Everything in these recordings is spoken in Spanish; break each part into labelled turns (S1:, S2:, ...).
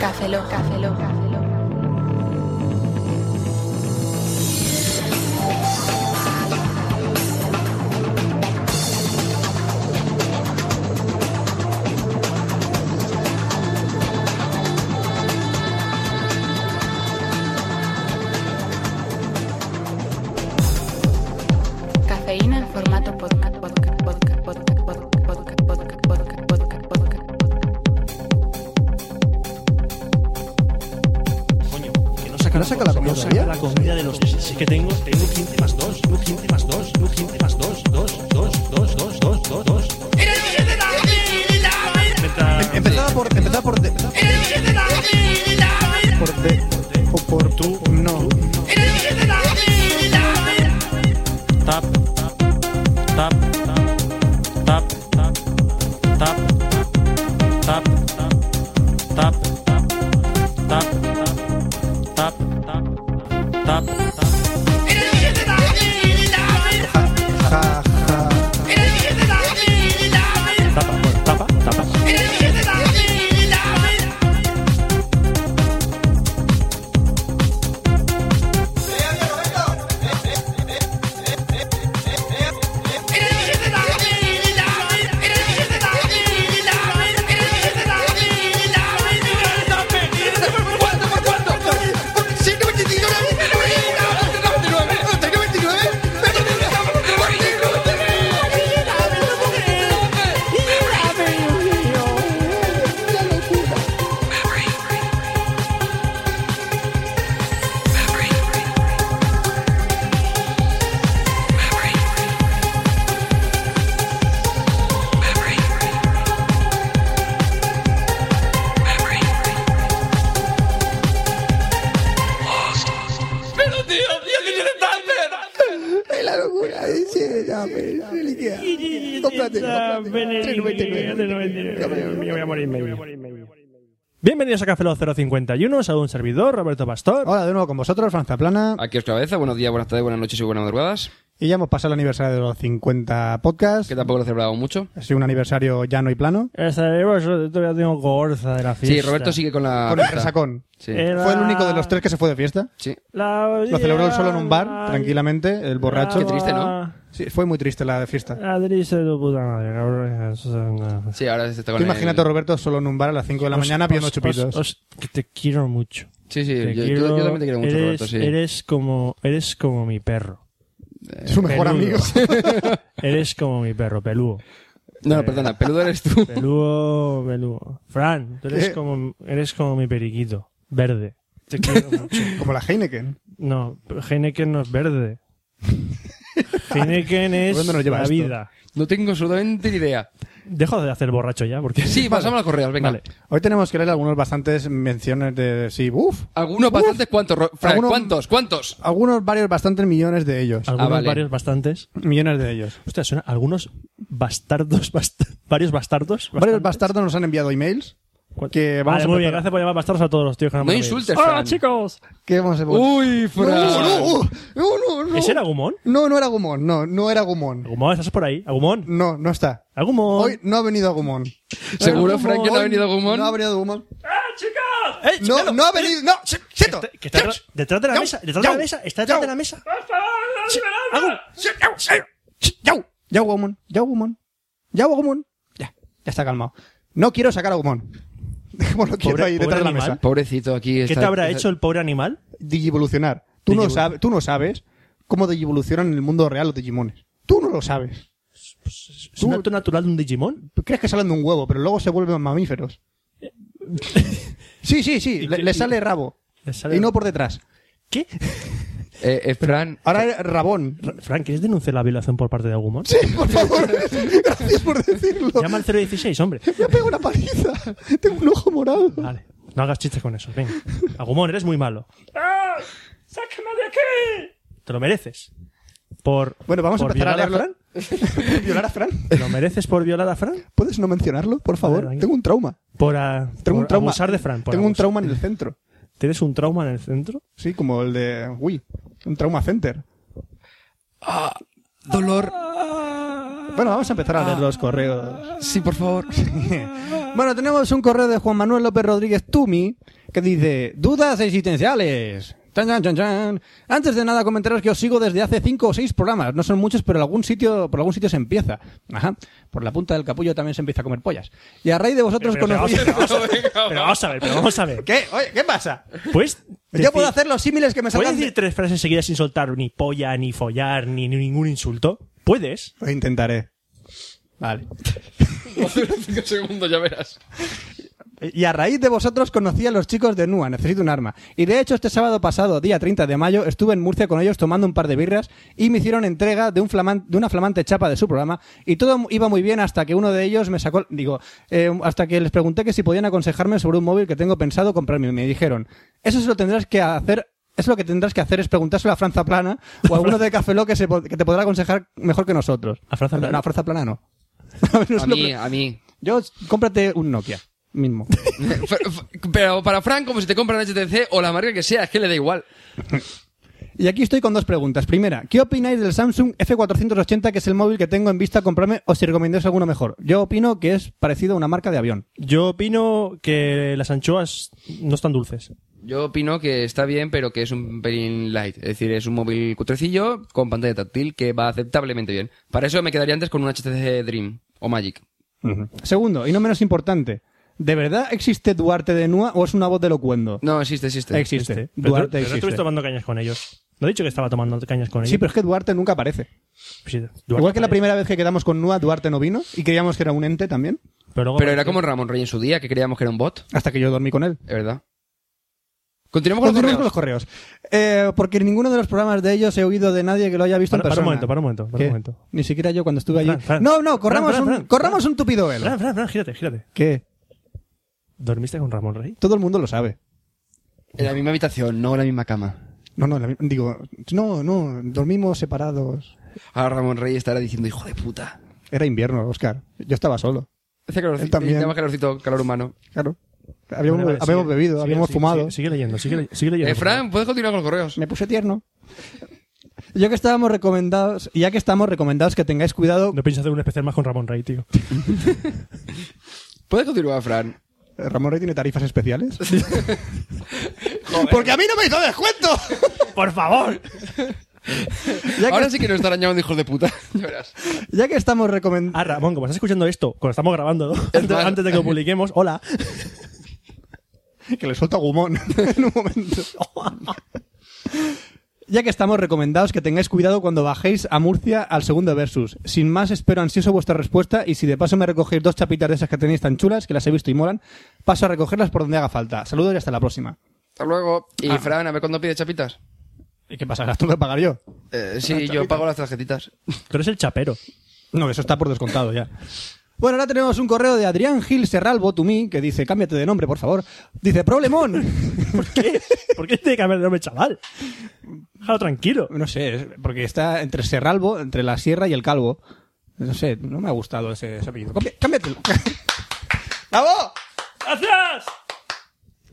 S1: Café Lock, Café Lock, Café Lock. Cafeína en formato podcast, podcast, podcast, podcast, podcast, podcast, podcast, podcast, podcast, podcast.
S2: Coño, que no saca,
S3: ¿No saca la comida
S2: no saca
S3: todavía?
S2: la comida de los meses. Es que tengo, tengo 15 más 2, tengo 15 más 2, tengo 15 más 2, 2, 2, 2, 2, 2, 2, 2.
S3: Empezaba por. Empezaba por. de- por de- o por tú. No.
S2: Tap, tap, tap, tap, tap, tap, tap, tap, tap, tap, tap, tap.
S3: Ja, ja.
S2: Tapa, tapa, tapa.
S3: Es la locura. Dice, ya, me- reliquia. Cómprate, cómprate. 3,99.
S2: Voy a morirme. Bienvenidos a Café Lock 051, saludo a un servidor, Roberto Pastor.
S3: Hola de nuevo con vosotros, Franza Plana.
S4: Aquí os cabeza, buenos días, buenas tardes, buenas noches y buenas madrugadas.
S3: Y ya hemos pasado el aniversario de los 50 podcasts.
S4: Que tampoco lo he celebrado mucho.
S3: Ha sido un aniversario llano y plano.
S2: yo todavía tengo gorza de la fiesta.
S4: Sí, Roberto sigue con la.
S3: Con el Eh.
S4: fiesta.
S3: resacón.
S4: Sí.
S2: Era-
S3: Fue el único de los tres que se fue de fiesta.
S4: sí.
S2: La-
S3: Lo celebró él solo en un bar, tranquilamente, el borracho.
S4: Qué triste, ¿no?
S3: Sí, fue muy triste la fiesta.
S2: La triste de tu puta madre, cabrón. Eso es una-
S4: Sí, ahora se está
S3: Tú
S4: con el-
S3: imagínate a Roberto solo en un bar a las 5 de la mañana
S2: Os-
S3: pidiendo
S2: os-
S3: chupitos.
S2: os- os- que te quiero mucho.
S4: Sí, sí,
S2: Te
S4: yo, yo-
S2: quiero-
S4: yo también te quiero mucho,
S2: eres,
S4: Roberto, sí.
S2: Eres como, eres como mi perro.
S3: Su mejor amigo.
S2: peludo. Eres como mi perro, peludo.
S4: No, perdona, peludo eres tú.
S2: Peludo, peludo. Fran, tú eres
S3: ¿Qué?
S2: como, eres como mi periquito. Verde. Te quiero mucho.
S3: Como la Heineken.
S2: No, Heineken no es verde. Heineken es
S3: dónde nos lleva
S2: la
S3: esto?
S2: vida.
S4: No tengo absolutamente ni idea.
S2: Dejo de hacer borracho ya, porque...
S4: Sí, pasamos a los correos, venga.
S2: Vale.
S3: Hoy tenemos que leer algunos bastantes menciones de sí, uff.
S4: ¿Algunos bastantes cuántos, Ro- Frank?
S3: Alguno-
S4: ¿Cuántos? ¿Cuántos?
S3: Algunos varios bastantes millones de ellos.
S2: Algunos,
S4: Ah, vale.
S2: varios, bastantes.
S3: Millones de ellos.
S2: Hostia, suena... Algunos bastardos, bast- varios bastardos.
S3: Varios
S2: bastantes.
S3: bastardos nos han enviado emails.
S2: ¿Cuánto?
S3: Que vamos
S2: Vale,
S3: a
S2: muy bien,
S3: empezar.
S2: gracias por llamar bastardos a todos los tíos que
S4: No
S2: me lo
S4: insultes,
S2: digáis. ¡Hola,
S4: Fran.
S2: chicos!
S3: ¿Qué vamos a hacer?
S4: Uy,
S3: no,
S4: Fran.
S3: no, no, no, no.
S2: ¿Ese era Agumon?
S3: No, no era Gumón. No, no era Gumón.
S2: Agumon, ¿estás por ahí? Agumon.
S3: No, no está.
S2: Agumon.
S3: Hoy no ha venido Gumón.
S4: ¿Seguro, Frank, que no ha venido Gumón?
S3: No ha venido Gumón.
S2: ¡Eh,
S3: No,
S2: chicalo!
S3: no ha venido. No, si- siento.
S2: Está- que está detrás- detrás de la
S3: Yau,
S2: mesa, detrás de la
S3: yau,
S2: mesa, está detrás
S3: yau.
S2: de la mesa. Sí, Agumon.
S3: Yau, yau Gumón, yau Gumón, yau Gumón. Ya, ya está calmado. No quiero sacar a Gumón. Dejémoslo quieto
S2: Pobre-
S3: ahí detrás de la
S2: pobre
S3: mesa.
S2: animal.
S4: Pobrecito, aquí
S2: ¿Qué
S4: está.
S2: te habrá
S4: está-
S2: hecho el pobre animal?
S3: Digivolucionar. Tú no,
S2: Digivol-
S3: sabes, tú no sabes cómo digivolucionan en el mundo real los Digimones. Tú no lo sabes.
S2: ¿Es un acto natural de un Digimon?
S3: Crees que salen de un huevo, pero luego se vuelven mamíferos. Sí, sí, sí. Le,
S2: qué-
S3: le
S2: y-
S3: sale rabo.
S2: le sale-
S3: Y no por detrás.
S2: ¿Qué?
S4: Eh, eh, Fran.
S3: Ahora es rabón.
S2: Frank, ¿quieres denunciar la violación por parte de Agumon?
S3: Sí, por favor. Gracias por decirlo.
S2: Llama al 016, hombre.
S3: Me pego una paliza. Tengo un ojo morado.
S2: Vale, no hagas chistes con eso. Venga. Agumon, eres muy malo. ¡Ah! ¡Sácame de aquí! Te lo mereces. Por,
S3: Bueno, vamos a
S2: por
S3: empezar a
S2: violar
S3: leerlo. ¿Violar a Fran?
S2: Fran. ¿Lo mereces por violar a Fran?
S3: ¿Puedes no mencionarlo, por favor?
S2: Vale, venga.
S3: Tengo un trauma.
S2: Por, a,
S3: Tengo
S2: por
S3: un trauma.
S2: abusar de Fran. por
S3: Tengo un
S2: abusar.
S3: trauma en el centro.
S2: ¿Tienes un trauma en el centro?
S3: Sí, como el de Wii. Un trauma center.
S4: Dolor.
S3: Bueno, vamos a empezar a leer los correos.
S4: Sí, por favor.
S3: Bueno, tenemos un correo de Juan Manuel López Rodríguez Tumi que dice, dudas existenciales. Chan, chan, chan, chan. Antes de nada, comentaros que os sigo desde hace cinco o seis programas. No son muchos, pero en algún sitio, por algún sitio se empieza. Ajá. Por la punta del capullo también se empieza a comer pollas. Y a raíz de
S2: Pero,
S3: vosotros
S2: pero, pero,
S3: conocí-
S2: vamos, pero, vamos, pero vamos a ver, pero vamos a ver.
S3: ¿Qué? Oye, ¿qué pasa?
S2: Pues.
S3: Yo puedo hacer los símiles que me
S2: ¿Puedes
S3: salgan. de-
S2: decir tres frases seguidas sin soltar ni polla, ni follar, ni, ni ningún insulto? ¿Puedes?
S3: Lo intentaré. Vale.
S4: cinco segundos, ya verás.
S3: Y a raíz de vosotros conocí a los chicos de NUA, necesito un arma. Y de hecho este sábado pasado, día 30 de mayo, estuve en Murcia con ellos tomando un par de birras y me hicieron entrega de, un flaman- de una flamante chapa de su programa y todo iba muy bien hasta que uno de ellos me sacó, digo, eh, hasta que les pregunté que si podían aconsejarme sobre un móvil que tengo pensado comprarme. Y me dijeron, eso se lo tendrás que hacer es lo que tendrás que hacer es preguntárselo a Franza Plana o a uno de Café Lock que, se po- que te podrá aconsejar mejor que nosotros.
S2: ¿A Franza Plana?
S3: No, a Franza Plana no. No se lo
S4: A mí,
S3: pre-
S4: a mí.
S3: Yo, cómprate un Nokia mismo.
S4: Pero- Pero para Frank, como si te compran HTC o la marca que sea, es que le da igual.
S3: Y aquí estoy con dos preguntas. Primera, ¿qué opináis del Samsung F480, que es el móvil que tengo en vista comprarme, o si recomendáis alguno mejor? Yo opino que es parecido a una marca de avión.
S2: Yo opino que las anchoas no están dulces.
S4: Yo opino que está bien, pero que es un pelín light. Es decir, es un móvil cutrecillo con pantalla táctil que va aceptablemente bien. Para eso me quedaría antes con un HTC Dream o Magic.
S3: Segundo, y no menos importante, ¿de verdad existe Duarte de Nua o es una voz de locuendo?
S4: No, existe, existe.
S3: Existe.
S2: Este. Pero, tú-
S3: Duarte
S2: pero
S3: existe.
S2: estuviste tomando cañas con ellos. No he dicho que estaba tomando cañas con ellos.
S3: Sí, pero es que Duarte nunca aparece.
S2: Sí, Duarte
S3: Igual que la
S2: parece.
S3: primera vez que quedamos con Nua, Duarte no vino y creíamos que era un ente también,
S2: Pero, luego-
S4: Pero era como Ramón Rey en su día, que creíamos que era un bot,
S3: hasta que yo dormí con él.
S4: es verdad. Continuamos con los
S3: Continuamos con los
S4: correos.
S3: correos. Eh, porque en ninguno de los programas de ellos he oído de nadie que lo haya visto
S2: Para,
S3: en
S2: para un
S3: persona.
S2: momento, para un momento, para
S3: ¿Qué?
S2: un momento.
S3: Ni siquiera yo cuando estuve allí.
S2: Fran, Fran.
S3: no, no, corramos,
S2: Fran, Fran,
S3: un,
S2: Fran.
S3: corramos un tupido velo.
S2: Fran, Fran, Fran, gírate, gírate.
S3: ¿Qué?
S2: ¿Dormiste con Ramón Rey?
S3: Todo el mundo lo sabe.
S4: En la misma habitación, no en la misma cama.
S3: No, no, la mi- digo, no, no, dormimos separados.
S4: Ahora Ramón Rey estará diciendo, hijo de puta.
S3: Era invierno, Oscar. Yo estaba solo.
S4: Hace
S3: Él
S4: calorcito,
S3: también.
S4: necesitaba calorcito, calor humano.
S3: Claro. Habíamos,
S2: Vale, vale,
S3: habíamos
S2: sigue,
S3: bebido,
S2: sigue,
S3: habíamos
S2: sigue,
S3: fumado.
S2: Sigue, sigue leyendo, sigue, le- sigue leyendo.
S4: Eh, Fran, ¿puedes continuar con los correos?
S3: Me puse tierno. Yo que estábamos recomendados, y ya que estamos recomendados que tengáis cuidado.
S2: No pienso hacer un especial más con Ramón Rey, tío.
S4: ¿Puedes continuar, Fran?
S3: ¿Ramón Rey tiene tarifas especiales? Porque a mí no me hizo descuento.
S2: ¡Por favor!
S3: ya,
S4: Ahora
S3: que,
S4: sí que nos estarán llamando hijos de puta. Ya verás.
S3: ya que estamos recomendados.
S2: Ah, Ramón, como estás escuchando esto, cuando estamos grabando, ¿no? antes,
S4: más-
S2: antes de que lo publiquemos, hola.
S3: Que le suelto a Gumón en un momento. Ya que estamos recomendados que tengáis cuidado cuando bajéis a Murcia al segundo versus. Sin más, espero ansioso vuestra respuesta y si de paso me recogéis dos chapitas de esas que tenéis tan chulas, que las he visto y molan, paso a recogerlas por donde haga falta. Saludos y hasta la próxima.
S4: Hasta luego. Y Fran, a ver cuándo pide chapitas.
S3: ¿Y qué pasa? ¿Las tengo que pagar yo?
S4: Eh, sí, yo pago las tarjetitas.
S2: Tú eres el chapero.
S3: No, eso está por descontado ya. Bueno, ahora tenemos un correo de Adrián Gil Serral Botumí que dice, cámbiate de nombre, por favor. Dice, problemón.
S2: ¿Por qué? ¿Por qué tiene que haber nombre, chaval? Déjalo tranquilo.
S3: No sé, es- porque está entre Serralbo, entre la sierra y el calvo. No sé, no me ha gustado ese, ese apellido. Cambi- Cámbiatelo. ¡Bravo!
S2: ¡Gracias!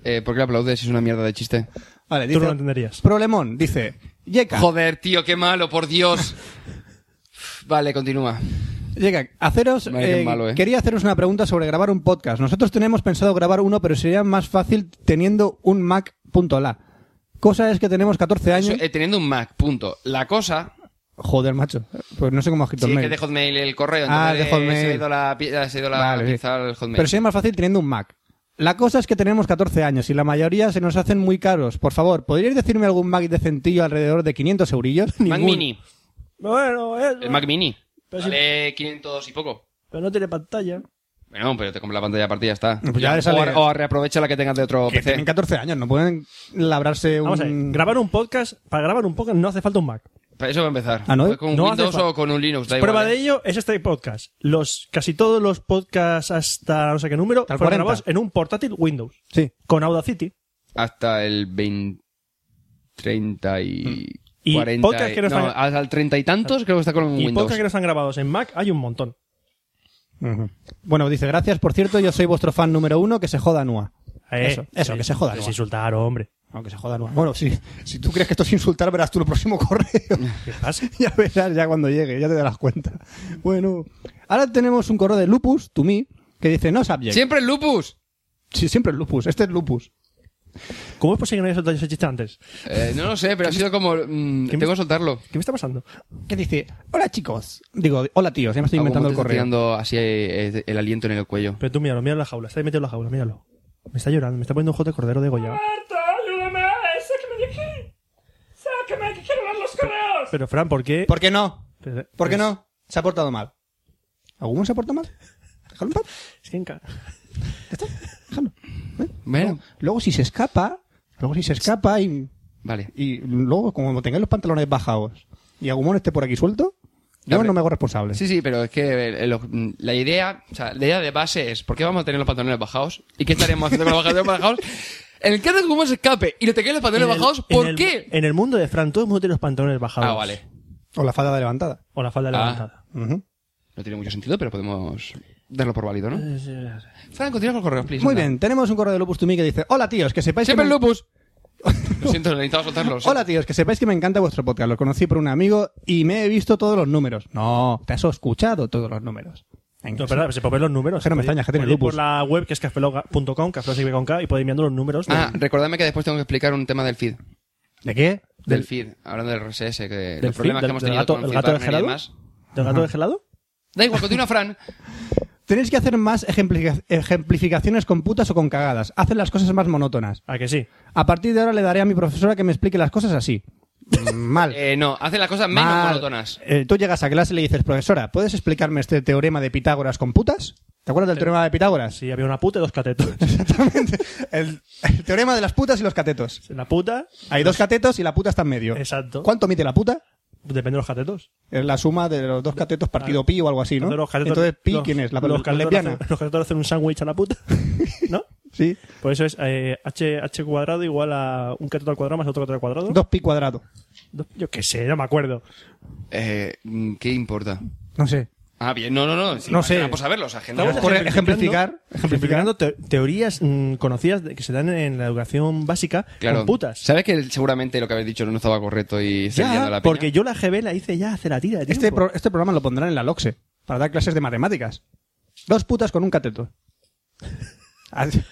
S4: Eh, ¿Por qué le aplaudes? Es una mierda de chiste.
S3: Vale,
S2: Tú no lo entenderías.
S3: Problemón, dice. Llega,
S4: Joder, tío, qué malo, por Dios. Vale, continúa.
S3: llega. Haceros,
S4: Madre, qué
S3: eh,
S4: malo, eh.
S3: Quería haceros una pregunta sobre grabar un podcast. Nosotros tenemos pensado grabar uno, pero sería más fácil teniendo un Mac.la. Cosa es que tenemos 14 años.
S4: Eso, eh, teniendo un Mac, punto. La cosa...
S3: Joder, macho. Pues no sé cómo ha escrito
S4: Sí,
S3: el
S4: es
S3: mail.
S4: que de Hotmail el correo.
S3: Ah,
S4: entonces,
S3: de Hotmail.
S4: Se ha ido la, pi- se ha ido la
S3: Vale, sí.
S4: pizza al Hotmail.
S3: Pero sería más fácil teniendo un Mac. La cosa es que tenemos 14 años y la mayoría se nos hacen muy caros. Por favor, ¿podríais decirme algún Mac decentillo alrededor de 500 eurillos?
S4: Mac
S2: Ningún.
S4: Mini.
S2: Bueno, eso.
S4: El Mac Mini.
S2: Pero sí.
S4: Vale 500 y poco.
S2: Pero no tiene pantalla.
S4: Bueno, pero te compras la pantalla partida, ya está.
S3: Pues ya le
S4: o,
S3: sale-
S4: a- o a reaprovecha la que tengas de otro
S3: Que
S4: PC.
S3: tienen 14 años, no pueden labrarse un...
S2: Vamos a ver. Grabar un podcast, para grabar un podcast no hace falta un Mac.
S4: Pero eso va a empezar.
S3: Ah, ¿no?
S4: Pues Con un
S2: No hace
S4: Windows
S2: falta.
S4: o con un Linux, da
S2: Prueba
S4: igual.
S2: de
S4: ¿eh?
S2: ello es este podcast. Los, casi todos los podcasts hasta no sé qué número
S3: Hasta el
S2: fueron
S3: 40.
S2: grabados en un portátil Windows.
S3: Sí.
S2: Con Audacity.
S4: Hasta el 20, 30 y...
S2: Mm. Y
S4: 40
S2: podcast que no
S4: no,
S2: están-
S4: hasta el 30 y tantos creo que está con un
S2: Y
S4: Windows.
S2: podcasts que no están grabados en Mac hay un montón.
S3: Bueno, dice, gracias, por cierto, yo soy vuestro fan número uno, que se joda Nua.
S2: Eh,
S3: Eso, eso,
S2: eh,
S3: que se joda
S2: Es
S3: Nua.
S2: insultar, hombre.
S3: Aunque se joda Nua. Bueno, si, si tú crees que esto es insultar, verás tú el próximo correo.
S2: ¿Qué pasa?
S3: ya verás ya cuando llegue, ya te darás cuenta. Bueno, ahora tenemos un correo de Lupus, to me, que dice no subject.
S4: Siempre el lupus.
S3: Sí, siempre es lupus. Este es lupus.
S2: ¿Cómo es posible que no haya soltado ese chiste antes?
S4: Eh, no lo sé, pero ha sido como... mm,
S2: ¿Qué me-
S4: tengo que soltarlo.
S2: ¿Qué me está pasando?
S3: Que dice, hola chicos. Digo, hola tíos, ya me estoy
S4: Ah,
S3: inventando
S4: como
S3: el
S4: te está
S3: correo.
S4: tirando así eh, el aliento en el cuello.
S2: Pero tú míralo, míralo en la jaula. Está ahí metido en la jaula, míralo. Me está llorando, me está poniendo un jote cordero de Goya. Pero Fran, ¿por qué?
S3: ¿Por qué no?
S2: Pero-
S3: ¿Por qué no? Se ha portado mal. ¿Alguno se ha portado mal? Déjalo en paz.
S2: Es que enca-
S4: Bueno,
S3: Luego si se escapa, luego si se escapa y,
S4: vale.
S3: y luego como tengáis los pantalones bajados y Agumon esté por aquí suelto, yo
S4: Hombre.
S3: no me hago responsable.
S4: Sí, sí, pero es que eh, lo- mm, la idea, o sea, la idea de base es, ¿por qué vamos a tener los pantalones bajados? ¿Y qué estaremos haciendo con los pantalones bajados? En el caso de que uno se escape y le te queden los pantalones
S2: en el-
S4: bajados,
S2: en
S4: ¿por
S2: el-
S4: qué?
S2: En el mundo de Fran, todo el mundo tiene los pantalones bajados.
S4: Ah, vale.
S3: O la falda levantada.
S2: O la falda
S4: Ah.
S2: levantada.
S3: Ujú.
S4: No tiene mucho sentido, pero podemos darlo por válido, ¿no?
S2: Eh, sí, sí.
S4: Fran, continúa con el correo, please.
S3: Muy
S4: anda.
S3: bien, tenemos un correo de Lupus to Me que dice, hola tíos, que sepáis que
S4: Siempre el
S3: me-
S4: lupus. Lo siento, necesitaba soltarlo. lo siento.
S3: Hola tíos, que sepáis que me encanta vuestro podcast. Lo conocí por un amigo y me he visto todos los números. No, te has escuchado todos los números. Venga,
S2: No,
S3: sí.
S2: perdón, se pueden ver los números.
S3: Que no me
S2: Podéis-
S3: extraña, que tiene
S2: podéis ir
S3: lupus.
S2: por la web que es cafelog.com, cafelog se escribe con K, y podéis mirando los números. de-
S4: Ah, recordadme que después tengo que explicar un tema del feed.
S3: ¿De qué?
S4: Del feed, hablando del RSS, que
S2: del
S4: los problemas
S2: feed,
S4: que hemos
S2: del- del
S4: tenido
S2: gato-
S4: con
S2: el
S4: feed
S2: gato de
S4: partner y
S2: Gerardo.
S4: demás.
S2: ¿Del gato de gelado?
S4: Da igual, continúa, Fran.
S3: Tenéis que hacer más ejemplifica- ejemplificaciones con putas o con cagadas. Hacen las cosas más monótonas.
S2: Ah, que sí.
S3: A partir de ahora le daré a mi profesora que me explique las cosas así. Mm, Mal.
S4: Eh, no, hace las cosas menos
S3: Mal.
S4: monotonas.
S3: Eh, tú llegas a clase y le dices, profesora, ¿puedes explicarme este teorema de Pitágoras con putas? ¿Te acuerdas del teorema de Pitágoras?
S2: Sí, había una puta y dos catetos.
S3: Exactamente. El, el teorema de las putas y los catetos.
S2: la puta,
S3: Hay dos catetos y la puta está en medio.
S2: Exacto.
S3: ¿Cuánto mide la puta?
S2: depende de los catetos.
S3: Es la suma de los dos catetos partido pi o algo así, ¿no?
S2: Entonces, los catetos-
S3: Entonces, pi,
S2: los-
S3: ¿quién es? La
S2: los
S3: la
S2: catetos
S3: lesbiana.
S2: hacen- Los catetos hacen un sándwich a la puta. ¿No?
S3: Sí.
S2: Por eso es eh, h, h cuadrado igual a un cateto al cuadrado más otro cateto al cuadrado.
S3: Dos pi cuadrado.
S2: Dos- Yo qué sé, no me acuerdo.
S4: Eh, mm, ¿Qué importa?
S3: No sé.
S4: Ah, bien, no, no, no.
S3: No sé.
S4: Vamos a verlos, agenda.
S2: Estamos
S3: Por ejemplificar-
S2: ejemplificando te- teorías mm, conocidas de- que se dan en la educación básica
S4: Claro.
S2: con putas.
S4: ¿Sabes que seguramente lo que habéis dicho no estaba correcto y se
S2: Ya,
S4: liando la
S2: porque
S4: piña?
S2: yo la GB la hice ya hace la tira de
S3: Este,
S2: tiempo.
S3: pro- este programa lo pondrán en la LOXE E para dar clases de matemáticas. Dos putas con un cateto.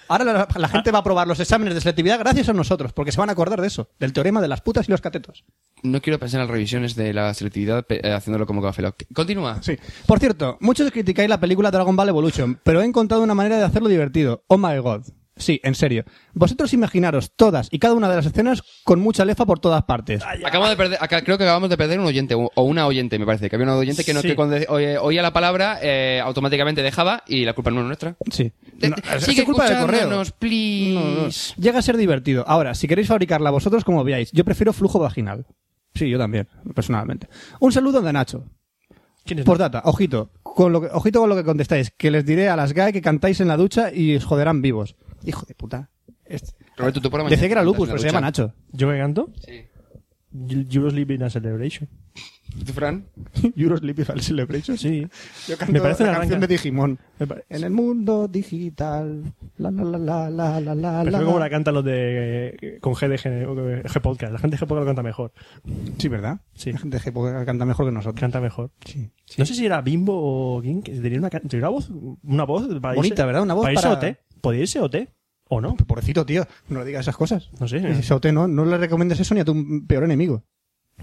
S3: Ahora la, la gente va a probar los exámenes de selectividad gracias a nosotros, porque se van a acordar de eso, del teorema de las putas y los catetos.
S4: No quiero pensar en las revisiones de la selectividad pe- eh, haciéndolo como Café Lock. Continúa.
S3: Sí. Por cierto, muchos criticáis la película Dragon Ball Evolution, pero he encontrado una manera de hacerlo divertido. Oh my god. Sí, en serio. Vosotros imaginaros todas y cada una de las escenas con mucha lefa por todas partes.
S4: Acabamos de perder, acá, creo que acabamos de perder un oyente o o una oyente, me parece. Que había una oyente que, no,
S2: Sí.
S4: que cuando de- oye- oía la palabra eh, automáticamente dejaba y la culpa no es nuestra.
S3: Sí.
S4: De-
S3: No, es-
S4: sigue
S3: es culpa del correo.
S4: escuchándonos, please.
S3: No, no. Llega a ser divertido. Ahora, si queréis fabricarla vosotros, como veáis, yo prefiero flujo vaginal. Sí, yo también, personalmente. Un saludo de Nacho.
S2: ¿Quién es?
S3: Por data, ojito. Con lo que, ojito con lo que contestáis, que les diré a las GAE que cantáis en la ducha y os joderán vivos. Hijo de puta. Este-
S4: Roberto, tú por la mañana
S3: Decía que era lupus,
S4: cantas
S3: pero
S4: en
S3: se
S4: la
S3: llama
S4: ducha.
S3: Nacho.
S2: ¿Yo que canto?
S4: Sí.
S2: You you was living in a celebration.
S4: ¿Tú, Fran?
S3: Eurosleepy Fall Celebration.
S2: Sí.
S3: Yo canto
S2: Me parece
S3: la
S2: una
S3: canción
S2: arranca.
S3: de Digimon.
S2: Me pare-
S3: En el mundo digital. La la la la la la la.
S2: Prefiero
S3: la.
S2: como la cantan los de eh, con G de G, o G podcast. La gente de G podcast lo canta mejor.
S3: Sí, ¿verdad?
S2: Sí.
S3: La gente de G-pop canta mejor que nosotros.
S2: Canta mejor.
S3: Sí.
S2: No sé si era Bimbo o quién que tenía una, can- tenía una voz, una voz para irse-
S3: Bonita, ¿verdad? Una voz
S2: para irse
S3: para-
S2: OT. Podía irse OT o no.
S3: Pobrecito, tío, no le digas esas cosas.
S2: No sé.
S3: Dices, a usted no, no le recomiendes eso ni a tu peor enemigo.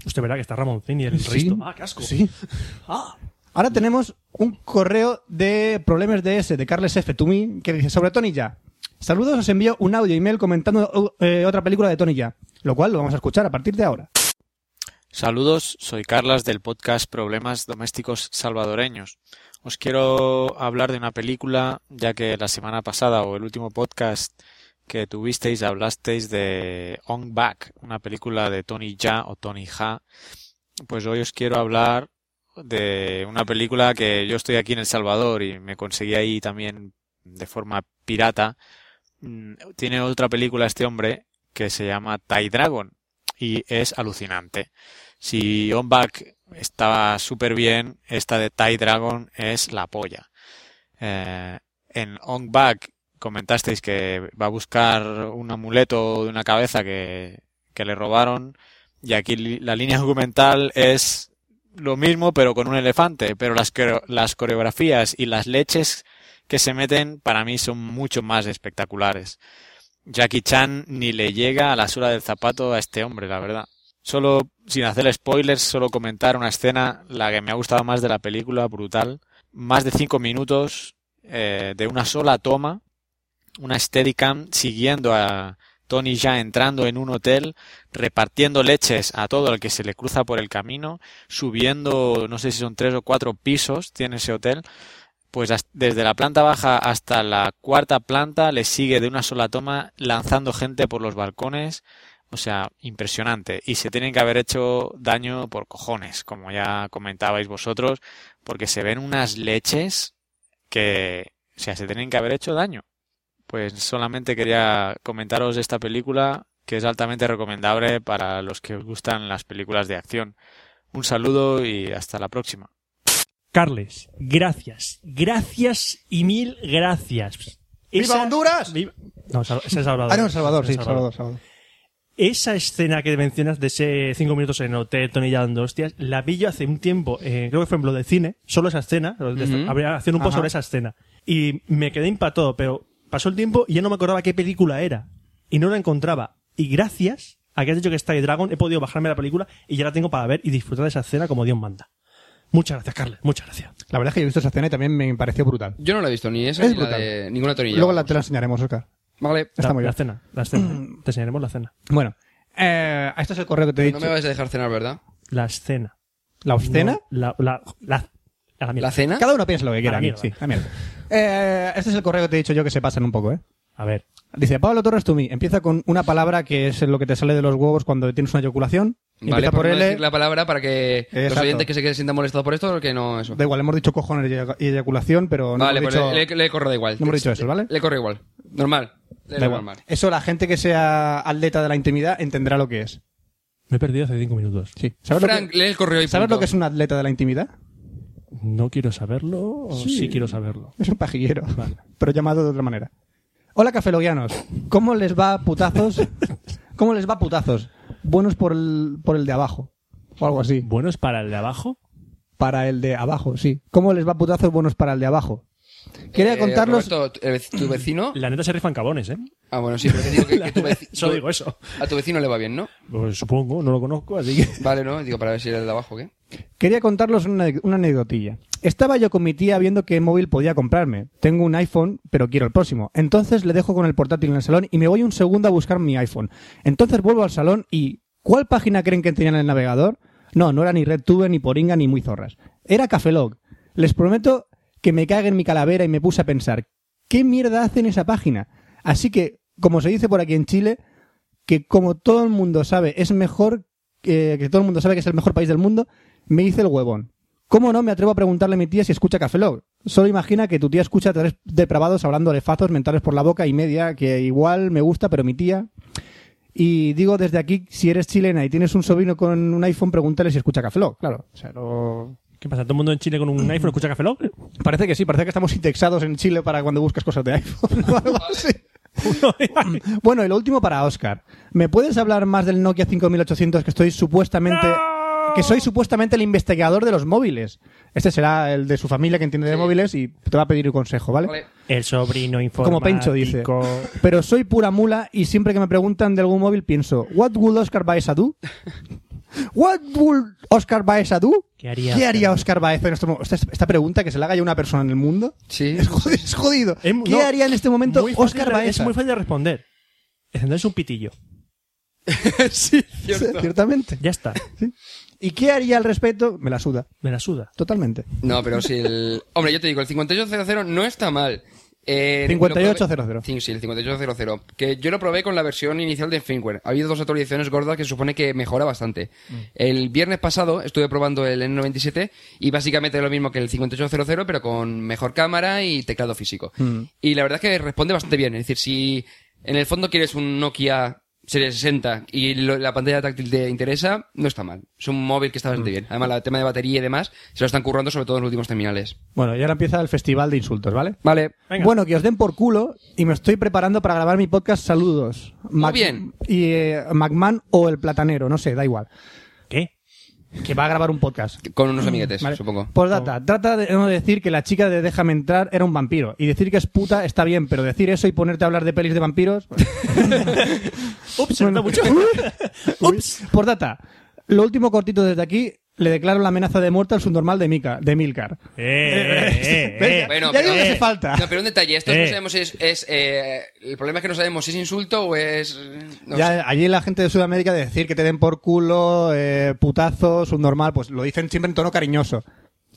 S2: Usted verá que está Ramoncín y el
S3: Sí.
S2: resto. Ah, qué asco.
S3: Sí.
S2: Ah.
S3: Ahora tenemos un correo de Problemas DS de Carles F. Tumi que dice sobre Tony Ya. Saludos, os envío un audio email comentando eh, otra película de Tony Ya, lo cual lo vamos a escuchar a partir de ahora.
S5: Saludos, soy Carlas del podcast Problemas Domésticos Salvadoreños. Os quiero hablar de una película, ya que la semana pasada o el último podcast que tuvisteis hablasteis de On Back, una película de Tony Ja o Tony Ja. Pues hoy os quiero hablar de una película que yo estoy aquí en El Salvador y me conseguí ahí también de forma pirata. Mm, Tiene otra película este hombre que se llama Tai Dragon y es alucinante. Si On Back estaba súper bien, esta de Thai Dragon es la polla. Eh, en On Back comentasteis que va a buscar un amuleto de una cabeza que, que le robaron y aquí li- la línea documental es lo mismo pero con un elefante, pero las, coreo- las coreografías y las leches que se meten para mí son mucho más espectaculares. Jackie Chan ni le llega a la suela del zapato a este hombre, la verdad. Solo, sin hacer spoilers, solo comentar una escena, la que me ha gustado más de la película, brutal. Más de cinco minutos eh, de una sola toma, una Steadicam siguiendo a Tony ya entrando en un hotel, repartiendo leches a todo el que se le cruza por el camino, subiendo, no sé si son tres o cuatro pisos, tiene ese hotel, pues as- desde la planta baja hasta la cuarta planta le sigue de una sola toma lanzando gente por los balcones. O sea, impresionante. Y se tienen que haber hecho daño por cojones, como ya comentabais vosotros, porque se ven unas leches que, o sea, se tienen que haber hecho daño. Pues solamente quería comentaros esta película que es altamente recomendable para los que os gustan las películas de acción. Un saludo y hasta la próxima.
S2: Carles, gracias. Gracias y mil gracias. Esa-
S3: Honduras!
S2: Viva- No, Sal- es El Salvador.
S3: Ah, no, Salvador, sí,
S2: Es El
S3: Salvador, Salvador.
S2: Esa escena que mencionas de ese cinco minutos en hotel, Tony ya dando hostias, la vi yo hace un tiempo, eh, creo que fue en lo de cine, solo esa escena, lo de-
S4: Ujú.
S2: habría- haciendo un post
S3: Ajá.
S2: sobre esa escena. Y me quedé impactado, pero pasó el tiempo y ya no me acordaba qué película era. Y no la encontraba. Y gracias a que has dicho que está ahí Dragon, he podido bajarme la película y ya la tengo para ver y disfrutar de esa escena como Dios manda. Muchas gracias, Carles, muchas gracias.
S3: La verdad es que yo he visto esa escena y también me pareció brutal.
S4: Yo no la he visto ni esa
S3: Es
S4: ni la
S3: brutal.
S4: de ninguna torilla.
S3: Luego la, te la enseñaremos, Oscar.
S4: Vale.
S3: Está
S2: la,
S3: muy
S2: la
S3: bien.
S2: escena, la escena. Te enseñaremos la escena.
S3: Bueno, eh, esto es el correo que te he
S4: No
S3: dicho.
S4: me vais a dejar cenar, ¿verdad?
S2: La escena.
S3: ¿La obscena?
S2: No, la, la, la, a la mierda.
S4: ¿Eh? ¿La cena?
S3: Cada uno piensa lo que quiera.
S2: Ah, mierda.
S3: sí, ah, mierda. Eh, este es el correo que te he dicho yo que se pasan un poco, ¿eh?
S2: A ver.
S3: Dice Pablo Torres Tumi. Empieza con una palabra que es lo que te sale de los huevos cuando tienes una eyaculación. Y
S4: Vale,
S3: empieza por
S4: no
S3: L.
S4: decir la palabra para que los
S3: Exacto.
S4: oyentes que se queden- sientan molestados por esto, que no eso.
S3: Da igual, hemos dicho cojones y eyac- y eyaculación, pero no
S4: vale,
S3: hemos
S4: pues
S3: dicho...
S4: le, le- le corro da igual.
S3: no hemos dicho eso, ¿vale?
S4: Le corro igual. Normal. Le
S3: Da igual.
S4: normal.
S3: Eso la gente que sea atleta de la intimidad entenderá lo que es.
S2: Me he perdido hace cinco minutos.
S3: Sí. ¿Sabes,
S4: Frank,
S3: lo,
S4: lee el correo y
S3: que, ¿sabes
S4: punto.
S3: lo que es un atleta de la intimidad?
S2: No quiero saberlo o sí,
S3: Sí.
S2: quiero saberlo.
S3: Es un pajillero,
S2: Vale.
S3: pero llamado de otra manera. Hola, cafeloguianos. ¿Cómo les va putazos? ¿Cómo les va putazos? Buenos por el, por el de abajo. O algo así.
S2: Bueno, es para el de abajo.
S3: Para el de abajo, sí. ¿Cómo les va putazos buenos para el de abajo? Quería
S4: Eh,
S3: contarlos...
S4: Roberto, el vec- tu vecino.
S2: La neta se rifan cabones, ¿eh?
S4: Ah, bueno, sí, pero te digo que, que tu veci-
S2: Solo
S4: tu-
S2: digo eso.
S4: A tu vecino le va bien, ¿no?
S2: Pues supongo, no lo conozco, así que.
S4: Vale, ¿no? Digo, para ver si era el de abajo, ¿qué?
S3: Quería contarlos una, una anécdotilla. Estaba yo con mi tía viendo qué móvil podía comprarme. Tengo un iPhone, pero quiero el próximo. Entonces le dejo con el portátil en el salón y me voy un segundo a buscar mi iPhone. Entonces vuelvo al salón y... ¿Cuál página creen que tenían en el navegador? No, no era ni RedTube, ni Poringa, ni muy zorras. Era Cafelog. Les prometo que me cague en mi calavera y me puse a pensar, ¿qué mierda hace en esa página? Así que, como se dice por aquí en Chile, que como todo el mundo sabe es mejor eh, que todo el mundo sabe que es el mejor país del mundo, me hice el huevón. ¿Cómo no me atrevo a preguntarle a mi tía si escucha Café Lock? Solo imagina que tu tía escucha a tres depravados hablando alefazos mentales por la boca y media, que igual me gusta, pero mi tía... Y digo desde aquí, si eres chilena y tienes un sobrino con un iPhone, pregúntale si escucha Café Lock, claro. O sea, no-
S2: ¿Qué pasa? ¿Todo el mundo en Chile con un iPhone escucha Café Lock?
S3: Parece que sí, parece que estamos indexados en Chile para cuando buscas cosas de iPhone o algo así. Bueno, y lo último para Oscar. ¿Me puedes hablar más del Nokia 5800 que estoy supuestamente... Que soy supuestamente el investigador de los móviles. Este será el de su familia que entiende de
S4: Sí.
S3: móviles y te va a pedir un consejo, ¿vale?
S4: Vale.
S2: El sobrino informático.
S3: Como Pencho dice. Pero soy pura mula y siempre que me preguntan de algún móvil pienso, ¿What would Oscar Baeza do? ¿What would Oscar Baeza do?
S2: ¿Qué haría
S3: ¿Qué haría
S2: Oscar?
S3: Oscar Baeza en este momento? Esta, esta pregunta que se la haga ya una persona en el mundo.
S4: Sí.
S3: Es jodido. es jodido.
S2: Es-
S3: ¿Qué
S2: no,
S3: haría en este momento
S2: muy fácil
S3: Oscar
S2: de-
S3: Baeza?
S2: Es muy fácil de responder. Encenderse un pitillo.
S4: sí,
S3: Sí,
S4: cierto.
S3: Ciertamente.
S2: Ya está.
S3: ¿Y qué haría al respecto? Me la suda.
S2: Me la suda.
S3: Totalmente.
S4: No, pero si el... Hombre, yo te digo, el 5800 no está mal. Eh,
S3: 5800.
S4: lo probé- Sí, sí, el 5800. Que yo lo probé con la versión inicial de firmware. Ha habido dos actualizaciones gordas que se supone que mejora bastante. El viernes pasado estuve probando el N97 y básicamente es lo mismo que el 5800, pero con mejor cámara y teclado físico. Y la verdad es que responde bastante bien. Es decir, si en el fondo quieres un Nokia Serie 60 y lo- la pantalla táctil te interesa, no está mal. Es un móvil que está bastante bien. Además, el tema de batería y demás se lo están currando sobre todo en los últimos terminales.
S3: Bueno, y ahora empieza el festival de insultos, ¿vale?
S4: Vale.
S2: Venga.
S3: Bueno, que os den por culo y me estoy preparando para grabar mi podcast Saludos.
S4: Muy bien.
S3: Y eh, McMahon o El Platanero, no sé, da igual.
S2: ¿Qué?
S3: que va a grabar un podcast.
S4: Con unos amiguetes,
S3: Vale.
S4: supongo.
S3: Postdata, trata de no decir que la chica de Déjame entrar era un vampiro. Y decir que es puta está bien, pero decir eso y ponerte a hablar de pelis de vampiros.
S2: Ups, se nota mucho.
S3: Uh.
S2: Ups.
S3: Postdata, lo último cortito desde aquí, le declaro la amenaza de muerte al subnormal de, Mika, de Milcar.
S2: Eh, eh, eh,
S3: Venga.
S2: eh.
S4: Bueno,
S3: Ya
S4: pero,
S3: digo que
S2: hace
S3: falta.
S4: No, pero un detalle, esto
S2: Eh.
S4: no sabemos si es... es, eh, el problema es que no sabemos si es insulto o es... no sé.
S3: Ya, allí la gente de Sudamérica de decir que te den por culo, eh, putazo, subnormal, pues lo dicen siempre en tono cariñoso.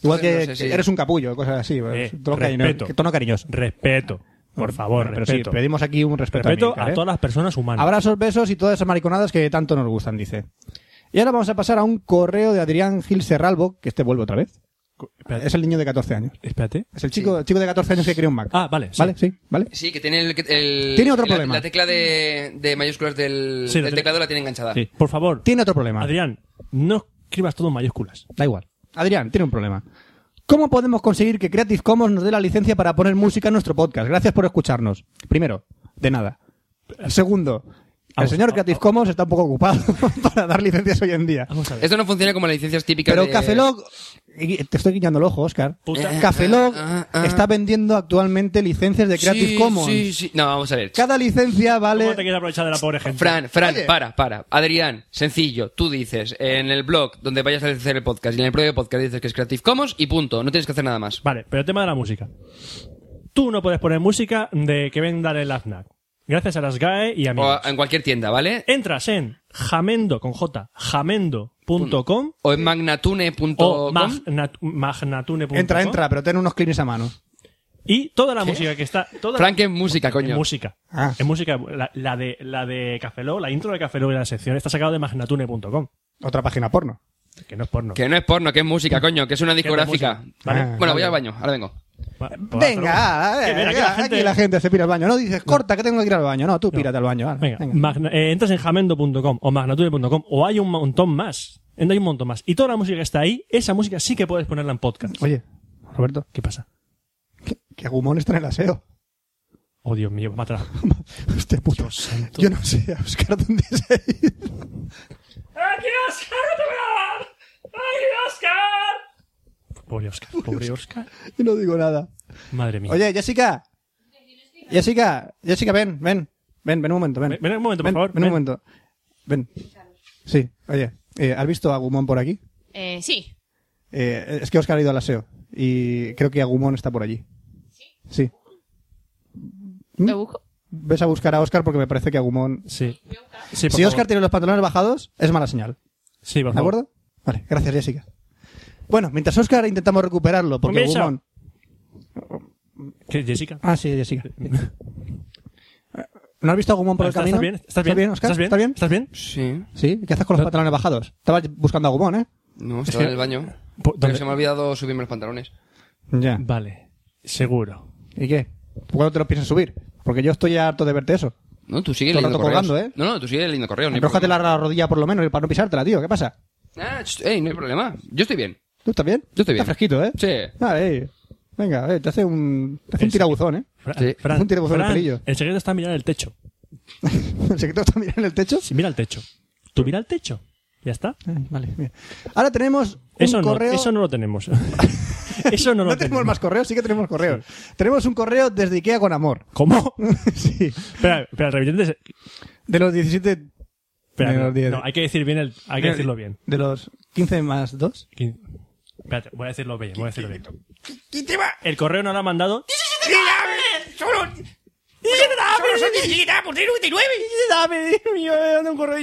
S3: Igual
S4: Sí, no
S3: que
S4: sé, sí.
S3: eres un capullo, cosas así. pues, tono, cariño-
S2: Eh, respeto.
S3: que- tono cariñoso.
S2: Respeto. Por favor,
S3: Pero sí,
S2: respeto.
S3: pedimos aquí un respeto,
S2: respeto
S3: Milcar,
S2: a
S3: ¿eh?
S2: todas las personas humanas.
S3: Abrazos, besos y todas esas mariconadas que tanto nos gustan, dice. Y ahora vamos a pasar a un correo de Adrián Gil Serralbo, que este vuelve otra vez.
S2: Espérate.
S3: Es el niño de 14 años.
S2: espérate.
S3: Es el chico, el chico de 14 años que quería un Mac.
S2: Ah, vale, sí.
S3: ¿Vale? Sí, ¿vale?
S4: Sí, que tiene el... el-
S3: Tiene otro
S4: la,
S3: problema.
S4: La tecla de, de mayúsculas del,
S2: Sí, la
S4: del
S2: tiene-
S4: teclado la tiene enganchada.
S3: Sí.
S2: Por favor,
S3: Tiene otro problema.
S2: Adrián, no escribas todo en mayúsculas.
S3: Da igual. Adrián, tiene un problema. ¿Cómo podemos conseguir que Creative Commons nos dé la licencia para poner música en nuestro podcast? Gracias por escucharnos. Primero, de nada. Segundo, el
S2: Vamos,
S3: señor
S2: vamos,
S3: Creative Commons está un poco ocupado para dar licencias hoy en día.
S2: Vamos a ver.
S4: Esto no funciona como las licencias típicas
S3: Pero
S4: de...
S3: Cafelog, y te estoy guiñando el ojo, Oscar.
S2: Puta.
S3: Cafelog
S4: Ah, ah, ah.
S3: está vendiendo actualmente licencias de Creative
S4: sí,
S3: Commons.
S4: Sí, sí. No, vamos a ver.
S3: Cada licencia
S2: ¿Cómo te
S3: vale.
S2: quieres aprovechar de la pobre gente?
S4: Fran, Fran,
S3: Oye.
S4: para, para. Adrián, sencillo. Tú dices en el blog donde vayas a hacer el podcast y en el propio podcast dices que es Creative Commons y punto. No tienes que hacer nada más.
S2: Vale, pero el tema de la música. Tú no puedes poner música de que vendan el AFNAC. Gracias a las GAE y
S4: O
S2: amigos.
S4: a- en cualquier tienda, ¿vale?
S2: Entras en jamendo, con J, jamendo.com
S4: O en magnatune.com.
S2: o magnat- magnatune.com
S3: Entra, entra, pero ten unos clines a mano.
S2: Y toda la música que está... Toda
S4: Frank en música,
S2: en
S4: coño.
S2: música.
S3: Ah.
S2: En música, la, la de, la de Café Lock, la intro de Café Lock y la sección está sacada de magnatune.com,
S3: Otra página porno.
S2: que no es porno.
S4: Que no es porno, que es música, coño, que es una
S2: Que no es
S4: discográfica.
S2: música. Vale.
S3: Ah.
S4: Bueno, voy al baño, ahora vengo.
S2: Va- pues va,
S3: Venga,
S2: pero-
S3: a
S2: Que
S3: ver,
S2: venga, que la gente-
S3: aquí la gente se pira al baño. No dices, corta, que tengo que ir al baño. No, tú pírate al baño. vale,
S2: Venga,
S3: venga.
S2: magna- eh, entras en jamendo.com o magnatune.com o hay un montón más. En- Hay un montón más. Y toda la música que está ahí, esa música sí que puedes ponerla en podcast.
S3: Oye, Roberto,
S2: ¿Qué pasa?
S3: que, que Agumón está en el aseo.
S2: Oh, Dios mío, mátala.
S3: Hostia puto.
S2: Dios santo.
S3: Pues, Yo no sé, Oscar, ¿dónde se ha ido?
S2: Pobre Oscar, pobre Oscar.
S3: Yo no digo nada.
S2: Madre mía.
S3: Oye, Jessica. Jessica, Jessica, ven, ven. Ven, ven un momento, ven.
S2: Ven- ven un momento, por favor,
S3: Ven, un
S2: ven.
S3: momento. Ven. Sí, oye, eh, ¿has visto a Agumón por aquí?
S6: Eh, sí.
S3: Eh, es que Oscar ha ido al aseo y creo que Agumón está por allí. Sí. ¿Mm?
S6: ¿Lo busco?
S3: Ves a buscar a Oscar porque me parece que Agumón...
S2: Sí. Sí, por
S3: Si
S2: favor.
S3: Oscar tiene los pantalones bajados, es mala señal.
S2: Sí, por
S3: ¿De
S2: favor.
S3: acuerdo? Vale, gracias, Jessica. Bueno, mientras Oscar intentamos recuperarlo, porque
S2: Un beso.
S3: Agumón...
S2: ¿Qué, Jessica?
S3: Ah, sí, Jessica. ¿No has visto a Gumón por el
S2: ¿Estás-
S3: camino?
S2: ¿Estás bien? ¿Estás bien?
S3: Oscar?
S2: ¿Estás bien?
S3: ¿Estás bien?
S2: ¿Estás bien?
S4: Sí.
S3: Sí, ¿qué haces con los
S2: No-
S3: pantalones bajados? Estabas buscando a Gumón, ¿eh?
S4: No, estaba en el baño.
S2: Po- ¿dónde?
S4: Pero se me ha olvidado subirme los pantalones.
S3: Ya.
S2: Vale, seguro.
S3: ¿Y qué? ¿Cuándo te los piensas subir? Porque yo estoy harto de verte eso.
S4: No, tú sigues
S3: Todo el
S4: leyendo
S3: rato
S4: correos.
S3: colgando, ¿eh?
S4: No, no, tú sigues leyendo correos. no hay
S3: Rójate
S4: problema.
S3: la la rodilla por lo menos para no pisártela, tío. ¿Qué pasa?
S4: Ah, ch- ey, no hay problema. Yo estoy bien.
S3: ¿Tú estás bien?
S4: Yo estoy bien.
S3: Estás fresquito, ¿eh?
S4: Sí.
S3: Vale, eh. venga, eh, te hace un, te hace un
S2: Sí.
S3: tirabuzón, ¿eh?
S2: Fra-
S4: Sí.
S2: Fran,
S3: Un tirabuzón de
S2: Fran,
S3: pelillo.
S2: el secreto está en mirar el techo.
S3: El secreto está mirando el techo.
S2: Si mira el techo. Tú mira el techo. Ya está.
S3: Ay, Vale, bien. Ahora tenemos un
S2: Eso no,
S3: correo...
S2: eso no lo tenemos. eso no
S3: No
S2: lo
S3: tenemos más correos, sí que tenemos correos. Tenemos un correo desde Ikea con amor.
S2: ¿Cómo?
S3: sí.
S2: Espera, espera, remitente. es-
S3: De los 17.
S2: Espera,
S3: Menos diez.
S2: no, hay que decir bien el, hay que decirlo bien.
S3: De los 15 más 2.
S2: Quin- Espérate, voy a decirlo bien, voy a decirlo bien. El correo no lo ha mandado. un correo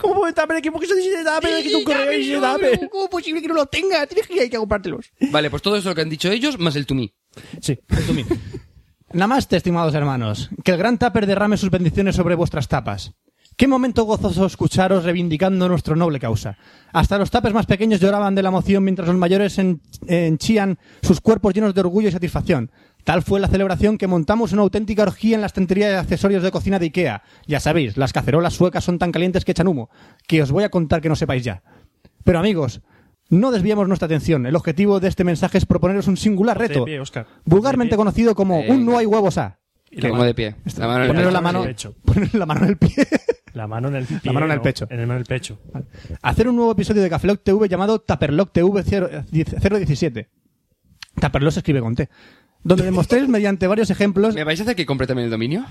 S2: ¿Cómo puede estar el equipo que son 17 un correo
S3: ¿Cómo es posible que no lo tenga? Tienes que ir a comprártelos.
S4: Vale, pues todo eso lo que han dicho ellos, más el to me.
S2: Sí.
S3: Namaste, estimados hermanos. Que el gran Tupper derrame sus bendiciones sobre vuestras tapas. Qué momento gozoso escucharos reivindicando nuestro noble causa. Hasta los tapes más pequeños lloraban de la emoción mientras los mayores en- henchían sus cuerpos llenos de orgullo y satisfacción. Tal fue la celebración que montamos una auténtica orgía en la estantería de accesorios de cocina de Ikea. Ya sabéis, las cacerolas suecas son tan calientes que echan humo, que os voy a contar que no sepáis ya. Pero amigos, no desviemos nuestra atención. El objetivo de este mensaje es proponeros un singular
S2: Ponte de
S3: reto,
S2: pie, Óscar.
S3: vulgarmente conocido como
S4: Eh,
S3: un no hay huevos a.
S4: Como de pie. La mano en el
S3: Poneros la
S4: pecho,
S3: mano,
S4: sí.
S2: pecho.
S3: poneros la mano en el pie.
S2: La mano en el pie,
S3: mano en el
S2: ¿no?
S3: pecho.
S2: En el, mano en el pecho.
S3: Hacer un nuevo episodio de Cafeloc TV llamado Tupperlock TV 017. Tupperlock se escribe con T. Donde demostréis mediante varios ejemplos.
S4: ¿Me vais a hacer que compre también el dominio?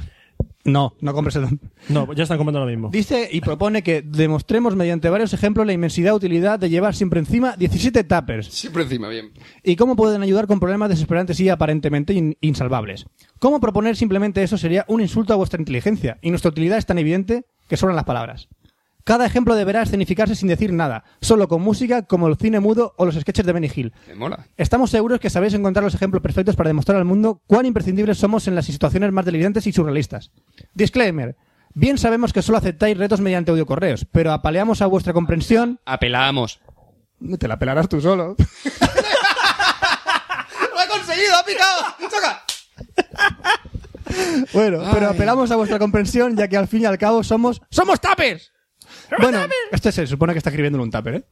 S3: No, no compres el.
S2: No, ya están comprando lo mismo.
S3: Dice y propone que demostremos mediante varios ejemplos la inmensidad utilidad de llevar siempre encima 17 tuppers.
S4: Siempre encima, bien.
S3: y cómo pueden ayudar con problemas desesperantes y aparentemente in- insalvables. ¿Cómo proponer simplemente eso sería un insulto a vuestra inteligencia? Y nuestra utilidad es tan evidente que sobran las palabras. Cada ejemplo deberá escenificarse sin decir nada, solo con música como el cine mudo o los sketches de Benny Hill.
S4: Me mola.
S3: Estamos seguros que sabéis encontrar los ejemplos perfectos para demostrar al mundo cuán imprescindibles somos en las situaciones más delirantes y surrealistas. Disclaimer. Bien sabemos que solo aceptáis retos mediante audiocorreos, pero apaleamos a vuestra comprensión...
S4: Apelamos.
S3: Te la pelarás tú solo.
S4: ¡Lo he conseguido! ¡Ha picado! ¡Choca!
S3: Bueno, pero apelamos a vuestra comprensión, ya que al fin y al cabo somos. ¡Somos tapers! Bueno, este se supone que está escribiendo un tupper, ¿eh?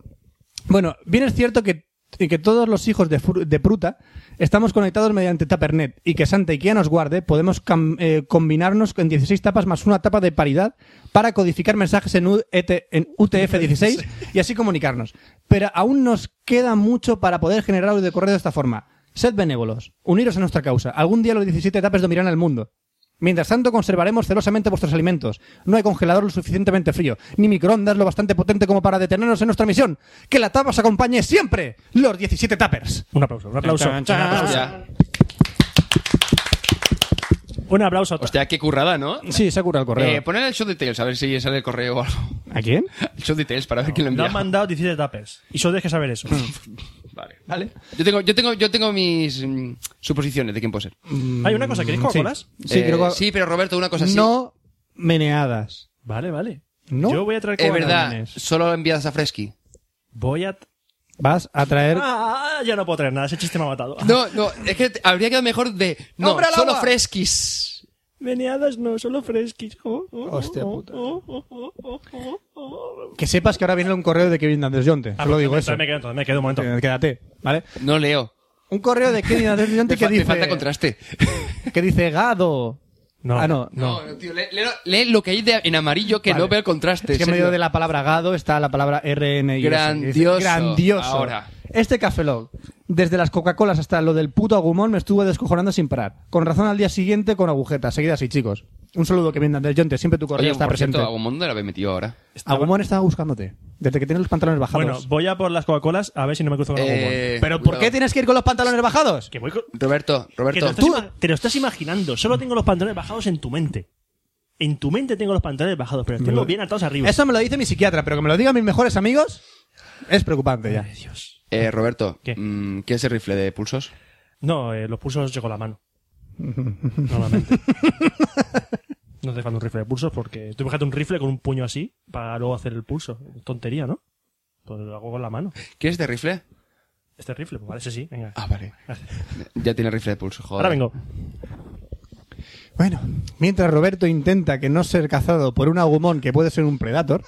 S3: Bueno, bien es cierto que, y que todos los hijos de, fru- de Pruta estamos conectados mediante Tapernet y que Santa Ikea nos guarde, podemos cam- eh, combinarnos en 16 tapas más una tapa de paridad para codificar mensajes en, UET en UTF-16 y así comunicarnos. Pero aún nos queda mucho para poder generar audio de correo de esta forma. Sed benévolos, uniros a nuestra causa. Algún día los 17 tapers dominarán el mundo. Mientras tanto, conservaremos celosamente vuestros alimentos. No hay congelador lo suficientemente frío, ni microondas lo bastante potente como para detenernos en nuestra misión. Que la tapa os acompañe siempre, los 17 tappers.
S2: Un aplauso, un aplauso.
S5: Chan, chan,
S2: Un aplauso.
S4: Hostia.
S2: Un aplauso. a todos.
S4: Hostia, qué currada, ¿no?
S3: Sí, se cura el correo.
S4: Eh, poner el show details, a ver si sale el correo o algo.
S3: ¿A quién?
S4: El show details para ver quién lo
S2: Nos
S4: envía.
S2: han mandado 17 tapers. Y solo tienes que saber eso.
S4: Vale.
S3: Vale.
S4: Yo tengo, yo tengo, yo tengo mis mm, suposiciones de quién puede ser.
S2: Hay una cosa, ¿queréis Coca-Colas?
S3: Sí, pues
S4: Eh,
S3: creo que-
S4: sí, pero Roberto, una cosa así.
S3: No meneadas.
S2: Vale, vale.
S3: No.
S2: Yo voy a traer
S4: Es
S2: Coca-Cola.
S4: verdad,
S3: Bananes.
S4: solo enviadas a Fresky.
S2: Voy a.
S3: Vas a traer.
S2: Ah, ya no puedo traer nada, ese chiste me ha matado.
S4: No, no, es que habría quedado mejor de. No,
S3: Ah. ¡Hombre, al
S4: solo
S3: agua!
S4: Freskis.
S2: Meneadas no, solo fresquis. Oh, oh, oh,
S3: Hostia
S2: oh,
S3: puta.
S2: oh, oh, oh, oh, oh, oh.
S3: Que sepas que ahora viene un correo de Kevin Anders Jonte. Solo digo eso.
S2: Ah, pues Me quedo, entonces, me quedo un momento.
S3: Eh, Quédate, ¿vale?
S4: No leo.
S3: Un correo de Kevin Anders Jonte
S4: Me,
S3: que
S4: fa- me
S3: dice.
S4: falta contraste.
S3: Que dice Gado.
S2: No.
S3: Ah, no.
S4: No, no, tío, lee, lee lo- lee lo que hay de- en amarillo que
S3: Vale.
S4: no veo el contraste.
S3: Es que en
S4: en
S3: medio
S4: serio.
S3: de la palabra gado está la palabra RN y
S4: Grandioso,
S3: Grandioso.
S4: ahora.
S3: Este Café Lock, desde las Coca-Colas hasta lo del puto agumón, me estuvo descojonando sin parar. Con razón al día siguiente con agujetas. Seguidas así, chicos. Un saludo que viene del Jonte. Siempre tu correo
S4: Oye,
S3: está
S4: por
S3: presente.
S4: cierto, Agumondo la habéis metido ahora.
S3: Agumón estaba buscándote. Desde que tienes los pantalones bajados.
S2: Bueno, voy a por las Coca-Colas a ver si no me cruzo con algún
S4: Eh,
S3: ¿Pero por
S4: cuidado.
S3: qué tienes que ir con los pantalones bajados?
S2: Que voy con-
S4: Roberto,
S2: que te, lo
S4: Roberto.
S2: estás ima- te lo estás imaginando. Solo tengo los pantalones bajados en tu mente. En tu mente tengo los pantalones bajados, pero los tengo bien atados arriba.
S3: Eso me lo dice mi psiquiatra, pero que me lo digan mis mejores amigos es preocupante ya.
S2: Ay, Dios.
S4: Eh, Roberto,
S2: ¿Qué?
S4: mm, ¿qué es el rifle de pulsos?
S2: No, eh, los pulsos yo con la mano. Normalmente. No hace falta un rifle de pulsos porque tú fíjate un rifle con un puño así para luego hacer el pulso. Tontería, ¿no? Pues lo hago con la mano.
S4: ¿Quieres este rifle?
S2: Este rifle, pues vale, ese sí, venga.
S4: Ah, vale. Ya tiene rifle de pulso, joder.
S2: Ahora vengo.
S3: Bueno, mientras Roberto intenta que no ser cazado por un agumón que puede ser un predator.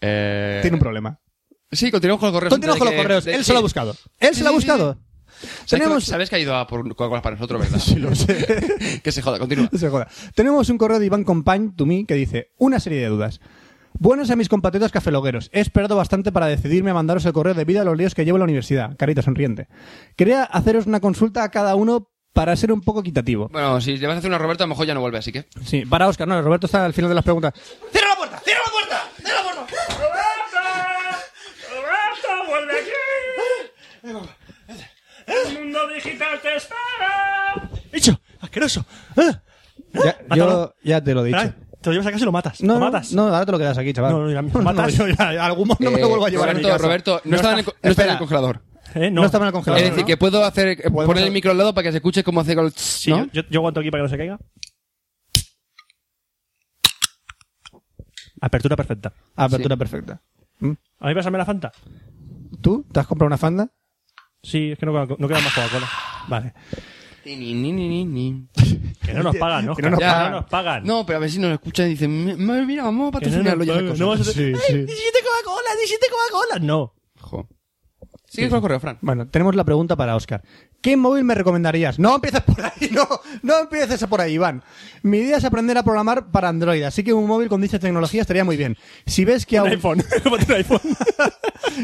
S4: Eh,
S3: Tiene un problema.
S4: Sí, continuamos con los correos.
S3: Continuamos con los
S4: antes de
S3: correos.
S4: que- de-
S3: Él se lo ha
S4: sí.
S3: buscado. Él se lo ha
S4: Sí, sí, sí.
S3: buscado.
S4: Sabes que-
S3: Tenemos.
S4: Sabes que ha ido a por Coca-Cola para nosotros, ¿verdad?
S3: Sí, lo sé.
S4: que se joda, continúa.
S3: Se joda. Tenemos un correo de Iván Compañ, to me, que dice: Una serie de dudas. Buenos a mis compatriotas cafelogueros. He esperado bastante para decidirme a mandaros el correo debido a los líos que llevo en la universidad. Carita sonriente. Quería haceros una consulta a cada uno para ser un poco equitativo.
S4: Bueno, si le vas a hacer una a Roberto, a lo mejor ya no vuelve, así que.
S3: Sí, para Oscar, no, Roberto está al final de las preguntas.
S4: ¡Cierra la puerta! ¡Cierra la puerta! ¡Cierra la puerta!
S2: ¡Roberto, vuelve aquí! ¡El mundo digital te espera! ¡Hecho! ¡Asqueroso! ¡Ah!
S3: Ya, yo
S2: Mátalo.
S3: ya te lo he dicho.
S2: Espera, Te lo llevas a casa y lo matas.
S3: No,
S2: lo
S3: no,
S2: matas.
S3: no, ahora te lo quedas aquí, chaval.
S2: No, no, ya- matas.
S3: yo ya- algún modo no me
S4: Eh,
S3: lo vuelvo a llevar a mi
S4: Roberto,
S3: casa.
S4: Roberto, no,
S2: No
S4: estaba en el,
S2: está-
S4: co- no estaba en
S3: espera.
S4: el congelador.
S2: Eh, no.
S3: No estaba en el congelador.
S4: es decir,
S3: ¿no?
S4: que puedo hacer eh,
S3: Podemos
S4: poner el
S3: hacer-
S4: micro al lado para que se escuche cómo hace con el. tss,
S2: Sí,
S4: ¿no?
S2: yo, yo aguanto aquí para que no se caiga. Apertura perfecta.
S3: Apertura perfecta.
S2: ¿A mí pásame la Fanta?
S3: ¿Tú? ¿Te has comprado una fanda?
S2: Sí, es que no, no queda más Coca-Cola.
S3: Vale.
S4: Ni, ni, ni, ni, ni.
S2: Que no nos pagan, ¿no?
S3: Que no nos
S2: Ya.
S4: pagan.
S2: No nos pagan.
S4: No, pero a ver si nos escuchan y dicen, "M- m- mira, vamos a
S2: que no nos
S4: patrocinarlo y esas
S2: pagan.
S4: cosas.
S2: No vas a hacer-
S3: Sí, sí.
S2: ¡Ay, 17 Coca-Cola! ¡17 Coca-Cola! No.
S4: Jo. Sigue con el correo, Fran.
S3: Bueno, tenemos la pregunta para Oscar. ¿Qué móvil me recomendarías? No empieces por ahí, no, no empieces por ahí, Iván. Mi idea es aprender a programar para Android, así que un móvil con dicha tecnología estaría muy bien. Si ves que
S2: Un
S3: aún,
S2: iPhone. Cómprate un iPhone.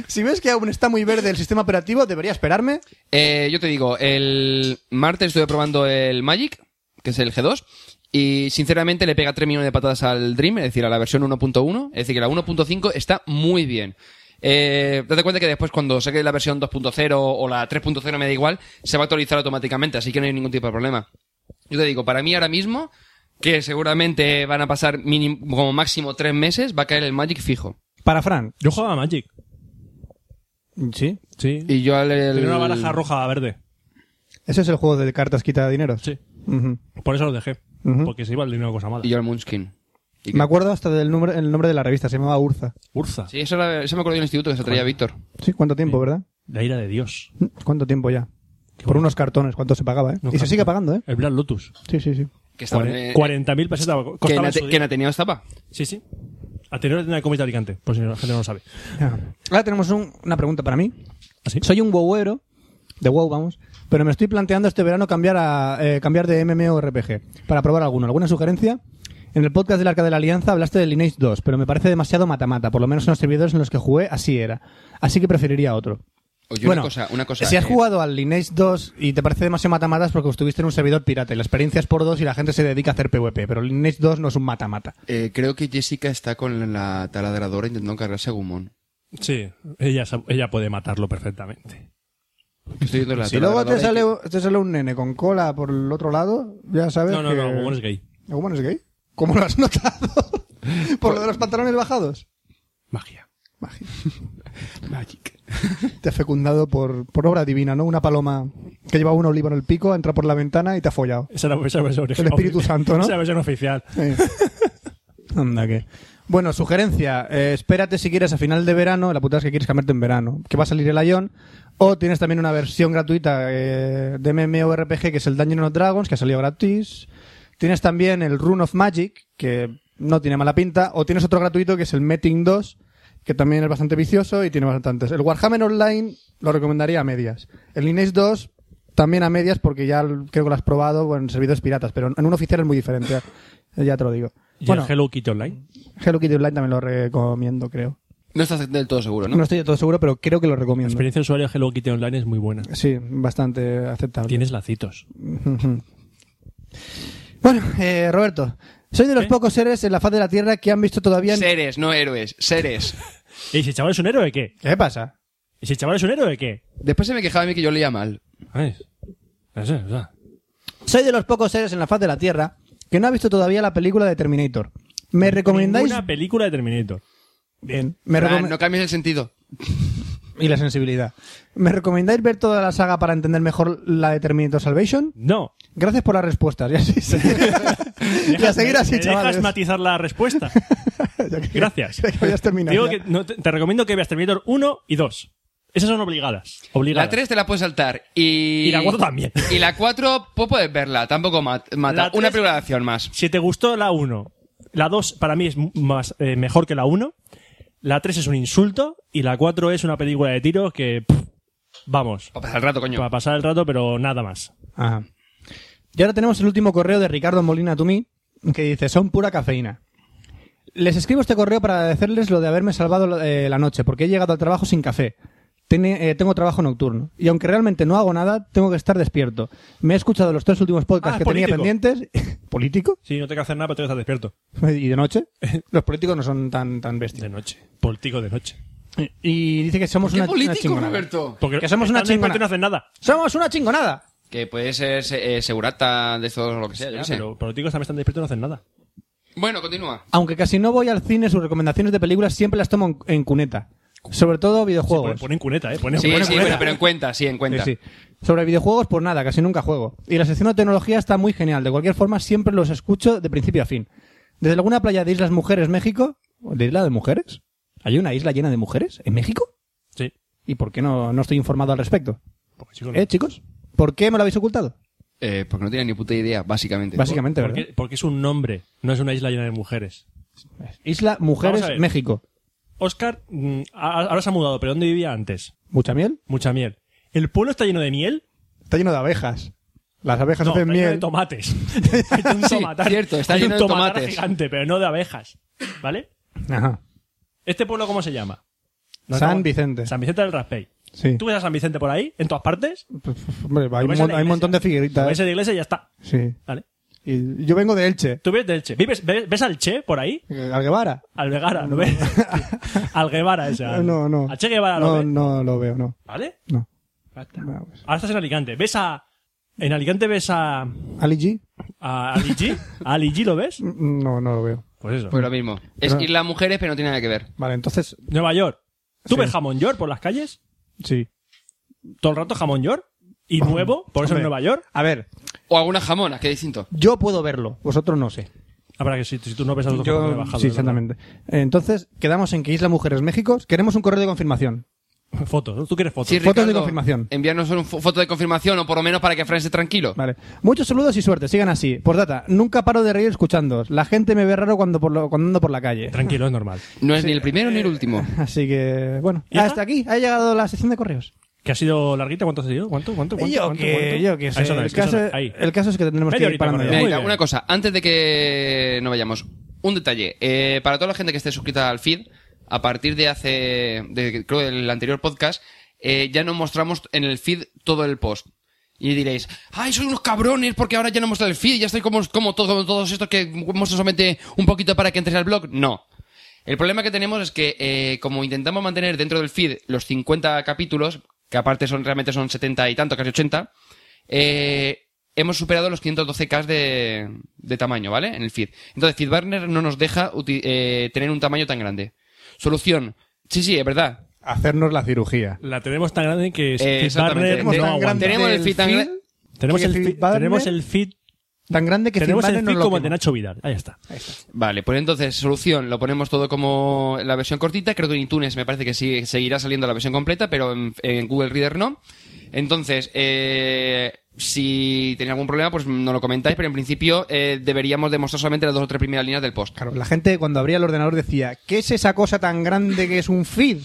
S3: si ves que aún está muy verde el sistema operativo, debería esperarme.
S4: Eh, yo te digo, el martes estuve probando el Magic, que es el G2, y sinceramente le pega 3 millones de patadas al Dream, es decir, a la versión 1.1, es decir, que la 1.5 está muy bien. Eh, date cuenta que después cuando saque la versión 2.0 o la 3.0 me da igual, se va a actualizar automáticamente, así que no hay ningún tipo de problema. Yo te digo, para mí ahora mismo, que seguramente van a pasar mínimo- como máximo 3 meses, va a caer el Magic fijo.
S3: Para Fran.
S2: Yo jugaba a Magic.
S3: Sí.
S2: Sí.
S4: Y yo al... el-
S2: Tenía una baraja roja a verde.
S3: Ese es el juego de cartas quita dinero.
S2: Sí.
S3: Ujú.
S2: Por eso lo dejé.
S3: Ujú.
S2: Porque se iba el dinero a cosa mala.
S4: Y yo al Moonskin. ¿Y qué?
S3: Me acuerdo hasta del nombre, el nombre de la revista, se llamaba Urza.
S2: Urza.
S4: Sí, eso, era- eso me acuerdo del instituto que se traía Víctor.
S3: Sí, ¿cuánto tiempo, verdad?
S2: La ira de Dios.
S3: ¿Cuánto tiempo ya? Por unos cartones, ¿cuánto se pagaba, eh?
S2: No,
S3: y se
S2: claro.
S3: sigue pagando, eh.
S2: El Black Lotus.
S3: Sí, sí, sí.
S4: Que estaba en-
S2: Cuare- 40.000 pesetas co-
S4: eh, Que en,
S2: costaba en
S4: Ate-
S2: su
S4: que en
S2: día.
S4: Ateneo estaba.
S2: Sí, sí. Anterior tenía comida de Alicante, por si la gente no lo sabe. ¿Ah,
S3: Ya. Ahora tenemos un- una pregunta para mí.
S2: ¿Así?
S3: Soy un wowero, de wow vamos, pero me estoy planteando este verano cambiar a eh, cambiar de MMORPG para probar alguno. ¿Alguna sugerencia? En el podcast del Arca de la Alianza hablaste de Lineage 2, pero me parece demasiado mata-mata, por lo menos en los servidores en los que jugué así era. Así que preferiría otro.
S4: Oye,
S3: Bueno,
S4: una cosa, una cosa.
S3: si has
S4: eh,
S3: jugado al Lineage 2 y te parece demasiado mata-mata es porque estuviste en un servidor pirata y la experiencia es por dos y la gente se dedica a hacer PvP, pero Lineage 2 no es un mata-mata.
S6: Eh, creo que Jessica está con la taladradora intentando cargarse a Gumon.
S2: Sí, ella, sa- ella puede matarlo perfectamente.
S4: estoy viendo la
S3: Si luego te
S4: taladradora
S3: sale,
S4: y-
S3: te sale un nene con cola por el otro lado, ya sabes
S2: No, no,
S3: que...
S2: no, Gumon es gay.
S3: ¿Gumon es gay? ¿Cómo lo has notado? ¿Por lo de los pantalones bajados?
S2: Magia.
S3: Magia. Te ha fecundado por, por obra divina, ¿no? Una paloma que llevaba un olivo en el pico, entra por la ventana y te ha follado.
S2: Esa era esa versión original.
S3: El Espíritu Santo, ¿no?
S2: Esa versión oficial.
S3: Eh. Anda que... Bueno, sugerencia. eh, espérate si quieres a final de verano. La putada es que quieres cambiarte en verano. Que va a salir el Ion. O tienes también una versión gratuita eh, de MMORPG que es el Dungeon of Dragons, que ha salido gratis. Tienes también el Rune of Magic, que no tiene mala pinta. O tienes otro gratuito que es el Meting 2, que también es bastante vicioso y tiene bastantes. El Warhammer Online lo recomendaría a medias. El Lineage 2 también a medias porque ya l- creo que lo has probado bueno, en servidores piratas, pero en un oficial es muy diferente. Ya te lo digo.
S2: Y
S3: Bueno,
S2: el Hello Kitty Online.
S3: Hello Kitty Online también lo recomiendo, creo.
S4: No estás del todo seguro,
S3: No,
S4: ¿no?
S3: estoy de todo seguro, pero creo que lo
S2: La
S3: recomiendo.
S2: experiencia de usuario de Hello Kitty Online es muy buena.
S3: Sí, bastante aceptable.
S2: Tienes lacitos.
S3: Bueno, eh, Roberto, soy de los
S2: ¿Eh?
S3: pocos seres en la faz de la Tierra que han visto todavía... en-
S4: Seres, no héroes, seres.
S2: ¿Y si el chaval es un héroe qué?
S3: ¿Qué pasa?
S2: ¿Y si el chaval es un héroe qué?
S4: Después se me quejaba a mí que yo leía mal.
S2: ¿Sabes? No sé, o sea,
S3: Soy de los pocos seres en la faz de la Tierra que no ha visto todavía la película de Terminator. ¿Me recomendáis...?
S2: Una película de Terminator.
S3: Bien. Me
S4: Fran,
S3: recome-
S4: Ah, no cambies el sentido.
S3: Y la sensibilidad. ¿Me recomendáis ver toda la saga para entender mejor la de Terminator Salvation?
S2: No.
S3: Gracias por las respuestas. Ya sí, sí. y a
S2: Dejas-
S3: seguir
S2: me-
S3: así,
S2: me
S3: chavales.
S2: Dejas matizar la respuesta.
S3: Ya que-
S2: Gracias.
S3: ya que habías terminado
S2: Digo
S3: ya.
S2: que no, te, te recomiendo que veas Terminator 1 y 2. Esas son obligadas. Obligadas.
S4: La 3 te la puedes saltar y...
S2: Y la 4 también.
S4: Y la 4, pues puedes verla, tampoco mat- mata.
S2: La tres-
S4: Una película de acción más.
S2: Si te gustó la 1, la 2 para mí es m- más, eh, mejor que la 1. La 3 es un insulto y la 4 es una película de tiros que... pff, vamos.
S4: Para pasar el rato, coño.
S2: Para pasar el rato, pero nada más.
S3: Ajá. Y ahora tenemos el último correo de Ricardo Molina Tumí, que dice, son pura cafeína. Les escribo este correo para agradecerles lo de haberme salvado eh, la noche, porque he llegado al trabajo sin café. Tene- eh, tengo trabajo nocturno. Y aunque realmente no hago nada, tengo que estar despierto. Me he escuchado los tres últimos podcasts
S2: Ah,
S3: que
S2: es
S3: tenía
S2: político.
S3: pendientes. ¿Político?
S2: Sí, no tengo que hacer nada, pero tengo que estar despierto.
S3: ¿Y de noche? Los políticos no son tan, tan bestias.
S2: De noche. Político de noche.
S3: Y dice que somos
S4: ¿Qué
S3: una, una
S4: político,
S3: chingonada.
S4: Roberto?
S2: Porque
S3: Que somos una
S2: están despiertos
S3: chingona.
S2: y no hacen nada.
S3: ¡Somos una chingonada!
S4: Que puede ser eh, segurata de estos o lo que sea, yo
S2: Ya,
S4: qué sé.
S2: pero políticos también están despiertos y no hacen nada.
S4: Bueno, continúa.
S3: Aunque casi no voy al cine, sus recomendaciones de películas siempre las tomo en, en cuneta. Sobre todo
S2: Ponen,
S3: videojuegos.
S2: ponen cuneta, ¿eh? Ponen,
S4: Pues. Sí,
S2: ponen
S4: sí,
S2: cuneta.
S4: bueno, pero en cuenta, sí, en cuenta.
S3: Sí, sí. Sobre videojuegos, pues nada, casi nunca juego. Y la sección de tecnología está muy genial. De cualquier forma, siempre los escucho de principio a fin. Desde alguna playa de Islas Mujeres, México. ¿De Isla de Mujeres? ¿Hay una isla llena de mujeres en México?
S2: Sí.
S3: ¿Y por qué no, no estoy informado al respecto?
S2: Porque, chicos, no.
S3: ¿Eh, chicos? ¿Por qué me lo habéis ocultado?
S4: Eh, porque no tiene ni puta idea, básicamente.
S3: Básicamente, ¿verdad?
S2: porque, porque es un nombre, no es una isla llena de mujeres.
S3: Isla
S2: Vamos a
S3: Mujeres,
S2: ver.
S3: México.
S2: Oscar mm, a- ahora se ha mudado, pero ¿dónde vivía antes?
S3: ¿Mucha miel?
S2: Mucha miel. ¿El pueblo está lleno de miel?
S3: Está lleno de abejas. Las abejas
S2: No,
S3: hacen
S2: está lleno de
S3: miel.
S2: tomates. Hay un tomatar-
S4: cierto, está
S2: hay un
S4: lleno de
S2: tomatar
S4: tomates.
S2: gigante, pero no de abejas. ¿Vale?
S3: Ajá.
S2: ¿Este pueblo cómo se llama? No
S3: San
S2: estamos-
S3: Vicente.
S2: San Vicente del Raspey.
S3: Sí.
S2: ¿Tú ves a San Vicente por ahí? ¿En todas partes?
S3: Pues, hombre, hay,
S2: Lo
S3: un
S2: ves en
S3: mon-
S2: la
S3: hay
S2: iglesia.
S3: un montón de ¿eh?
S2: Lo ves
S3: figuritas.
S2: en la iglesia y ya está.
S3: Sí.
S2: ¿Vale?
S3: Y yo vengo de Elche,
S2: ¿Tú ves del Che? ¿Vives- ves, ves al Che por ahí?
S3: eh, al Guevara.
S2: Al Vegara, ¿lo ves? al Guevara ese. al-
S3: No, no.
S2: Al Che Guevara lo
S3: No,
S2: ves.
S3: no lo veo, no.
S2: ¿Vale?
S3: no. pues.
S2: Ahora estás en Alicante. ¿Ves a... En Alicante ves a...
S3: ¿Ali G? Mm,
S2: ¿A Ali G? ¿A Ali G lo ves?
S3: No, no lo veo.
S2: Pues eso.
S4: Pues lo mismo. Es
S3: Pero-
S4: ir las mujeres, pero no tiene nada que ver.
S3: Vale, entonces,
S2: Nueva York. ¿Tú
S3: Sí.
S2: ves jamón york por las calles?
S3: sí.
S2: ¿Todo el rato jamón york? ¿Y nuevo? ¿Por eso en
S3: Hombre.
S2: Nueva York?
S3: A ver,
S4: O algunas jamonas, que es distinto.
S3: yo puedo verlo, vosotros no sé.
S2: Ah, para que si, si tú no ves a los dos jamones bajados,
S3: sí,
S2: ¿verdad?
S3: exactamente. Entonces, quedamos en que Isla Mujeres México. Queremos un correo de confirmación.
S2: Fotos. ¿no? ¿Tú quieres fotos?
S4: Sí,
S3: Fotos de
S4: Ricardo,
S3: confirmación.
S4: Envíanos una foto de confirmación, o por lo menos para que Fran esté tranquilo.
S3: Vale. Muchos saludos y suerte, sigan así. Por data, nunca paro de reír escuchándoos. La gente me ve raro cuando, por lo- cuando ando por la calle.
S2: Tranquilo, es normal.
S4: No es ni el primero ni el último.
S3: Así que, bueno,
S2: ¿Ya está?
S3: hasta aquí ha llegado la sección de correos.
S2: ¿Que ha sido larguita? ¿Cuánto ha sido? ¿Cuánto? ¿Cuánto? ¿Cuánto? ¿Cuánto? ¿Cuánto?
S3: yo que
S2: Ahí
S3: sé.
S2: eso no
S3: El
S2: es, eso
S3: caso,
S2: no es. Ahí.
S3: el caso es que tendremos
S2: Media
S3: que ir
S2: horita
S3: parando
S2: con
S3: ya.
S2: el- Muy
S4: Mira,
S2: bien.
S4: una cosa, antes de que no vayamos, un detalle. Eh, para toda la gente que esté suscrita al feed, a partir de hace, de, creo, del anterior podcast, eh, ya no mostramos en el feed todo el post. Y diréis, ay, soy unos cabrones porque ahora ya no muestra el feed, ya estoy como, como, todo- como todos estos que muestran solamente un poquito para que entres al blog. No. El problema que tenemos es que, eh, como intentamos mantener dentro del feed los 50 capítulos, que aparte son realmente son 70 y tanto, casi 80, eh, hemos superado los 512K de, de tamaño, ¿vale? En el feed. Entonces, FeedBurner no nos deja uti- eh, tener un tamaño tan grande. Solución. Sí, sí, es verdad.
S3: Hacernos la cirugía.
S2: La tenemos tan grande que
S4: Eh, exactamente.
S2: Barner no
S3: Tenemos tan
S2: aguanta.
S3: grande
S4: Tenemos el
S3: el
S4: feed tan
S3: feed,
S4: grande-
S2: Tenemos
S3: que
S2: el, feed,
S3: Feedback
S2: tenemos
S3: Net-
S2: el feed,
S3: Tan grande que
S2: tenemos
S3: Feedback
S2: el
S3: no
S2: feed
S3: lo
S2: como el
S3: quema.
S2: de Nacho Vidal. Ahí está.
S4: Vale, pues entonces, solución. Lo ponemos todo como la versión cortita. Creo que en iTunes me parece que sí, seguirá saliendo la versión completa, pero en, en Google Reader no. Entonces, eh, si tenéis algún problema, pues no lo comentáis, pero en principio eh, deberíamos demostrar solamente las dos o tres primeras líneas del post.
S3: Claro, la gente cuando abría el ordenador decía, ¿qué es esa cosa tan grande que es un feed?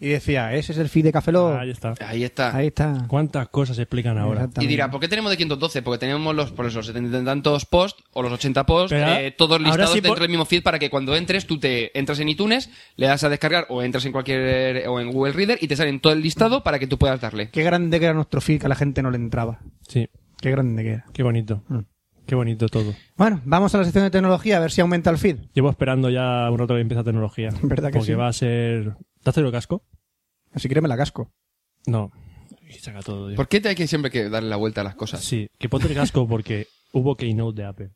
S3: Y decía, ese es el feed de Café Lock.
S2: Ahí Ah, está.
S4: Ahí está.
S3: Ahí está.
S2: ¿Cuántas cosas se explican ahora?
S3: Exactamente.
S4: Y dirá, ¿por qué tenemos de 512? Porque tenemos los, por esos 70 y tantos posts o los 80 posts,
S2: Pero
S4: eh, todos
S2: ahora
S4: listados
S2: sí
S4: dentro
S2: por-
S4: del mismo feed para que cuando entres, tú te entras en iTunes, le das a descargar o entras en cualquier, eh, o en Google Reader y te salen todo el listado para que tú puedas darle.
S3: Qué grande que era nuestro feed que a la gente no le entraba.
S2: Sí,
S3: Qué grande que era.
S2: qué bonito.
S3: Mm.
S2: Qué bonito todo.
S3: Bueno, vamos a la sección de tecnología a ver si aumenta el feed.
S2: Llevo esperando ya un rato que empieza tecnología.
S3: ¿Verdad que
S2: Porque
S3: sí?
S2: va a ser... ¿Te haces el casco?
S3: Así que me la casco.
S2: No. Y saca todo. tío.
S6: ¿Por qué te hay que siempre que darle la vuelta a las cosas?
S2: Sí, que ponte el casco porque hubo Keynote de Apple.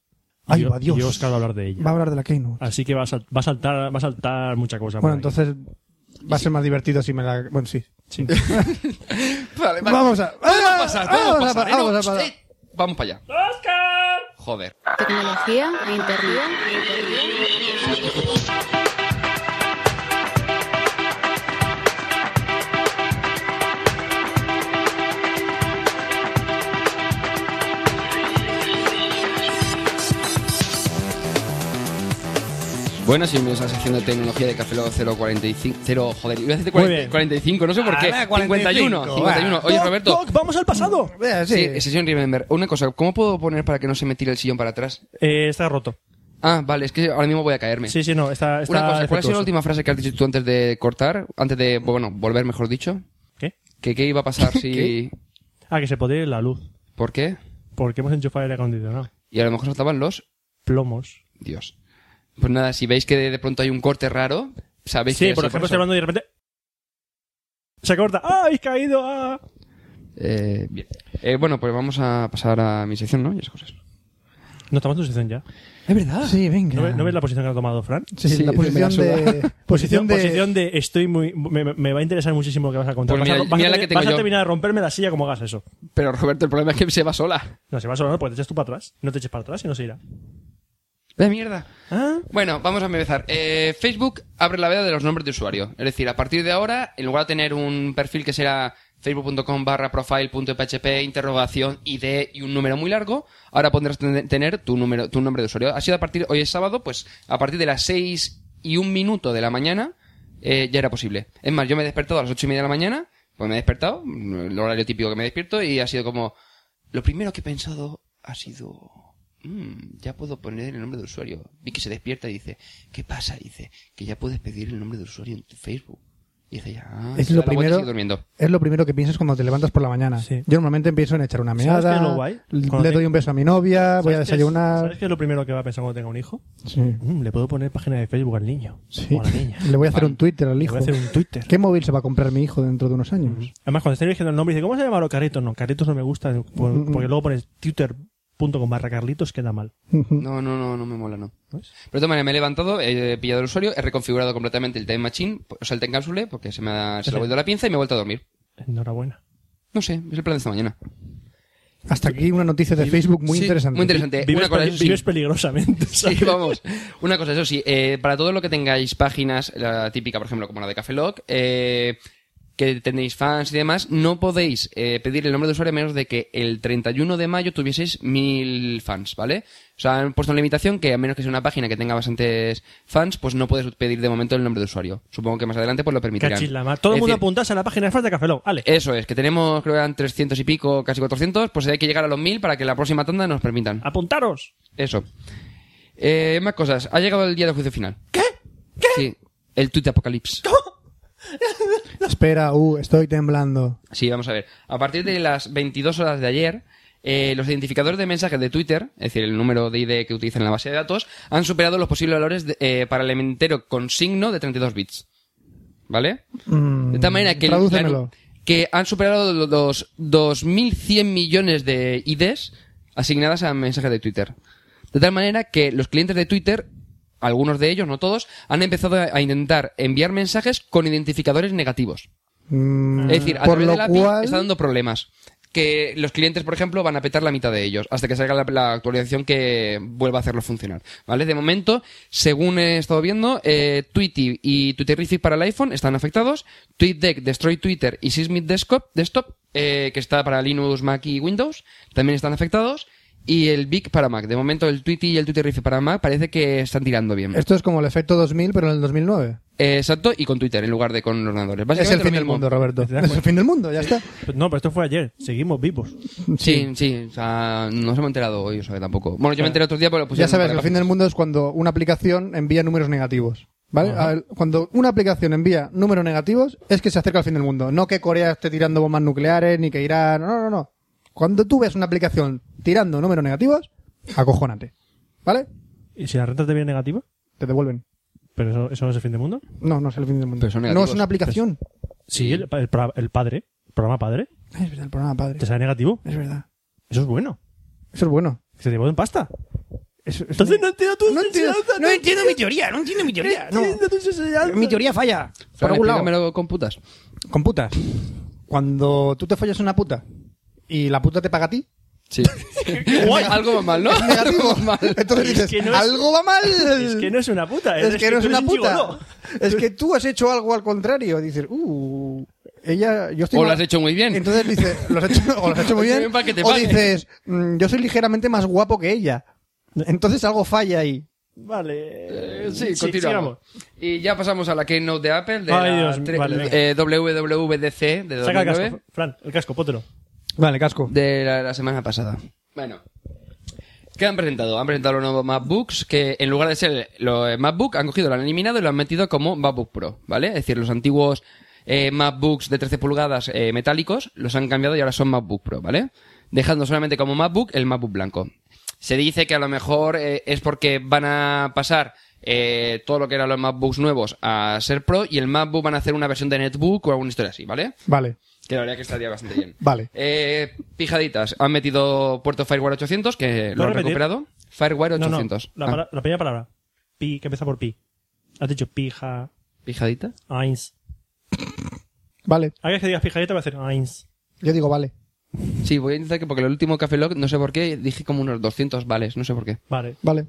S3: Ay,
S2: Y-
S3: va, Dios.
S2: Y Oscar va a hablar de ella.
S3: Va a hablar de la Keynote.
S2: Así que va a, sal- va a saltar, va a saltar mucha cosa. Ah, por
S3: Bueno,
S2: ahí.
S3: entonces va a ser más divertido si me la... Bueno, sí.
S2: Sí.
S4: Vale, vale.
S3: Vamos a... Ah,
S4: Podemos pasar, podemos
S3: Vamos a
S4: pasar,
S3: pa-
S4: ¿eh? No,
S3: vamos a pa-
S4: eh, vamos para allá. Joder.
S1: Tecnología e internet.
S4: Bueno, si bienvenidos a la sección de tecnología de Café Lock 045. 0, joder, iba a decir
S2: Muy bien.
S4: 45, no sé por qué.
S3: Ah, 45,
S4: 51, 51. Oye,
S3: va.
S4: Roberto.
S2: ¡Vamos al pasado!
S3: Eh,
S4: Sí,
S3: sí.
S4: sesión Remember. Una cosa, ¿cómo puedo poner para que no se me tire el sillón para atrás?
S2: Eh, está roto.
S4: Ah, vale, es que ahora mismo voy a caerme.
S2: Sí, sí, no. Está, está
S4: Una cosa, ¿cuál ha sido
S2: defectuoso.
S4: la última frase que has dicho tú antes de cortar? Antes de, bueno, volver, mejor dicho.
S2: ¿Qué?
S4: ¿Que qué iba a pasar si...
S2: Ah, que se podría ir la luz.
S4: ¿Por qué?
S2: Porque hemos enchufado el aire acondicionado.
S4: Y a lo mejor saltaban los...
S2: Plomos.
S4: Dios. Pues nada, si veis que de de pronto hay un corte raro, sabéis que...
S2: Sí,
S4: ha
S2: por
S4: sido
S2: ejemplo, estoy
S4: eso.
S2: hablando y de repente. Se corta. ¡Ah, habéis caído! ¡Ah!
S4: Eh, bien. Eh, bueno, pues vamos a pasar a mi sección, ¿no? Y esas cosas.
S2: No estamos en tu sección ya.
S3: Es verdad. Sí, venga.
S2: ¿No, ve- no ves la posición que ha tomado Fran?
S3: Sí,
S4: Sí,
S3: la
S4: me la
S3: posición de...
S2: Posición, posición de estoy muy. Me, me va a interesar muchísimo lo que vas a contar.
S4: Pues
S2: vas a,
S4: mira,
S2: vas a
S4: mira la
S2: termi-
S4: que tengo
S2: vas a
S4: yo.
S2: terminar de romperme la silla como hagas eso.
S4: Pero Roberto, el problema es que se va sola.
S2: No, se va a sonar porque te echas tú para atrás. No te eches para atrás y no se irá.
S4: ¡De mierda!
S2: ¿Ah?
S4: Bueno, vamos a empezar. Eh, Facebook abre la veda de los nombres de usuario. Es decir, a partir de ahora, en lugar de tener un perfil que será facebook.com barra profile.php interrogación id y un número muy largo, ahora podrás ten- tener tu número, tu nombre de usuario. Ha sido a partir, hoy es sábado, pues a partir de las seis y un minuto de la mañana, eh, ya era posible. Es más, yo me he despertado a las ocho y media de la mañana, pues me he despertado, el horario típico que me despierto, y ha sido como, lo primero que he pensado ha sido, "Mm, ya puedo poner el nombre de usuario. Vi que se despierta y dice, ¿qué pasa? Dice, que ya puedes pedir el nombre de usuario en tu Facebook. Y dice, ya, ah,
S3: Es
S4: se
S3: lo,
S4: da la vuelta y
S3: primero,
S4: sigue durmiendo.
S3: es lo primero que piensas cuando te levantas por la mañana.
S2: Sí.
S3: Yo normalmente pienso en echar una
S2: ¿Sabes qué es
S3: meada,
S2: lo guay? Cuando
S3: le
S2: te-
S3: doy un beso a mi novia, voy
S2: ¿Sabes
S3: a
S2: qué es-
S3: desayunar.
S2: ¿Sabes qué es lo primero que va a pensar cuando tenga un hijo?
S3: Sí.
S2: Mm, le puedo poner página de Facebook al niño.
S3: Sí.
S2: O a la niña.
S3: Le voy a hacer un Twitter al
S2: Le
S3: hijo.
S2: voy a hacer un Twitter.
S3: ¿Qué móvil se va a comprar mi hijo dentro de unos años?
S2: Además, cuando estén eligiendo el nombre, dice, ¿cómo se llama los carritos? No, carritos no me gusta, por-
S3: Mm,
S2: porque luego pones twitter.com barra carlitos, queda mal.
S4: No, no, no, no me mola, no. Pero de todas maneras, me he levantado, he pillado el usuario, he reconfigurado completamente el Time Machine, o sea, el Time Capsule, porque se me ha, se le ha vuelto la pinza y me he vuelto a dormir.
S2: Enhorabuena.
S4: No sé, es el plan de esta mañana.
S3: Hasta aquí una noticia de Facebook muy
S4: Sí,
S3: interesante.
S4: Muy interesante.
S2: Vives,
S4: Eh, Una cosa,
S2: peli-
S4: eso sí.
S2: vives peligrosamente. ¿sabes?
S4: Sí, vamos. Una cosa, eso sí, eh, para todo lo que tengáis páginas, la típica, por ejemplo, como la de Café Lock, eh, que tenéis fans y demás, no podéis eh, pedir el nombre de usuario a menos de que el 31 de mayo tuvieseis mil fans, ¿vale? O sea, han puesto una limitación que a menos que sea una página que tenga bastantes fans, pues no puedes pedir de momento el nombre de usuario. Supongo que más adelante pues lo permitirán.
S2: Cachis la mar. Todo el
S4: Es
S2: mundo
S4: decir, Eh.
S2: apuntase a la página de fans de Café Lock. Ale.
S4: Eso es, que tenemos, creo que eran 300 y pico, casi 400, pues hay que llegar a los 1000 para que la próxima tanda nos permitan.
S2: apuntaros.
S4: Eso. Eh, más cosas. Ha llegado el día del juicio final. ¿Qué? ¿Qué? Sí. El tuit de Apocalipsis.
S3: Espera, uh, estoy temblando.
S4: Sí, vamos a ver. A partir de las 22 horas de ayer, eh, los identificadores de mensajes de Twitter, es decir, el número de ID que utilizan en la base de datos, han superado los posibles valores de- eh, para el entero con signo de 32 bits. ¿Vale?
S3: Mm,
S4: De tal manera que, el-
S3: tradúcemelo.
S4: la- que han superado lo- los 2.100 millones de IDs asignadas a mensajes de Twitter. De tal manera que los clientes de Twitter, algunos de ellos, no todos, han empezado a a intentar enviar mensajes con identificadores negativos.
S3: Mm,
S4: Es decir, a
S3: por
S4: través
S3: lo
S4: de la API
S3: cual,
S4: está dando problemas. Que los clientes, por ejemplo, van a petar la mitad de ellos hasta que salga la, la actualización que vuelva a hacerlo funcionar. ¿Vale? De momento, según he estado viendo, eh, Tweety y Twitterific para el iPhone están afectados. TweetDeck, Destroy Twitter y Sysmith Desktop, Desktop eh, que está para Linux, Mac y Windows, también están afectados. Y el Big para Mac. De momento, el Tweety y el Twitterific para Mac parece que están tirando bien.
S3: esto es como el efecto 2000, pero en el 2009.
S4: Eh, exacto, y con Twitter en lugar de con los ordenadores.
S3: Es
S4: Básicamente
S3: el
S4: lo
S3: fin del
S4: mismo.
S3: mundo, Roberto.
S2: ¿Te das
S3: Es el fin del mundo, ya está.
S2: Pues No, pero esto fue ayer. Seguimos vivos.
S4: Sí, sí, o sea, no se me ha enterado hoy, o sea, que tampoco. Bueno, yo me enteré otro día, pero pues
S3: ya sabes, el fin del mundo es cuando una aplicación envía números negativos. ¿Vale? A ver, Cuando una aplicación envía números negativos, es que se acerca al fin del mundo. No que Corea esté tirando bombas nucleares, ni que Irán. No, no, no. Cuando tú ves una aplicación tirando números negativos, acojónate. ¿Vale?
S2: ¿Y si la renta te viene negativa?
S3: Te devuelven.
S2: ¿Pero eso, eso no es el fin del mundo?
S3: No, no es el fin del mundo.
S4: Pero son
S3: No
S4: negativos.
S3: es una aplicación.
S2: Sí, el, el pro- el padre, el programa padre,
S3: Es verdad, el programa padre.
S2: te sale negativo.
S3: Es verdad.
S2: Eso es bueno.
S3: Eso es bueno.
S2: Se te en pasta.
S3: Es- es-
S2: Entonces no entiendo tu
S3: no entiendo,
S2: enseñanza,
S3: no entiendo mi teoría, no entiendo mi teoría.
S2: No
S3: No.
S2: entiendo tu enseñanza.
S3: Mi teoría falla. Por
S4: Fran,
S3: algún lado.
S4: explícamelo con putas.
S3: Con putas. Cuando tú te follas una puta y la puta te paga a ti,
S4: Sí. Algo va mal, ¿no?
S3: es negativo.
S4: Algo va mal.
S3: Entonces
S2: Es
S3: dices,
S2: que no es-
S3: algo va mal.
S2: Es que no es una puta.
S3: Es que no es
S2: tú
S3: una
S2: eres un
S3: puta.
S2: gigoló.
S3: Es que tú has hecho algo al contrario. Dices, uh, ella, yo estoy
S4: O
S3: mal".
S4: lo has hecho muy bien.
S3: Entonces dices, "Lo has hecho- o lo has hecho muy
S4: Muy
S3: bien.
S4: bien para que te
S3: o
S4: paguen.
S3: dices, "Mm, yo soy ligeramente más guapo que ella. Entonces algo falla ahí.
S2: Vale.
S4: Eh, Sí, continuamos. Y ya pasamos a la keynote de Apple, de
S2: Ay,
S4: la
S2: Dios,
S4: tre-
S2: vale.
S4: eh, WWDC de
S2: sigamos. Saca el
S4: 2009,
S2: casco, Fran, el casco, pótelo.
S3: Vale, casco.
S4: de la, la semana pasada. Bueno. ¿Qué han presentado? Han presentado los nuevos MacBooks que en lugar de ser los MacBook han cogido, lo han eliminado y lo han metido como MacBook Pro, ¿vale? Es decir, los antiguos eh, MacBooks de 13 pulgadas eh, metálicos los han cambiado y ahora son MacBook Pro, ¿vale? Dejando solamente como MacBook el MacBook blanco. Se dice que a lo mejor eh, es porque van a pasar eh, todo lo que eran los MacBooks nuevos a ser Pro y el MacBook van a hacer una versión de Netbook o alguna historia así, ¿vale?
S3: Vale,
S4: Que la verdad que estaría bastante bien.
S3: vale.
S4: Eh, pijaditas. Han metido puerto Firewire 800, que lo
S2: ¿Puedo
S4: han
S2: repetir?
S4: recuperado. Firewire
S2: No, no,
S4: 800.
S2: la,
S4: Ah,
S2: pala- la primera palabra. Pi, que empieza por pi. Has dicho pija,
S4: Ah, ¿Pijadita?
S2: eins.
S3: Vale.
S2: Alguien que digas pijadita va a hacer eins.
S3: Yo digo vale.
S4: Sí, voy a intentar que porque el último Café Lock, no sé por qué, dije como unos 200 vales, no sé por qué.
S2: Vale.
S3: Vale.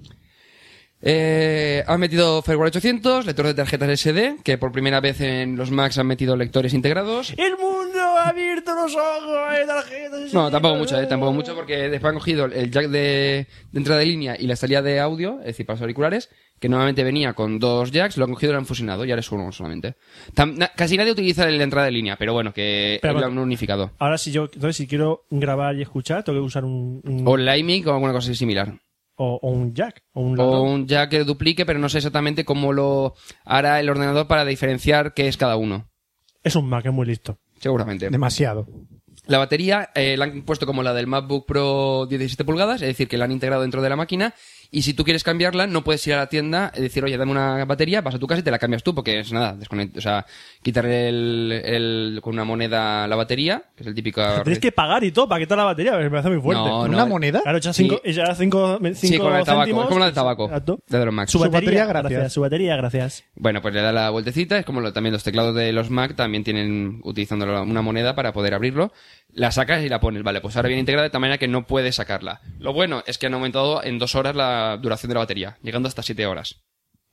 S4: Eh, han metido Firewire 800, lector de tarjetas SD, que por primera vez en los Macs han metido lectores integrados.
S2: El mundo ha abierto los ojos, eh, tarjetas.
S4: No, tampoco mucho, eh, tampoco mucho, porque después han cogido el jack de, de entrada de línea y la salida de audio, es decir, para los auriculares, que normalmente venía con dos jacks, lo han cogido y lo han fusionado, y ahora es uno solamente. Tam- na- casi nadie utiliza la entrada de línea, pero bueno, que
S2: Pero
S4: lo
S2: bueno.
S4: han unificado.
S2: Ahora, si yo, entonces, si quiero grabar y escuchar, tengo que usar un, un-
S4: O la IMIC o alguna cosa así similar.
S2: o, o un jack. O un
S4: O
S2: ladrón.
S4: un jack que duplique, pero no sé exactamente cómo lo hará el ordenador para diferenciar qué es cada uno.
S2: Es un Mac, es muy listo.
S4: Seguramente.
S7: Demasiado.
S4: La batería eh, la han puesto como la del MacBook Pro 17 pulgadas, es decir, que la han integrado dentro de la máquina. Y si tú quieres cambiarla, no puedes ir a la tienda y decir, oye, dame una batería, vas a tu casa y te la cambias tú, porque es nada, desconect- o sea, quitarle el, el- con una moneda la batería, que es el típico.
S2: Tienes que pagar y todo para quitar la batería, me parece muy fuerte.
S4: No,
S7: ¿Una moneda?
S2: Claro, echas
S4: Sí.
S2: 5 cinco, cinco
S4: Sí, con la del tabaco,
S2: céntimos.
S4: es como la del tabaco,
S2: Exacto.
S4: la de los Macs.
S2: Su batería,
S7: batería,
S2: gracias.
S7: gracias.
S2: Su batería, gracias.
S4: Bueno, pues le da la vueltecita, es como lo- también los teclados de los Mac también tienen utilizando la- una moneda para poder abrirlo. La sacas y la pones, vale, pues ahora viene integrada de tal manera que no puedes sacarla. Lo bueno es que han aumentado en dos horas la duración de la batería, llegando hasta siete horas.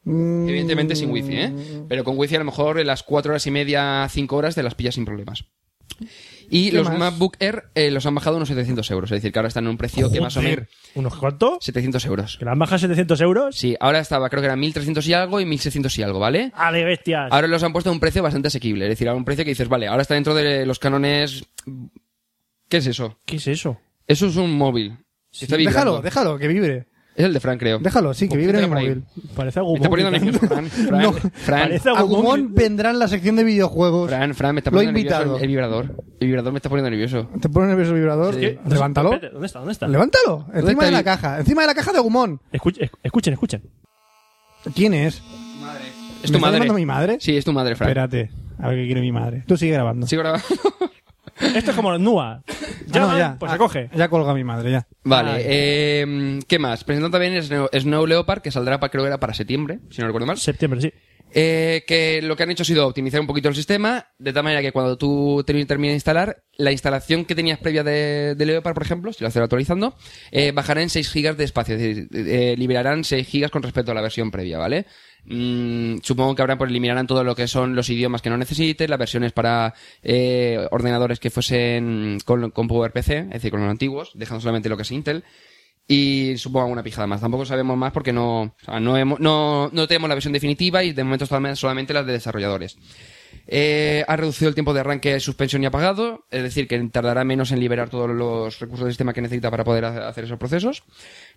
S3: Mm,
S4: Evidentemente sin wifi, ¿eh? Pero con wifi a lo mejor en las cuatro horas y media, cinco horas te las pillas sin problemas. Y
S7: ¿Qué
S4: los
S7: más?
S4: MacBook Air eh, los han bajado unos 700 euros, es decir, que ahora están en un precio que más o menos...
S2: Joder, ¿Unos cuantos?
S4: 700 euros.
S2: ¿Que las bajas 700 euros?
S4: Sí, ahora estaba, creo que era 1300 y algo y 1600 y algo, ¿vale?
S2: ¡Ale, Ah, bestias!
S4: Ahora los han puesto a un precio bastante asequible. Es decir, a un precio que dices, vale, ahora está dentro de los cánones. ¿Qué es eso?
S2: ¿Qué es eso?
S4: Eso es un móvil. Está vibrando.
S7: Déjalo, déjalo, que vibre.
S4: Es el de Fran, creo.
S7: Déjalo, sí, que vibre en el
S4: Póntelo por ahí.
S7: móvil.
S2: Parece
S4: Me
S2: algo
S4: está poniendo
S2: complicado.
S4: nervioso, Fran. Fran,
S7: No.
S4: Fran,
S2: Parece algo
S7: Agumon vendrá en la sección de videojuegos.
S4: Fran, Fran, me está
S7: Lo he
S4: poniendo nervioso
S7: invitado.
S4: el, el vibrador. El vibrador me está poniendo nervioso.
S7: ¿Te pone nervioso el vibrador?
S4: Sí.
S7: Levántalo.
S2: Espérate, ¿Dónde está? ¿Dónde está?
S7: Levántalo.
S4: está
S7: Encima de
S4: el-
S7: la caja. Encima de la caja de Agumon.
S2: Escuch- esc- escuchen, escuchen.
S7: ¿Quién es?
S4: Es
S7: ¿Me
S4: tu
S7: está
S4: madre.
S7: llamando mi madre?
S4: Sí, es tu madre, Fran.
S7: Espérate. A ver qué quiere mi madre. Tú sigue grabando.
S4: Sí, ahora-
S2: Esto es como los NUA.
S7: Ah,
S2: Ya,
S7: no, ya.
S2: pues se
S7: Ah,
S2: coge.
S7: Ya colga mi madre, ya.
S4: Vale,
S2: Ay.
S4: eh, ¿qué más? Presentando también Snow, Snow Leopard, que saldrá para, creo que era para septiembre, si no recuerdo mal.
S2: Septiembre, sí.
S4: Eh, que lo que han hecho ha sido optimizar un poquito el sistema, de tal manera que cuando tú termi- termines de instalar, la instalación que tenías previa de, de Leopard, por ejemplo, si lo haces actualizando, eh, bajará en 6 gigas de espacio, es decir, eh, liberarán 6 gigas con respecto a la versión previa, ¿vale? Mm, supongo que habrán, pues eliminarán todo lo que son los idiomas que no necesites, las versiones para eh, ordenadores que fuesen con, con PowerPC, es decir, con los antiguos, dejando solamente lo que es Intel. Y supongo alguna pijada más. Tampoco sabemos más porque no, o sea, no, hemos- no, no tenemos la versión definitiva y de momento solamente- solamente las de desarrolladores. Eh, ha reducido el tiempo de arranque, suspensión y apagado, es decir, que tardará menos en liberar todos los recursos del sistema que necesita para poder ha- hacer esos procesos.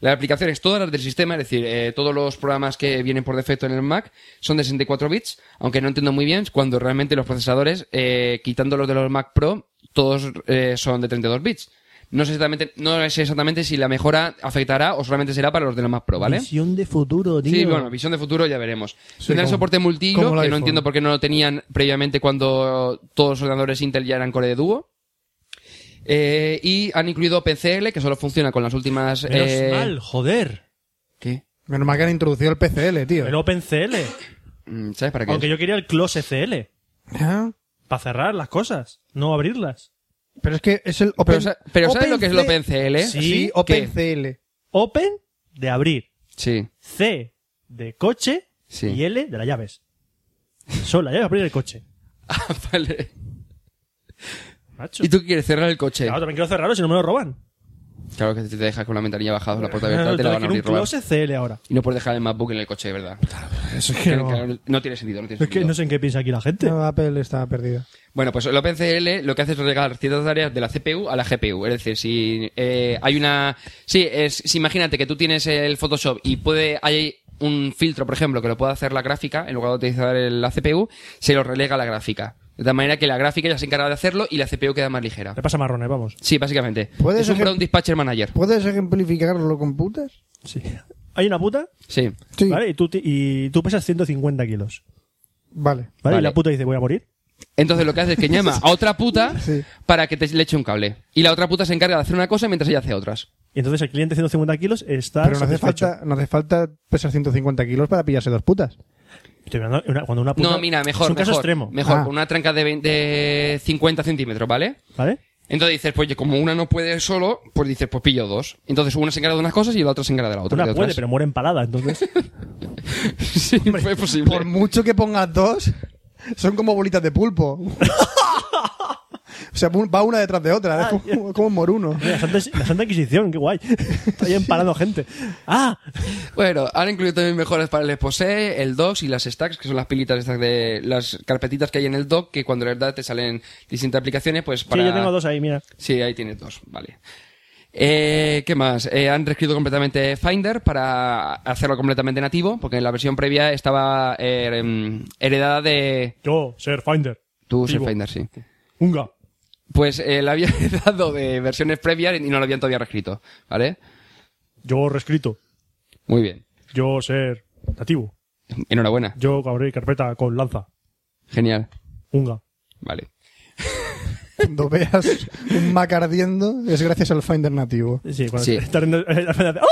S4: Las aplicaciones, todas las del sistema, es decir, eh, todos los programas que vienen por defecto en el Mac son de 64 bits, aunque no entiendo muy bien cuando realmente los procesadores, eh, quitando los de los Mac Pro, todos eh, son de 32 bits. No sé exactamente, no sé exactamente si la mejora afectará o solamente será para los de los Mac Pro, ¿vale?
S2: Visión de futuro, tío.
S4: Sí, bueno, visión de futuro ya veremos.
S7: Sí,
S4: Tendrá el
S7: como-
S4: soporte multihilo,
S7: como el
S4: que no
S7: iPhone.
S4: entiendo por qué no lo tenían previamente cuando todos los ordenadores Intel ya eran Core de Duo. Eh, y han incluido OpenCL, que solo funciona con las últimas...
S2: Menos
S4: eh,
S2: mal, joder.
S4: ¿Qué?
S7: Menos mal que han introducido el PCL, tío.
S2: El OpenCL.
S4: Mm, ¿Sabes para qué?
S2: Aunque yo quería el Close CL.
S7: Ah,
S2: Para cerrar las cosas, no abrirlas.
S7: Pero es que es el Open...
S4: Pero, sa- pero ¿sabes lo que es el
S7: Open
S4: OpenCL?
S2: Sí.
S7: Sí,
S2: ¿Qué?
S7: OpenCL.
S2: Open de abrir.
S4: Sí.
S2: C de coche
S4: Sí.
S2: y L de las llaves. Son las llaves para abrir el coche.
S4: Ah, vale.
S2: Macho.
S4: ¿Y tú quieres cerrar el coche?
S2: Claro, también quiero cerrarlo si no me lo roban.
S4: Claro que si te dejas con la ventanilla bajada, la puerta abierta,
S2: Claro,
S4: te la
S2: tengo
S4: van a
S2: que ir un
S4: abrir robar.
S2: close CL ahora.
S4: Y no puedes dejar el MacBook en el coche, de verdad.
S7: Eso es
S4: Que-
S7: que
S4: claro,
S7: no.
S4: no. tiene sentido, no tiene
S2: Es que
S4: sentido.
S2: no sé en qué piensa aquí la gente.
S7: No, Apple está perdida.
S4: Bueno, pues el OpenCL lo que hace es relegar ciertas tareas de la CPU a la GPU. Es decir, si eh, hay una... Sí, es, si imagínate que tú tienes el Photoshop y puede hay un filtro, por ejemplo, que lo pueda hacer la gráfica, en lugar de utilizar el- la CPU, se lo relega a la gráfica. De tal manera que la gráfica ya se encarga de hacerlo y la CPU queda más ligera.
S2: Le pasa marrones, vamos.
S4: Sí, básicamente.
S7: ¿Puedes
S4: Es un
S7: ejem-
S4: Brown Dispatcher Manager.
S7: ¿Puedes ejemplificarlo con putas?
S2: Sí. Hay una puta,
S4: Sí.
S7: Sí.
S2: ¿vale? Y tú, ti- y tú pesas 150 kilos,
S7: Vale.
S2: ¿vale? Y
S4: Vale.
S2: la puta dice, voy a morir.
S4: Entonces lo que hace es que llama a otra puta
S7: Sí.
S4: para que te le eche un cable. Y la otra puta se encarga de hacer una cosa mientras ella hace otras.
S2: Y entonces el cliente de 150 kilos está
S7: Pero no hace,
S2: satisfecho.
S7: falta, no hace falta pesar 150 kilos para pillarse dos putas.
S2: Estoy hablando de una- cuando una puta...
S4: No, mira, mejor.
S2: Es un
S4: mejor,
S2: caso extremo,
S4: Mejor,
S7: Ah.
S4: con una tranca de, 20 de 50 centímetros, ¿vale?
S2: ¿vale?
S4: Entonces dices, pues oye, como una no puede solo, pues dices, pues pillo dos. Entonces una se encarga de unas cosas y la otra se encarga de la otra.
S2: Una
S4: de
S2: puede,
S4: otras.
S2: pero muere empalada, entonces...
S4: sí, fue posible.
S7: Por mucho que pongas dos, son como bolitas de pulpo. O sea, va una detrás de otra,
S4: Ah,
S7: es como, como un moruno.
S2: Mira, La Santa, la Santa Inquisición, qué guay. Está ahí empalando gente. ¡Ah!
S4: Bueno, han incluido también mejoras para el exposé, el docs y las stacks, que son las pilitas estas de las carpetitas que hay en el doc, que cuando le das te salen distintas aplicaciones, pues para...
S2: Sí, yo tengo dos ahí, mira.
S4: Sí, ahí tienes dos, vale. Eh, ¿Qué más? Eh, han reescrito completamente Finder para hacerlo completamente nativo, porque en la versión previa estaba eh, em, heredada de
S2: Yo, ser Finder.
S4: tu
S2: Vivo.
S4: Finder, sí.
S2: Unga.
S4: Pues eh, la había heredado de versiones previas y no lo habían todavía reescrito, ¿vale?
S2: Yo, reescrito.
S4: Muy bien.
S2: Yo, ser nativo.
S4: Enhorabuena.
S2: Yo, abrir carpeta con lanza.
S4: Genial.
S2: Unga.
S4: Vale.
S7: Cuando veas un Mac ardiendo, es gracias al Finder nativo.
S2: Sí, cuando
S4: Sí.
S2: está riendo- ¡Oh!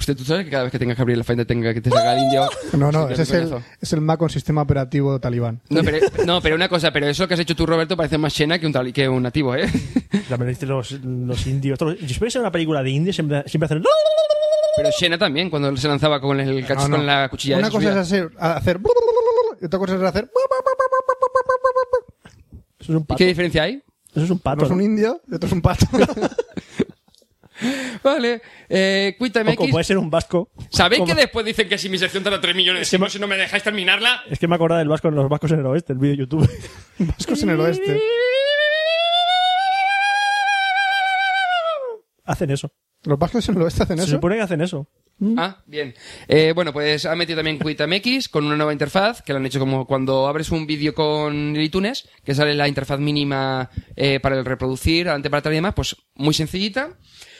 S4: Usted, ¿tú sabes que cada vez que tengas que abrir la Finder tenga que te sacar el indio?
S7: No, no,
S4: Sí,
S7: ese es el,
S4: coñazo.
S7: es el Mac con sistema operativo talibán.
S4: No pero, no, pero una cosa, pero eso que has hecho tú, Roberto, parece más Shena que un, tal- que un nativo, ¿eh?
S2: También dicen los, los indios. todos- Yo espero que sea una película de indios, siempre, siempre hacen. ¡oh!
S4: Pero Shena también, cuando se lanzaba con el cach-
S7: No, no.
S4: con la cuchilla.
S7: Una
S4: esa
S7: cosa es
S4: subida.
S7: hacer, hacer y otra cosa es hacer
S2: Eso es un
S4: ¿Y
S2: pato.
S4: qué diferencia hay?
S2: Eso es un pato.
S7: uno es un indio y otro es un pato.
S4: Vale, eh,
S2: ¿no?
S4: Quítame
S2: O como puede ser un vasco.
S4: ¿Sabéis
S2: pues, Como-
S4: que después dicen que si mi sección tarda 3 millones de siglos si no me dejáis terminarla?
S2: Es que me acordaba del vasco en los vascos en el oeste, el vídeo de YouTube.
S7: Vascos en el oeste.
S2: hacen eso.
S7: Los vascos en el oeste hacen
S2: Se
S7: eso.
S2: supone que hacen eso.
S4: Ah, bien. Eh, bueno, pues ha metido también QuitamX con una nueva interfaz que lo han hecho como cuando abres un vídeo con iTunes, que sale la interfaz mínima eh, para el reproducir, adelante para atrás y demás, pues muy sencillita.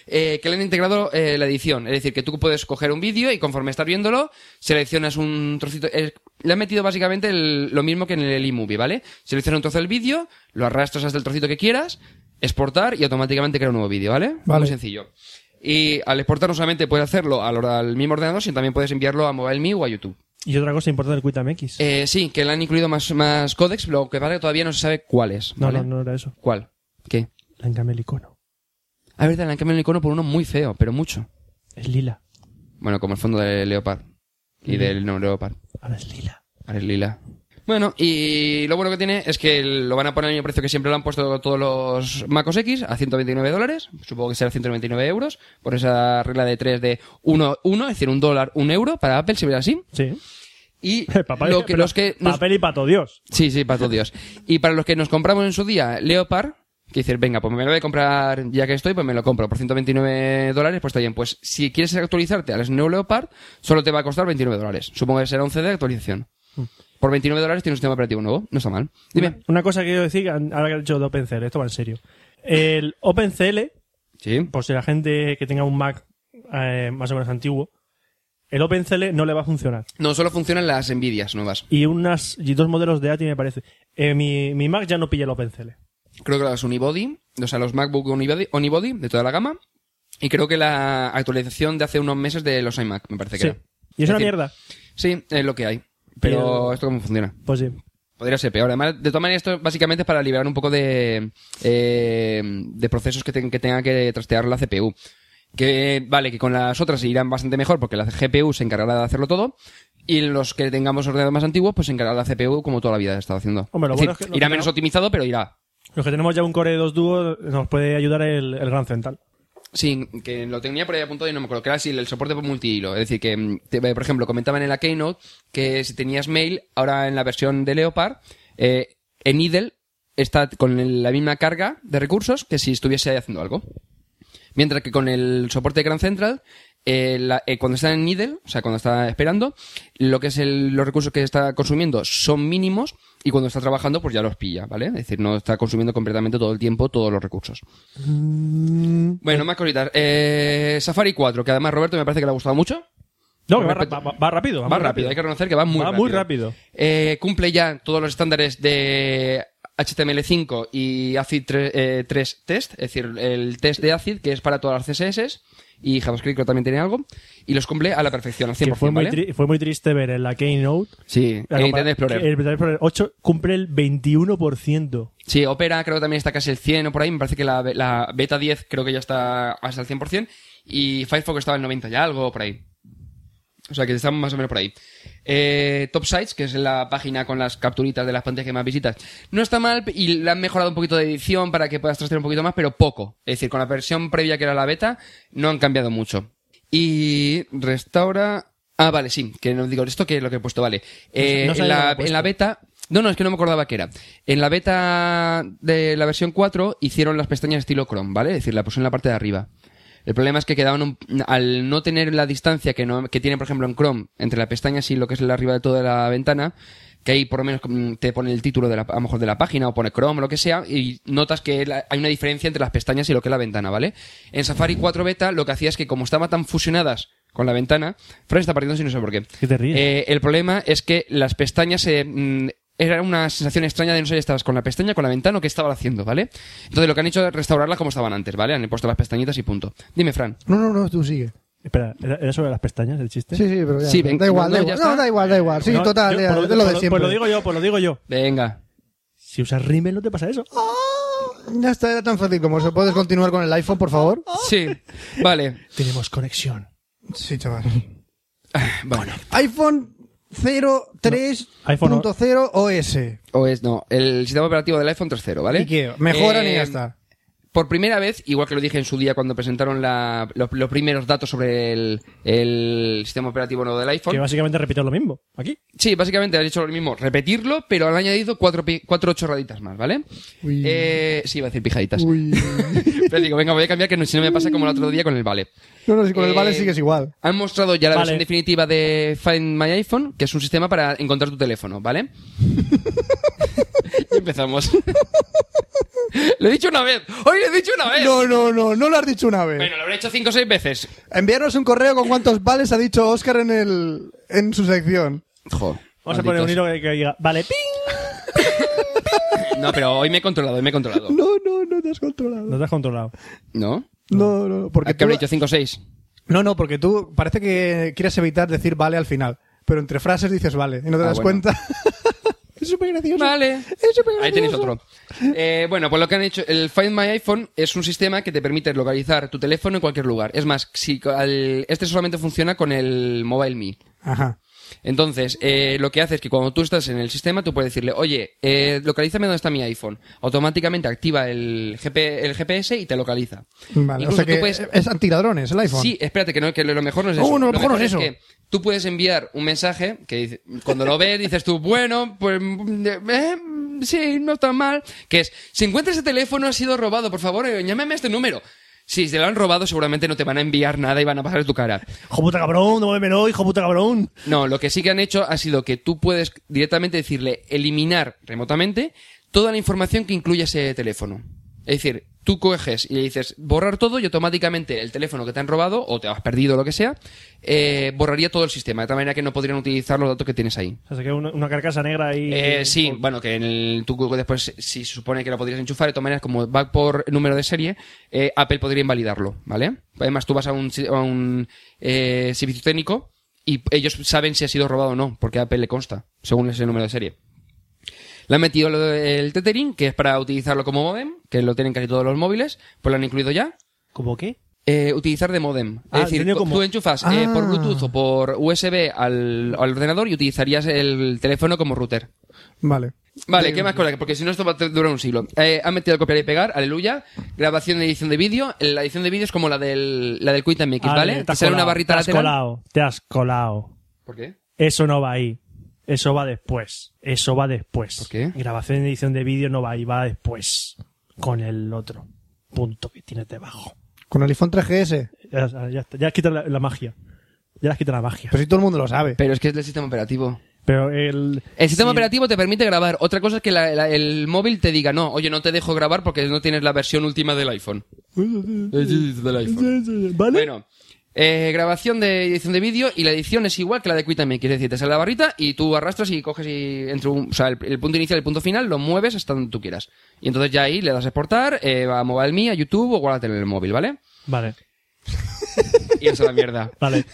S4: eh, que le han integrado eh, la edición, es decir, que tú puedes coger un vídeo y conforme estás viéndolo, seleccionas un trocito. eh, le han metido básicamente el- lo mismo que en el iMovie, ¿vale? Seleccionas un trozo del vídeo, lo arrastras hasta el trocito que quieras, exportar y automáticamente crea un nuevo vídeo, ¿vale?
S7: Vale.
S4: Muy sencillo. Y al exportar no solamente puedes hacerlo al, or- al mismo ordenador, sino también puedes enviarlo a MobileMe o a YouTube.
S2: Y otra cosa importante del QuitamX.
S4: Eh, sí, que le han incluido más, más códex, lo que pasa es que todavía no se sabe cuáles.
S2: no,
S4: ¿vale?
S2: no, no era eso.
S4: ¿Cuál? ¿Qué?
S2: Le han cambiado el icono.
S4: Ah, verdad, le han cambiado el icono por uno muy feo, pero mucho.
S2: Es lila.
S4: Bueno, como el fondo de Leopard. Y del nombre Leopard.
S2: Ahora es lila.
S4: Ahora es lila. Bueno, y lo bueno que tiene es que lo van a poner al mismo precio que siempre lo han puesto todos los MacOS X, a 129 dólares. Supongo que será 199 euros, por esa regla de 3 de 1, 1, es decir, un dólar, un euro para Apple, si verá así.
S2: Sí.
S4: Y
S2: Papel,
S4: lo
S2: eh,
S4: que,
S2: pero-
S4: los que nos-
S2: papel y pato, Dios.
S4: Sí, sí, para todos Dios. Y para los que nos compramos en su día Leopard, que dices, venga, pues me lo voy a comprar ya que estoy, pues me lo compro por 129 dólares, pues está bien. Pues si quieres actualizarte al Snow Leopard, solo te va a costar 29 dólares. Supongo que será un CD de actualización. Por 29 dólares tienes un sistema operativo nuevo, no está mal. Dime.
S2: Una, una cosa que quiero decir, ahora que has dicho de OpenCL, esto va en serio. El OpenCL,
S4: Sí.
S2: por si la gente que tenga un Mac eh, más o menos antiguo, el OpenCL no le va a funcionar.
S4: No, solo funcionan las Nvidias nuevas.
S2: Y unas y dos modelos de ATI me parece. Eh, mi, mi Mac ya no pilla el OpenCL.
S4: Creo que las Unibody, o sea, los MacBook Unibody, Unibody de toda la gama. Y creo que la actualización de hace unos meses de los iMac, me parece que
S2: Sí.
S4: era.
S2: Y es
S4: Es
S2: una
S4: decir-
S2: mierda.
S4: Sí, es lo que hay. Pero
S2: Pero-
S4: esto cómo funciona.
S2: Pues sí.
S4: Podría ser peor. Además, de todas maneras, esto básicamente es para liberar un poco de, eh, de procesos que, ten- que tenga que trastear la CPU. Que, vale, que con las otras se irán bastante mejor porque la GPU se encargará de hacerlo todo. Y los que tengamos ordenadores más antiguos, pues se encargará la CPU como toda la vida ha estado haciendo.
S2: Hombre, lo
S4: Es
S2: bueno
S4: decir,
S2: es que lo
S4: irá
S2: que
S4: menos
S2: no-
S4: optimizado, pero irá.
S2: Los que tenemos ya un Core 2 Duo nos puede ayudar el, el Gran Central.
S4: Sí, que lo tenía por ahí apuntado y no me acuerdo. Que era así, el soporte por multihilo. Es decir, que, mm, te- por ejemplo, comentaban en la Keynote que si tenías mail, ahora en la versión de Leopard, eh, en Idle está con el- la misma carga de recursos que si estuviese haciendo algo. Mientras que con el soporte de Grand Central, eh, la- eh, cuando está en idle, o sea, cuando está esperando, lo que es el- los recursos que está consumiendo son mínimos y cuando está trabajando, pues ya los pilla, ¿vale? Es decir, no está consumiendo completamente todo el tiempo todos los recursos. Bueno, más cositas. Eh, Safari 4, que además Roberto me parece que le ha gustado mucho.
S2: No,
S4: Con
S2: que va,
S4: respecto-
S2: va- va rápido.
S4: Va,
S2: muy
S4: rápido, hay que reconocer que va muy
S2: Va
S4: rápido.
S2: muy rápido.
S4: Eh, cumple ya todos los estándares de HTML5 y ACID 3, eh, 3 test, es decir, el test de ACID que es para todas las CSS y JavaScript creo que también tiene algo y los cumple a la perfección, al 100%,
S2: Que fue, muy
S4: ¿vale?
S2: tri- fue muy triste ver en la Keynote.
S4: Sí,
S2: la
S4: en
S2: compara-
S4: Internet
S2: que El
S4: Explorer.
S2: Internet Explorer 8 cumple el 21%.
S4: Sí, Opera creo que también está casi el 100 o por ahí, me parece que la, be- la beta 10 creo que ya está hasta el 100% y Firefox estaba el 90 ya algo por ahí. O sea, que estamos más o menos por ahí. Eh, Top Sites, que es la página con las capturitas de las pantallas que más visitas, no está mal y le han mejorado un poquito de edición para que puedas trastear un poquito más, pero poco. Es decir, con la versión previa que era la beta, no han cambiado mucho. Y restaura... Ah, vale, sí, que no digo esto que es lo que he puesto, vale. Eh,
S2: no sabía
S4: en,
S2: lo que
S4: la,
S2: he puesto.
S4: en la beta... No, no, es que no me acordaba qué era. En la beta de la versión 4 hicieron las pestañas estilo Chrome, ¿vale? Es decir, la pusieron en la parte de arriba. El problema es que quedaban un- al no tener la distancia que, no, que tiene, por ejemplo, en Chrome entre las pestañas y lo que es la arriba de toda la ventana, que ahí por lo menos mm, te pone el título de la, a lo mejor de la página o pone Chrome o lo que sea, y notas que la- hay una diferencia entre las pestañas y lo que es la ventana, ¿vale? En Safari 4 Beta lo que hacía es que como estaban tan fusionadas con la ventana, Fran está partiendo si no sé por qué.
S2: ¿Qué te ríes?
S4: Eh, el problema es que las pestañas eh, mm, era una sensación extraña de no saber si estabas con la pestaña, con la ventana o qué estaban haciendo, ¿vale? Entonces lo que han hecho es restaurarlas como estaban antes, ¿vale? Han puesto las pestañitas y punto. Dime, Fran.
S7: No, no, no, tú sigue.
S2: Espera, ¿era, era sobre las pestañas el chiste?
S7: Sí, sí, pero ya.
S4: Sí, ven-
S7: da igual, da
S4: no, ya
S7: igual.
S4: está.
S7: No, da igual, da igual. Sí,
S2: No,
S7: total,
S2: yo-
S7: ya,
S2: por lo-
S7: es lo
S2: por
S7: de
S2: lo-
S7: siempre.
S2: Pues lo digo yo, pues lo digo yo.
S4: Venga.
S2: Si usas rímel no te pasa eso.
S7: ¡Oh! Ya está, era tan fácil como eso. ¿Puedes continuar con el iPhone, por favor?
S4: Sí. Vale.
S2: Tenemos conexión.
S7: Sí, chaval.
S4: Bueno.
S7: iPhone 03.0 OS.
S4: O es, no, el sistema operativo del iPhone 3.0, ¿vale?
S7: ¿Y qué? Mejoran y
S4: Eh,
S7: ya está.
S4: Por primera vez, igual que lo dije en su día cuando presentaron la- lo- los primeros datos sobre el, el sistema operativo nuevo del
S2: Que
S4: iPhone.
S2: básicamente repito lo mismo. Aquí.
S4: Sí, básicamente han hecho lo mismo, repetirlo, pero han añadido cuatro, pi- cuatro chorraditas más, ¿vale?
S7: Uy.
S4: Eh, sí, iba a decir pijaditas.
S7: Uy.
S4: Pero digo, venga, voy a cambiar que no- si no me pasa como el otro día con el vale.
S7: No, no, si Pues con el
S4: Eh,
S7: Vale sigues igual.
S4: Han mostrado ya la
S2: Vale.
S4: versión definitiva de Find My iPhone, que es un sistema para encontrar tu teléfono, ¿vale? y empezamos. lo he dicho una vez. Hoy lo he dicho una vez.
S7: No, no, no, no lo has dicho una vez.
S4: Bueno, lo habré hecho cinco o seis veces.
S7: Enviarnos un correo con cuántos vales ha dicho Oscar en el en su sección.
S4: Jo,
S2: Vamos a
S4: malditos.
S2: poner un hilo que, que diga, vale, ping.
S4: No, pero hoy me he controlado, hoy me he controlado.
S7: No, no, no te has controlado.
S2: No te has controlado.
S4: ¿No?
S7: No, no, no, porque
S4: ¿A qué habré
S7: tú,
S4: dicho cinco o seis?
S7: No, no, porque tú parece que quieres evitar decir vale al final, pero entre frases dices vale y no te
S4: Ah,
S7: das
S4: bueno.
S7: cuenta. es súper gracioso.
S4: Vale.
S7: Es súper gracioso.
S4: Ahí tenéis otro. Eh, bueno, pues lo que han hecho, el Find My iPhone es un sistema que te permite localizar tu teléfono en cualquier lugar. Es más, si al- este solamente funciona con el Mobile Me.
S7: Ajá.
S4: Entonces, eh, lo que hace es que cuando tú estás en el sistema, tú puedes decirle, oye, eh, localízame dónde está mi iPhone. Automáticamente activa el, GP, el GPS y te localiza.
S7: Vale, o
S4: Incluso
S7: sea
S4: tú
S7: que
S4: puedes-
S7: es antiladrones el iPhone.
S4: Sí, espérate, que, no, que lo mejor no es
S7: Oh,
S4: eso.
S7: no, lo mejor no es eso.
S4: que tú puedes enviar un mensaje que dice, cuando lo ves dices tú, bueno, pues mm, eh, sí, no está mal. Que es, si encuentras ese teléfono ha sido robado, por favor, eh, llámame a este número. Si te lo han robado, seguramente no te van a enviar nada y van a pasar tu cara.
S2: Hijo puta cabrón, no me no, hijo puta cabrón.
S4: No, lo que sí que han hecho ha sido que tú puedes directamente decirle eliminar remotamente toda la información que incluye ese teléfono. Es decir, tú coges y le dices borrar todo y automáticamente el teléfono que te han robado o te has perdido o lo que sea, eh, borraría todo el sistema, de tal manera que no podrían utilizar los datos que tienes ahí.
S2: O sea, que una, una carcasa negra ahí.
S4: Eh, sí, bueno, que en el, tú después, si se supone que lo podrías enchufar, de todas maneras, como va por número de serie, eh, Apple podría invalidarlo, ¿vale? Además, tú vas a un, si- a un, eh, servicio técnico y ellos saben si ha sido robado o no, porque a Apple le consta, según ese número de serie. Le han metido lo del tethering, que es para utilizarlo como modem, que lo tienen casi todos los móviles, pues lo han incluido ya.
S2: ¿Cómo qué?
S4: Eh, utilizar de modem.
S2: Ah,
S4: es decir,
S2: tenía
S4: co-
S2: como-
S4: tú enchufas eh,
S7: Ah.
S4: por Bluetooth o por USB al, al ordenador y utilizarías el teléfono como router.
S7: Vale.
S4: Vale, ¿qué más cosas? Porque si no, esto va a durar un siglo. Eh, han metido copiar y pegar, aleluya. Grabación y edición de vídeo. La edición de vídeo es como la del, la del QuickTime MX,
S2: Ah,
S4: ¿vale?
S2: te
S4: Te
S2: has
S4: sale una
S2: colado,
S4: barrita
S2: te has
S4: lateral.
S2: colado, te has colado.
S4: ¿Por qué?
S2: Eso no va ahí. Eso va después. Eso va después.
S4: ¿Por qué?
S2: Grabación y edición de vídeo no va ahí, va después. Con el otro punto que tienes debajo.
S7: Con el iPhone 3GS.
S2: Ya, ya, está, ya has quitado la, la magia. Ya has quitado la magia.
S7: Pero si todo el mundo lo sabe.
S4: Pero es que es del sistema operativo.
S2: Pero el.
S4: El sistema
S2: sí,
S4: operativo te permite grabar. Otra cosa es que la- la- el móvil te diga, no, oye, no te dejo grabar porque no tienes la versión última del iPhone. del iPhone.
S2: ¿Vale?
S4: Bueno, eh, grabación de edición de vídeo y la edición es igual que la de QuickTime MX. Es decir, te sale la barrita y tú arrastras y coges y entre un, o sea, el, el punto inicial y el punto final lo mueves hasta donde tú quieras. Y entonces ya ahí le das a exportar, eh, a MobileMe, a YouTube o guárdatelo en el móvil, ¿vale?
S2: Vale.
S4: Y eso es la mierda.
S2: Vale.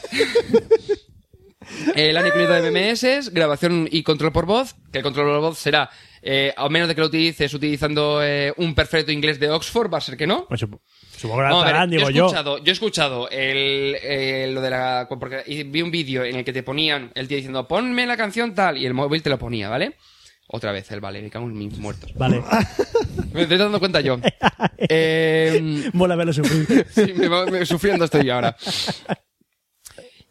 S4: El han incluido MMS, grabación y control por voz, que el control por voz será, eh, a menos de que lo utilices utilizando eh, un perfecto inglés de Oxford, va a ser que no.
S2: Pues, Supongo que
S4: No, a ver,
S2: estarán, digo
S4: yo he
S2: yo.
S4: escuchado, yo he escuchado el, eh, lo de la. Porque vi un vídeo en el que te ponían el tío diciendo, ponme la canción tal, y el móvil te lo ponía, ¿vale? Otra vez el vale, me cago en mis muertos.
S2: Vale.
S4: Me estoy dando cuenta yo. Eh,
S2: Mola verlo sufrir.
S4: sí, me va- me- sufriendo estoy yo ahora.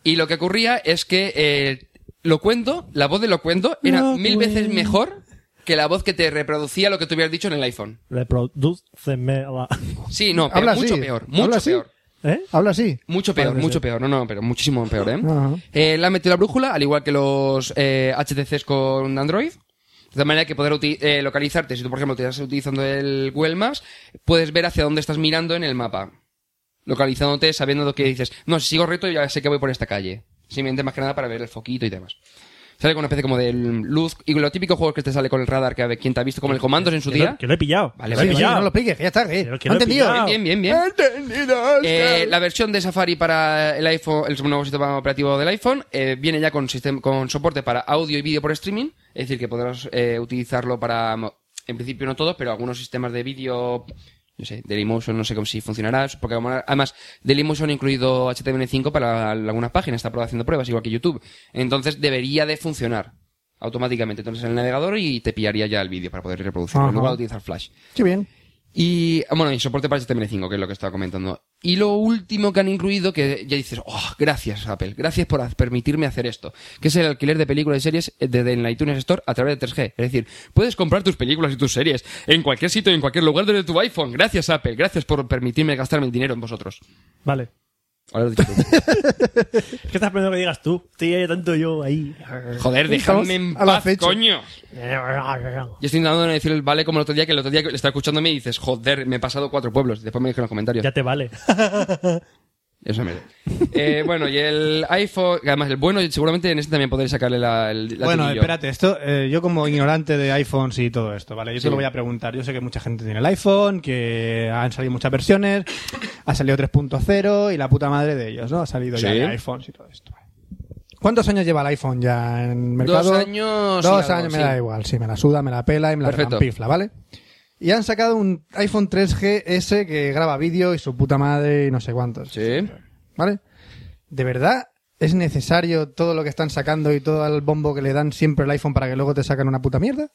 S4: Y lo que ocurría es que eh, Locuendo, la voz de Locuendo, era mil veces mejor que la voz que te reproducía lo que tú hubieras dicho en el iPhone.
S2: Reproduceme la.
S4: Sí, no, pero
S7: Habla así.
S4: mucho peor,
S7: Habla
S4: mucho
S7: así.
S4: peor.
S2: ¿Eh?
S7: Habla así.
S4: Mucho peor,
S2: Parece
S4: mucho
S2: ser.
S4: peor. No, no, pero muchísimo peor, ¿eh?
S7: Ajá.
S4: Eh, le han metido la brújula, al igual que los eh, HTCs con Android. De tal manera que poder uti- eh, localizarte. Si tú, por ejemplo, te estás utilizando el Google Maps, puedes ver hacia dónde estás mirando en el mapa. Localizándote, sabiendo lo que dices. No, si sigo recto, ya sé que voy por esta calle. Simplemente más que nada para ver el foquito y demás. Sale con una especie como de luz. Y lo típico juego que te sale con el radar, que a ver quién te ha visto, como el comandos en su
S2: Que lo-
S4: día.
S2: Que lo he pillado.
S4: Vale,
S2: Lo he
S4: vale,
S7: Sí,
S2: pillado.
S7: no lo piques, que ya está. eh.
S2: Pero que
S7: ¿No
S2: lo he
S7: entendido?
S2: pillado.
S4: Bien, bien, bien.
S7: Entendido.
S4: Eh, la versión de Safari para el iPhone, el nuevo sistema operativo del iPhone, eh, viene ya con, sistem- con soporte para audio y vídeo por streaming, es decir, que podrás eh, utilizarlo para, mo- en principio no todos, pero algunos sistemas de vídeo, no sé, Dailymotion, no sé cómo si funcionará, porque como- además Dailymotion ha incluido HTML5 para algunas páginas, está pro- haciendo pruebas, igual que YouTube, entonces debería de funcionar automáticamente, entonces en el navegador y te pillaría ya el vídeo para poder reproducirlo,
S7: Ajá.
S4: en lugar de utilizar Flash.
S7: Sí, bien.
S4: Y ah, bueno, y soporte para HTML5, que es lo que estaba comentando. Y lo último que han incluido, que ya dices, oh, gracias Apple, gracias por ha- permitirme hacer esto, que es el alquiler de películas y series eh, desde en la iTunes Store a través de 3G. Es decir, puedes comprar tus películas y tus series en cualquier sitio, en cualquier lugar desde tu iPhone. Gracias Apple, gracias por permitirme gastarme el dinero en vosotros.
S2: Vale.
S4: Ahora lo he dicho tú.
S2: ¿Qué estás esperando que digas tú? Estoy ahí tanto yo ahí.
S4: Joder, dejadme en
S7: a la
S4: paz,
S7: fecha.
S4: coño. Yo estoy intentando no decir el vale como el otro día, que el otro día que le estaba escuchándome y dices, joder, me he pasado cuatro pueblos. Después me dijeron en los comentarios.
S2: Ya te vale.
S4: Eso me eh, Bueno, y el iPhone, que además el bueno, seguramente en este también podré sacarle la, el la
S3: Bueno,
S4: tirilla.
S3: espérate, esto, eh, yo como ignorante de iPhones y todo esto, ¿vale? Yo
S4: Sí.
S3: te lo voy a preguntar. Yo sé que mucha gente tiene el iPhone, que han salido muchas versiones, ha salido 3.0 y la puta madre de ellos, ¿no? Ha salido ya
S4: Sí.
S3: de iPhones y todo esto. vale. ¿Cuántos años lleva el iPhone ya en el mercado?
S4: Dos años. y
S7: Dos
S4: algo,
S7: años me
S4: sí.
S7: da igual, sí, me la suda, me la pela y me la
S4: Perfecto.
S7: pifla, ¿vale? Y han sacado un iPhone 3GS que graba vídeo y su puta madre y no sé cuántos.
S4: Sí.
S7: ¿Vale? ¿De verdad es necesario todo lo que están sacando y todo el bombo que le dan siempre al iPhone para que luego te sacan una puta mierda?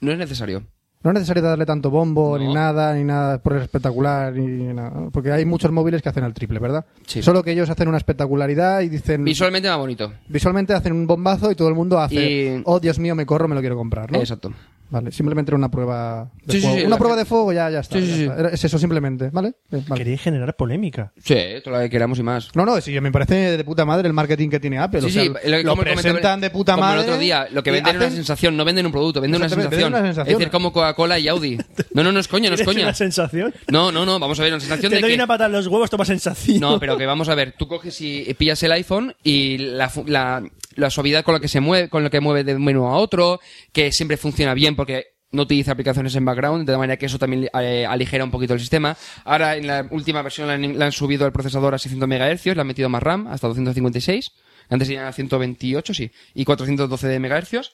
S4: No es necesario.
S7: No es necesario darle tanto bombo,
S4: No.
S7: ni nada, ni nada por espectacular, ni nada. Porque hay muchos móviles que hacen al triple, ¿verdad?
S4: Sí.
S7: Solo que ellos hacen una espectacularidad y dicen.
S4: Visualmente va bonito.
S7: Visualmente hacen un bombazo y todo el mundo hace.
S4: Y-
S7: Oh, Dios mío, me corro, me lo quiero comprar, ¿no?
S4: Exacto.
S7: Vale, simplemente era una prueba de
S4: Sí, sí,
S7: fuego.
S4: sí,
S7: una
S4: la
S7: prueba
S4: gente-
S7: de fuego, ya, ya está.
S4: Sí, sí,
S7: ya
S4: sí.
S7: está. Era- Es eso simplemente, ¿vale? Bien, vale.
S2: Queréis generar polémica.
S4: Sí, todo lo que queramos y más.
S7: No, no, sí, me parece de puta madre el marketing que tiene Apple.
S4: Sí,
S7: o sea,
S4: sí,
S7: lo,
S4: como el
S7: presentan
S4: comentario-
S7: de puta
S4: como
S7: madre.
S4: el otro día, lo que
S7: y
S4: venden es una
S7: hacen-
S4: sensación, no venden un producto, venden una
S7: Exactamente,
S4: sensación.
S7: venden una sensación.
S4: Es decir, como Coca-Cola y Audi. No, no, no es coña, no es
S2: ¿Quieres
S4: coña.
S2: una sensación?
S4: No, no, no, vamos a ver, una sensación
S2: Te
S4: de
S2: doy
S4: que...
S2: una patada en los huevos, toma sensación.
S4: No, pero que vamos a ver, tú coges y pillas el iPhone y la, fu- la, la suavidad con la que se mueve, con la que mueve de un menú a otro, que siempre funciona bien porque no utiliza aplicaciones en background, de tal manera que eso también eh, aligera un poquito el sistema. Ahora en la última versión le han, le han subido el procesador a 600 MHz, le han metido más RAM hasta 256, antes eran a 128, sí, y 412 de MHz.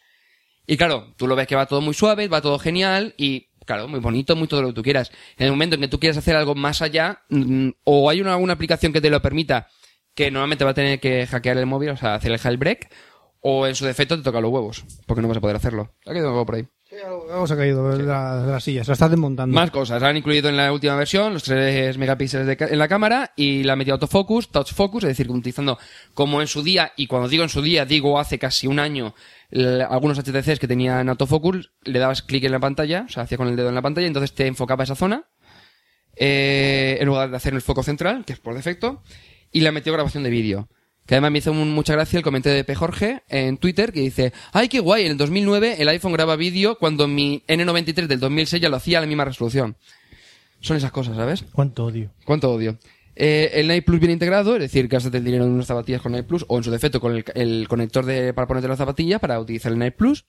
S4: Y claro, tú lo ves que va todo muy suave, va todo genial y, claro, muy bonito, muy todo lo que tú quieras. En el momento en que tú quieras hacer algo más allá, mm, o hay una, alguna aplicación que te lo permita, que normalmente va a tener que hackear el móvil, o sea, hacer el jailbreak, o en su defecto te toca los huevos, porque no vas a poder hacerlo. Ha quedado algo por ahí.
S7: Sí, algo- algo se ha caído de, la, de las sillas, la estás desmontando.
S4: Más cosas, han incluido en la última versión los 3 megapíxeles de ca- en la cámara y la han metido autofocus, touch focus, es decir, utilizando como en su día, y cuando digo en su día, digo hace casi un año, l- algunos HTCs que tenían autofocus, le dabas clic en la pantalla, o sea, hacía con el dedo en la pantalla, entonces te enfocaba esa zona, eh, en lugar de hacer el foco central, que es por defecto, y le ha metido grabación de vídeo. Que además me hizo un- mucha gracia el comentario de P. Jorge en Twitter que dice, ay, qué guay, en el 2009 el iPhone graba vídeo cuando mi N93 del 2006 ya lo hacía a la misma resolución. Son esas cosas, ¿sabes?
S2: Cuánto odio.
S4: ¿Cuánto odio? Eh, el Night Plus bien integrado, es decir, gástate el dinero en unas zapatillas con Night Plus o en su defecto con el, el conector de, para ponerte las zapatillas para utilizar el Night Plus.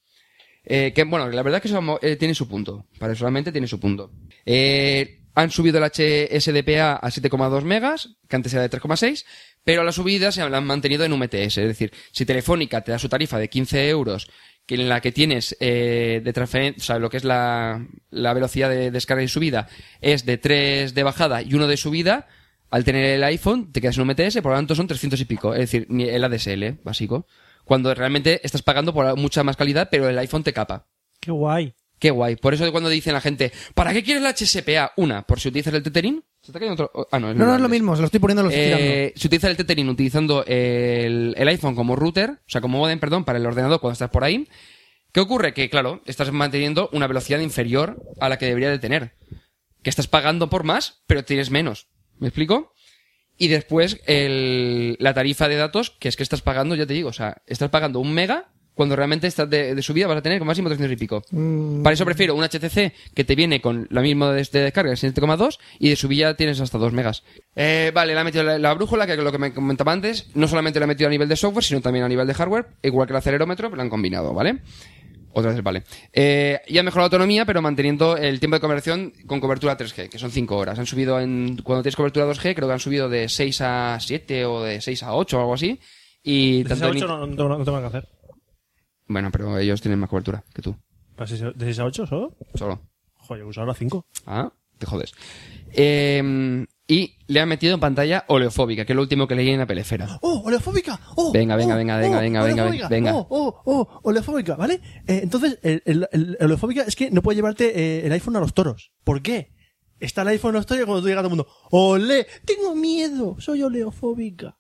S4: Eh, que bueno, la verdad es que eso, eh, tiene su punto. Para solamente tiene su punto. Eh, han subido el HSDPA a 7,2 megas, que antes era de 3,6, pero a la subida se la han mantenido en UMTS. Es decir, si Telefónica te da su tarifa de 15 euros, que que en la que tienes eh, de transferencia, o sea, lo que es la, la velocidad de descarga y subida es de 3 de bajada y 1 de subida, al tener el iPhone te quedas en un MTS, por lo tanto son 300 y pico, es decir, ni el ADSL básico, cuando realmente estás pagando por mucha más calidad, pero el iPhone te capa.
S2: Qué guay.
S4: Qué guay. Por eso cuando dicen la gente, ¿para qué quieres la HSPA? Una, por si utilizas el tethering. ¿Se te cae otro? Ah, no,
S3: No, no es lo
S4: mismo.
S3: mismo, se lo estoy poniendo, lo estoy tirando.
S4: Eh, si utilizas el tethering utilizando el, el iPhone como router, o sea, como modem, perdón, para el ordenador cuando estás por ahí, ¿qué ocurre? Que, claro, estás manteniendo una velocidad inferior a la que debería de tener. Que estás pagando por más, pero tienes menos. ¿Me explico? Y después el- la tarifa de datos, que es que estás pagando, ya te digo, o sea, estás pagando un mega cuando realmente estás de, de subida vas a tener como máximo 300 y pico. Para eso prefiero un HTC que te viene con la misma de, de descarga, el 7,2, y de subida tienes hasta 2 megas. Eh, vale, le ha metido la, la brújula, que es lo que me comentaba antes. No solamente la ha metido a nivel de software, sino también a nivel de hardware, igual que el acelerómetro, pero lo han combinado, ¿vale? Otra vez, vale. Eh, y ha mejorado la autonomía, pero manteniendo el tiempo de conversión con cobertura 3G, que son 5 horas. Han subido en, cuando tienes cobertura 2G, creo que han subido de 6 a 7 o de 6 a 8 o algo así. Y
S2: De 6
S4: tanto
S2: a
S4: en-
S2: 8 no, no, no tengo nada que hacer.
S4: Bueno, pero ellos tienen más cobertura que tú,
S2: ¿Para 6 a- ¿De 6 a 8 solo?
S4: solo.
S2: Joder, pues ahora 5.
S4: Ah, te jodes. Eh, y le han metido en pantalla oleofóbica, que es lo último que leí en la pelefera.
S2: ¡Oh, oleofóbica! ¡Oh!
S4: Venga, venga,
S2: oh,
S4: venga, venga,
S2: oh,
S4: venga, venga,
S2: oleofóbica,
S4: venga.
S2: ¡Oh, oh, oh! Oleofóbica, ¿vale? Eh, entonces, el, el- el- el oleofóbica es que no puede llevarte eh, el iPhone a los toros. ¿Por qué? Está el iPhone a los toros y cuando tú llegas todo el mundo ¡Ole! ¡Tengo miedo! ¡Soy oleofóbica!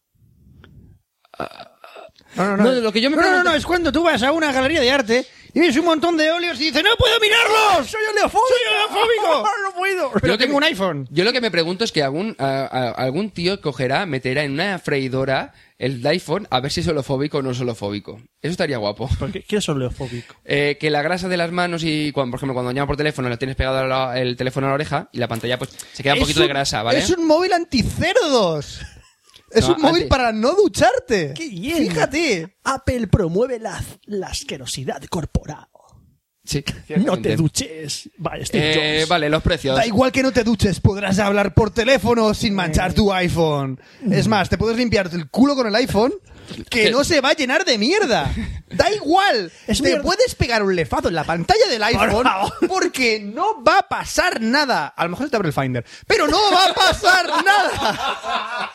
S3: No,
S4: No, lo que yo me
S3: no, no,
S4: pregunto-
S3: no, es cuando tú vas a una galería de arte y ves un montón de óleos y dices, ¡No puedo mirarlos! ¡Soy oleofóbico! ¡Soy oleofóbico! ¡No puedo! Pero
S4: Yo que
S3: tengo un
S4: me-
S3: iPhone.
S4: Yo lo que me pregunto es que algún, a- a- algún tío cogerá, meterá en una freidora el iPhone a ver si es holofóbico o no es holofóbico. Eso estaría guapo.
S2: ¿Por qué? ¿Qué es oleofóbico?
S4: Eh, que la grasa de las manos y, cuando, por ejemplo, cuando llamo por teléfono, lo tienes pegado a la- el teléfono a la oreja y la pantalla, pues se queda un
S3: Es
S4: poquito de grasa, ¿vale?
S3: Es un móvil anticerdos. Es
S4: No,
S3: un móvil
S4: anti-
S3: para no ducharte.
S2: ¡Qué bien!
S3: Fíjate.
S2: Apple promueve la, la asquerosidad corporal.
S4: Sí,
S2: No te
S4: ciertamente.
S2: duches. Vale, Steve
S4: Eh,
S2: Jobs.
S4: vale, los precios.
S3: Da igual que no te duches, podrás hablar por teléfono sin manchar tu iPhone. Es más, te puedes limpiar el culo con el iPhone que no se va a llenar de mierda. Da igual.
S2: Es
S3: te
S2: mierda.
S3: puedes pegar un lefazo en la pantalla del iPhone
S2: favor.
S3: porque no va a pasar nada. A lo mejor se te abre el Finder, pero no va a pasar nada.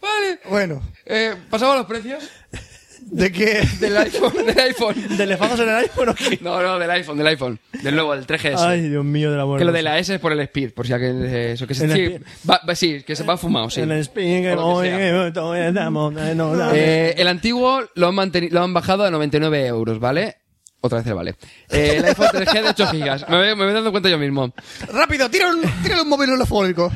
S4: Vale.
S3: Bueno,
S4: Eh, ¿Pasamos a los precios?
S3: de que
S4: Del iPhone, del iPhone.
S2: ¿De elefazos en el iPhone o qué?
S4: No, no, del iPhone, del iPhone. Del nuevo, del 3GS.
S2: Ay, Dios mío, de la muerte.
S4: Que lo de la S es por el speed, por si alguien. eh, Eso que se,
S2: El
S4: sí,
S2: speed.
S4: va- va- sí, que se va fumado, sí.
S2: En el spin, que
S4: O lo que
S2: voy,
S4: sea.
S2: que voy, todo el damo, no, la-
S4: Eh, el antiguo lo han, manteni- lo han bajado a 99 euros, ¿vale? Otra vez el vale. Eh, el iPhone 3G de 8 gigas. Me, voy- me voy dando cuenta yo mismo.
S3: rápido, tira un, tírale un móvil holofóbico.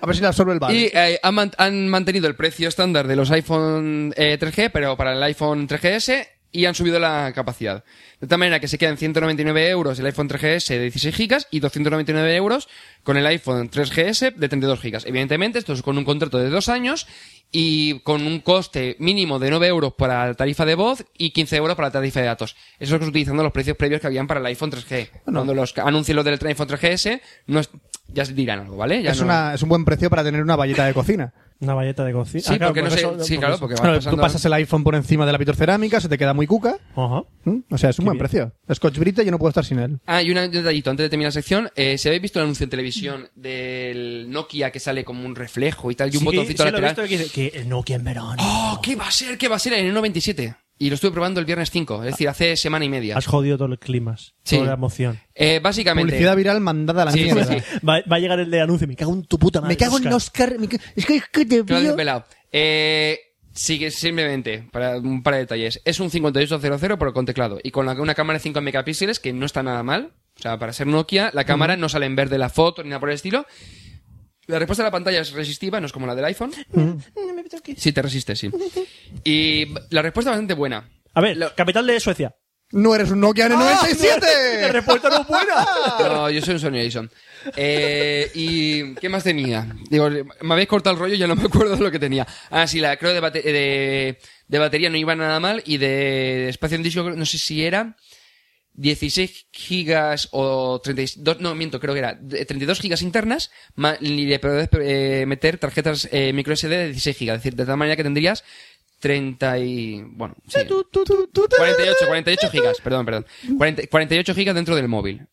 S3: A ver si le absorbe el bar.
S4: Y eh, han, man- han mantenido el precio estándar de los iPhone eh, 3G, pero para el iPhone 3GS y han subido la capacidad. De tal manera que se quedan 199 euros el iPhone 3GS de 16 gigas y 299 euros con el iPhone 3GS de 32 gigas. Evidentemente, esto es con un contrato de dos años y con un coste mínimo de 9 euros para la tarifa de voz y 15 euros para la tarifa de datos. Eso es utilizando los precios previos que habían para el iPhone 3G. Cuando los anuncien los del iPhone 3GS, no es- ya se dirán algo, ¿vale? Ya
S3: es,
S4: no-
S3: una- es un buen precio para tener una valleta de cocina.
S2: Una valleta de cocina. Ah,
S4: Sí, porque no sé- sí, claro, porque va
S3: Claro,
S4: pasando-
S3: Tú pasas el iPhone por encima de la vitrocerámica, se te queda muy cuca.
S2: Ajá.
S3: ¿Mm? O sea, es un buen precio. Scotch Brite, yo no puedo estar sin él.
S4: Ah, y un detallito antes de terminar la sección. Eh, si habéis visto el anuncio en televisión del Nokia que sale como un reflejo y tal, y un
S2: Sí,
S4: botoncito
S2: sí, lo he
S4: lateral.
S2: visto que dice que el Nokia en verano.
S4: ¡Oh, qué va a ser! ¿Qué va a ser? En el 97. Y lo estuve probando el viernes 5, es decir, hace semana y media.
S2: Has jodido todo el clima,
S4: Sí.
S2: toda la emoción.
S4: Eh, básicamente.
S3: Publicidad viral mandada a la
S4: Sí, sí,
S3: mierda.
S4: sí.
S2: Va, va a llegar el de anuncio, me cago en tu puta madre.
S3: Me cago en
S2: Oscar.
S3: Oscar. me ca- Es que, es que te
S4: Claudio
S3: veo-
S4: Pelao. Eh, sí, que simplemente, para un par de detalles. Es un 5800, pero con teclado. Y con la- una cámara de 5 megapíxeles, que no está nada mal. O sea, para ser Nokia, la cámara no sale en verde la foto ni nada por el estilo. La respuesta de la pantalla es resistiva, no es como la del iPhone. Sí, te resiste, sí. Y b- la respuesta es bastante buena.
S2: A ver,
S4: Lo-
S2: capital de Suecia.
S3: No eres un Nokia N97.
S2: La respuesta no es buena.
S4: No, yo soy un Sony Ericsson. Eh, ¿Y qué más tenía? Digo, me habéis cortado el rollo y ya no me acuerdo de lo que tenía. Ah, sí, la creo de, bate- de, de batería no iba nada mal y de espacio en disco no sé si era 16 gigas o 32, no, miento, creo que era de- 32 gigas internas ma- y le podés eh, meter tarjetas eh, micro SD de 16 gigas. Es decir, de tal manera que tendrías 30 y, bueno, sí, 48, 48 gigas, perdón, perdón. 40 48 gigas dentro del móvil.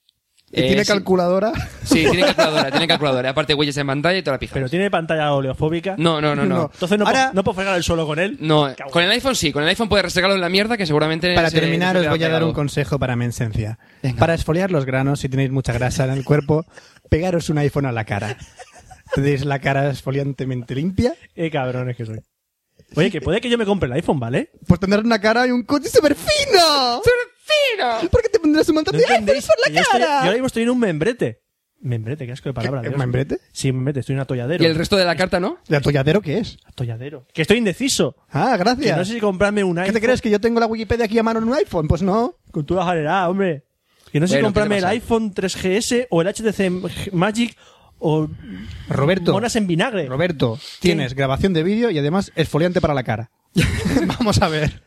S3: Y
S4: Eh,
S3: tiene
S4: sí.
S3: calculadora.
S4: Sí, tiene calculadora, tiene calculadora. Aparte, widgets en pantalla y toda la pija.
S2: Pero tiene pantalla oleofóbica.
S4: No, no, no, no.
S2: Entonces no,
S3: Ahora-
S2: puedo, no puedo fregar el suelo con él.
S4: No,
S2: Cago-
S4: con el iPhone sí, con el iPhone puedes resecarlo en la mierda que seguramente...
S3: Para
S4: se-
S3: terminar,
S4: se
S3: os
S4: queda
S3: voy a dar
S4: pegado.
S3: un consejo para mensencia. Para esfoliar los granos, si tenéis mucha grasa en el cuerpo, pegaros un iPhone a la cara. Tenéis la cara esfoliantemente limpia,
S2: Qué cabrones que soy. Oye, que puede que yo me compre el iPhone, ¿vale?
S3: pues tendrás una cara y un coche súper fino. Porque te pondrás un montón
S2: No
S3: de iPhones
S2: entendéis
S3: por
S2: que
S3: la
S2: yo, estoy- yo ahora
S3: cara.
S2: mismo estoy en un membrete. Membrete, qué asco de palabra.
S3: ¿Qué-
S2: Dios.
S3: membrete?
S2: Sí, membrete, estoy en un atolladero.
S4: Y el resto de la carta, ¿no?
S3: ¿Y atolladero qué es?
S2: Atolladero. Que estoy indeciso.
S3: Ah,
S2: Que
S3: gracias.
S2: no sé si comprarme un
S3: ¿Qué
S2: iPhone.
S3: te crees? ¿Que yo tengo la Wikipedia aquí a mano en un iPhone? Pues no.
S2: Cultura general, hombre. Que no sé si
S4: Bueno,
S2: comprarme
S4: ¿qué te
S2: el
S4: pasa?
S2: iPhone 3GS o el HTC Magic o
S3: Roberto.
S2: monas en vinagre.
S3: Roberto, tienes grabación de vídeo y además esfoliante para la cara. Vamos a ver.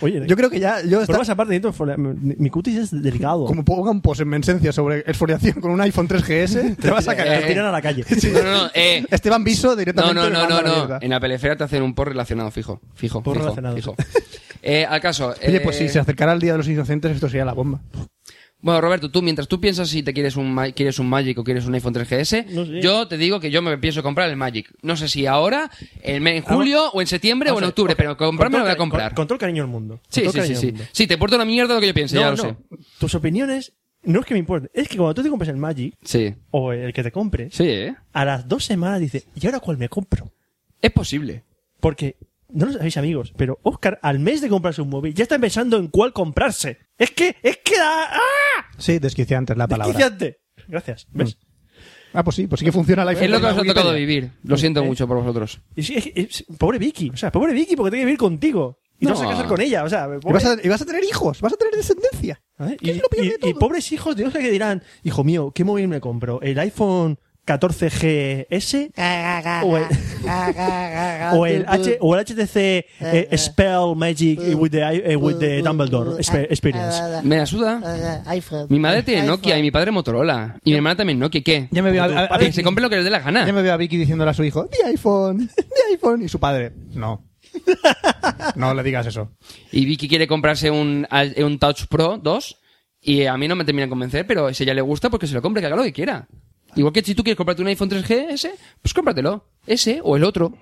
S2: Oye,
S3: Yo creo que ya... Yo esta-
S2: pruebas aparte, necesito esfolia- mi mi cutis es delicado.
S3: como ponga un post en mensencia sobre esfoliación con un iPhone 3GS, te vas a
S2: Me
S3: cagar.
S2: Eh, tiran a la calle.
S4: No, no, no, eh...
S3: Esteban Viso
S4: No,
S3: directamente.
S4: no,
S3: le
S4: no,
S3: manda
S4: no,
S3: la
S4: no.
S3: mierda.
S4: En la pelefera te hacen un por relacionado, fijo. Fijo,
S2: Por
S4: fijo,
S2: relacionado,
S4: fijo. Eh, al caso...
S3: Oye, pues
S4: eh,
S3: si se acercara el Día de los Inocentes, esto sería la bomba.
S4: Bueno, Roberto, tú mientras tú piensas si te quieres un Ma- quieres un Magic o quieres un iPhone 3GS,
S2: No sé.
S4: yo te digo que yo me pienso comprar el Magic. No sé si ahora, en, me- en
S2: Ah,
S4: julio o en septiembre o
S2: Vamos
S4: en
S2: a ver,
S4: octubre,
S2: ok,
S4: pero comprarme
S2: con todo
S4: lo voy a
S2: el cari-
S4: comprar.
S2: Con, con todo el cariño del mundo. Con
S4: sí,
S2: todo el
S4: sí, sí,
S2: cariño del
S4: sí.
S2: mundo.
S4: Sí, te importa una mierda lo que yo piense, ya
S2: No,
S4: lo
S2: no.
S4: sé.
S2: Tus opiniones no es que me importen. Es que cuando tú te compres el Magic
S4: Sí,
S2: o el que te compres,
S4: sí, ¿eh?
S2: a las dos semanas dices, ¿y ahora cuál me compro?
S4: Es posible.
S2: Porque, no lo sabéis amigos, pero Oscar al mes de comprarse un móvil ya está pensando en cuál comprarse. Es que, es que da... ¡Ah!
S3: Sí, desquiciante es la palabra.
S2: Desquiciante. Gracias. ¿Ves?
S3: Ah, pues sí, pues sí que funciona el iPhone.
S4: Es lo que
S3: de
S4: os
S3: la
S4: ha tocado
S3: Wikipedia.
S4: vivir. Lo siento
S2: Eh.
S4: mucho por vosotros.
S2: Y sí, es que- es- pobre Vicky. O sea, pobre Vicky porque tiene que vivir contigo. Y no. te vas a
S4: No.
S2: casar con ella. O sea,
S3: Y
S2: pobre-
S3: vas, a, y vas a tener hijos, vas a tener descendencia.
S2: ¿Eh?
S3: ¿Qué
S2: Y,
S3: es lo peor
S2: y-
S3: de
S2: y
S3: todo?
S2: pobres hijos de Dios que dirán, hijo mío, ¿qué móvil me compro? ¿El iPhone 14GS? o, el, o, el H- o el HTC eh, Spell Magic with the, i- eh, with the Dumbledore Expe-
S8: ah,
S2: Experience.
S4: Me ayuda. Mi madre tiene Nokia y mi padre Motorola. Y mi hermana también Nokia. ¿Qué?
S3: Ya me veo a- a- a-
S4: Que se compre lo que les dé la
S3: Ya
S4: gana.
S3: me veo a Vicky diciéndole a su hijo, di iPhone, di iPhone. Y su padre, no. No le digas eso.
S4: Y Vicky quiere comprarse un, un Touch Pro 2. Y a mí no me termina de convencer, pero si a ella le gusta, porque se lo compre, que haga lo que quiera. Igual que si tú quieres comprarte un iPhone 3GS, pues cómpratelo. Ese o el otro.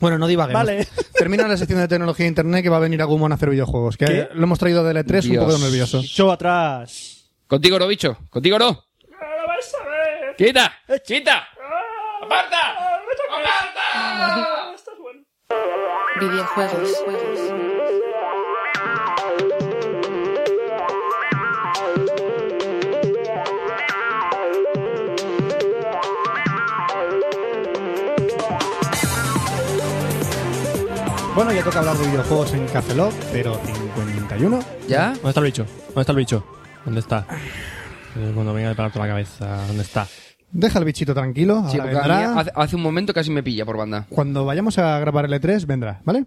S3: Bueno, no divaguemos.
S2: Vale.
S3: Termina la sección de tecnología e internet que va a venir a Gumon a hacer videojuegos. Que
S2: ¿Qué?
S3: lo hemos traído del E3 un
S4: Dios.
S3: poco nervioso.
S2: Show atrás.
S4: Contigo no, bicho. Contigo no. ¡Quita! ¡Quita! ¡Aparta! ¡Aparta!
S1: Videojuegos.
S3: Bueno, ya toca hablar de videojuegos en Café Lock 051.
S4: ¿Ya?
S2: ¿Dónde está el bicho? ¿Dónde está el bicho? ¿Dónde está? Eh, Cuando venga de pararte la cabeza, ¿dónde está?
S3: Deja el bichito tranquilo.
S4: Sí,
S3: ahora
S4: porque
S3: vendrá.
S4: a mí hace, hace un momento casi me pilla por banda.
S3: Cuando vayamos a grabar el E3, vendrá, ¿vale?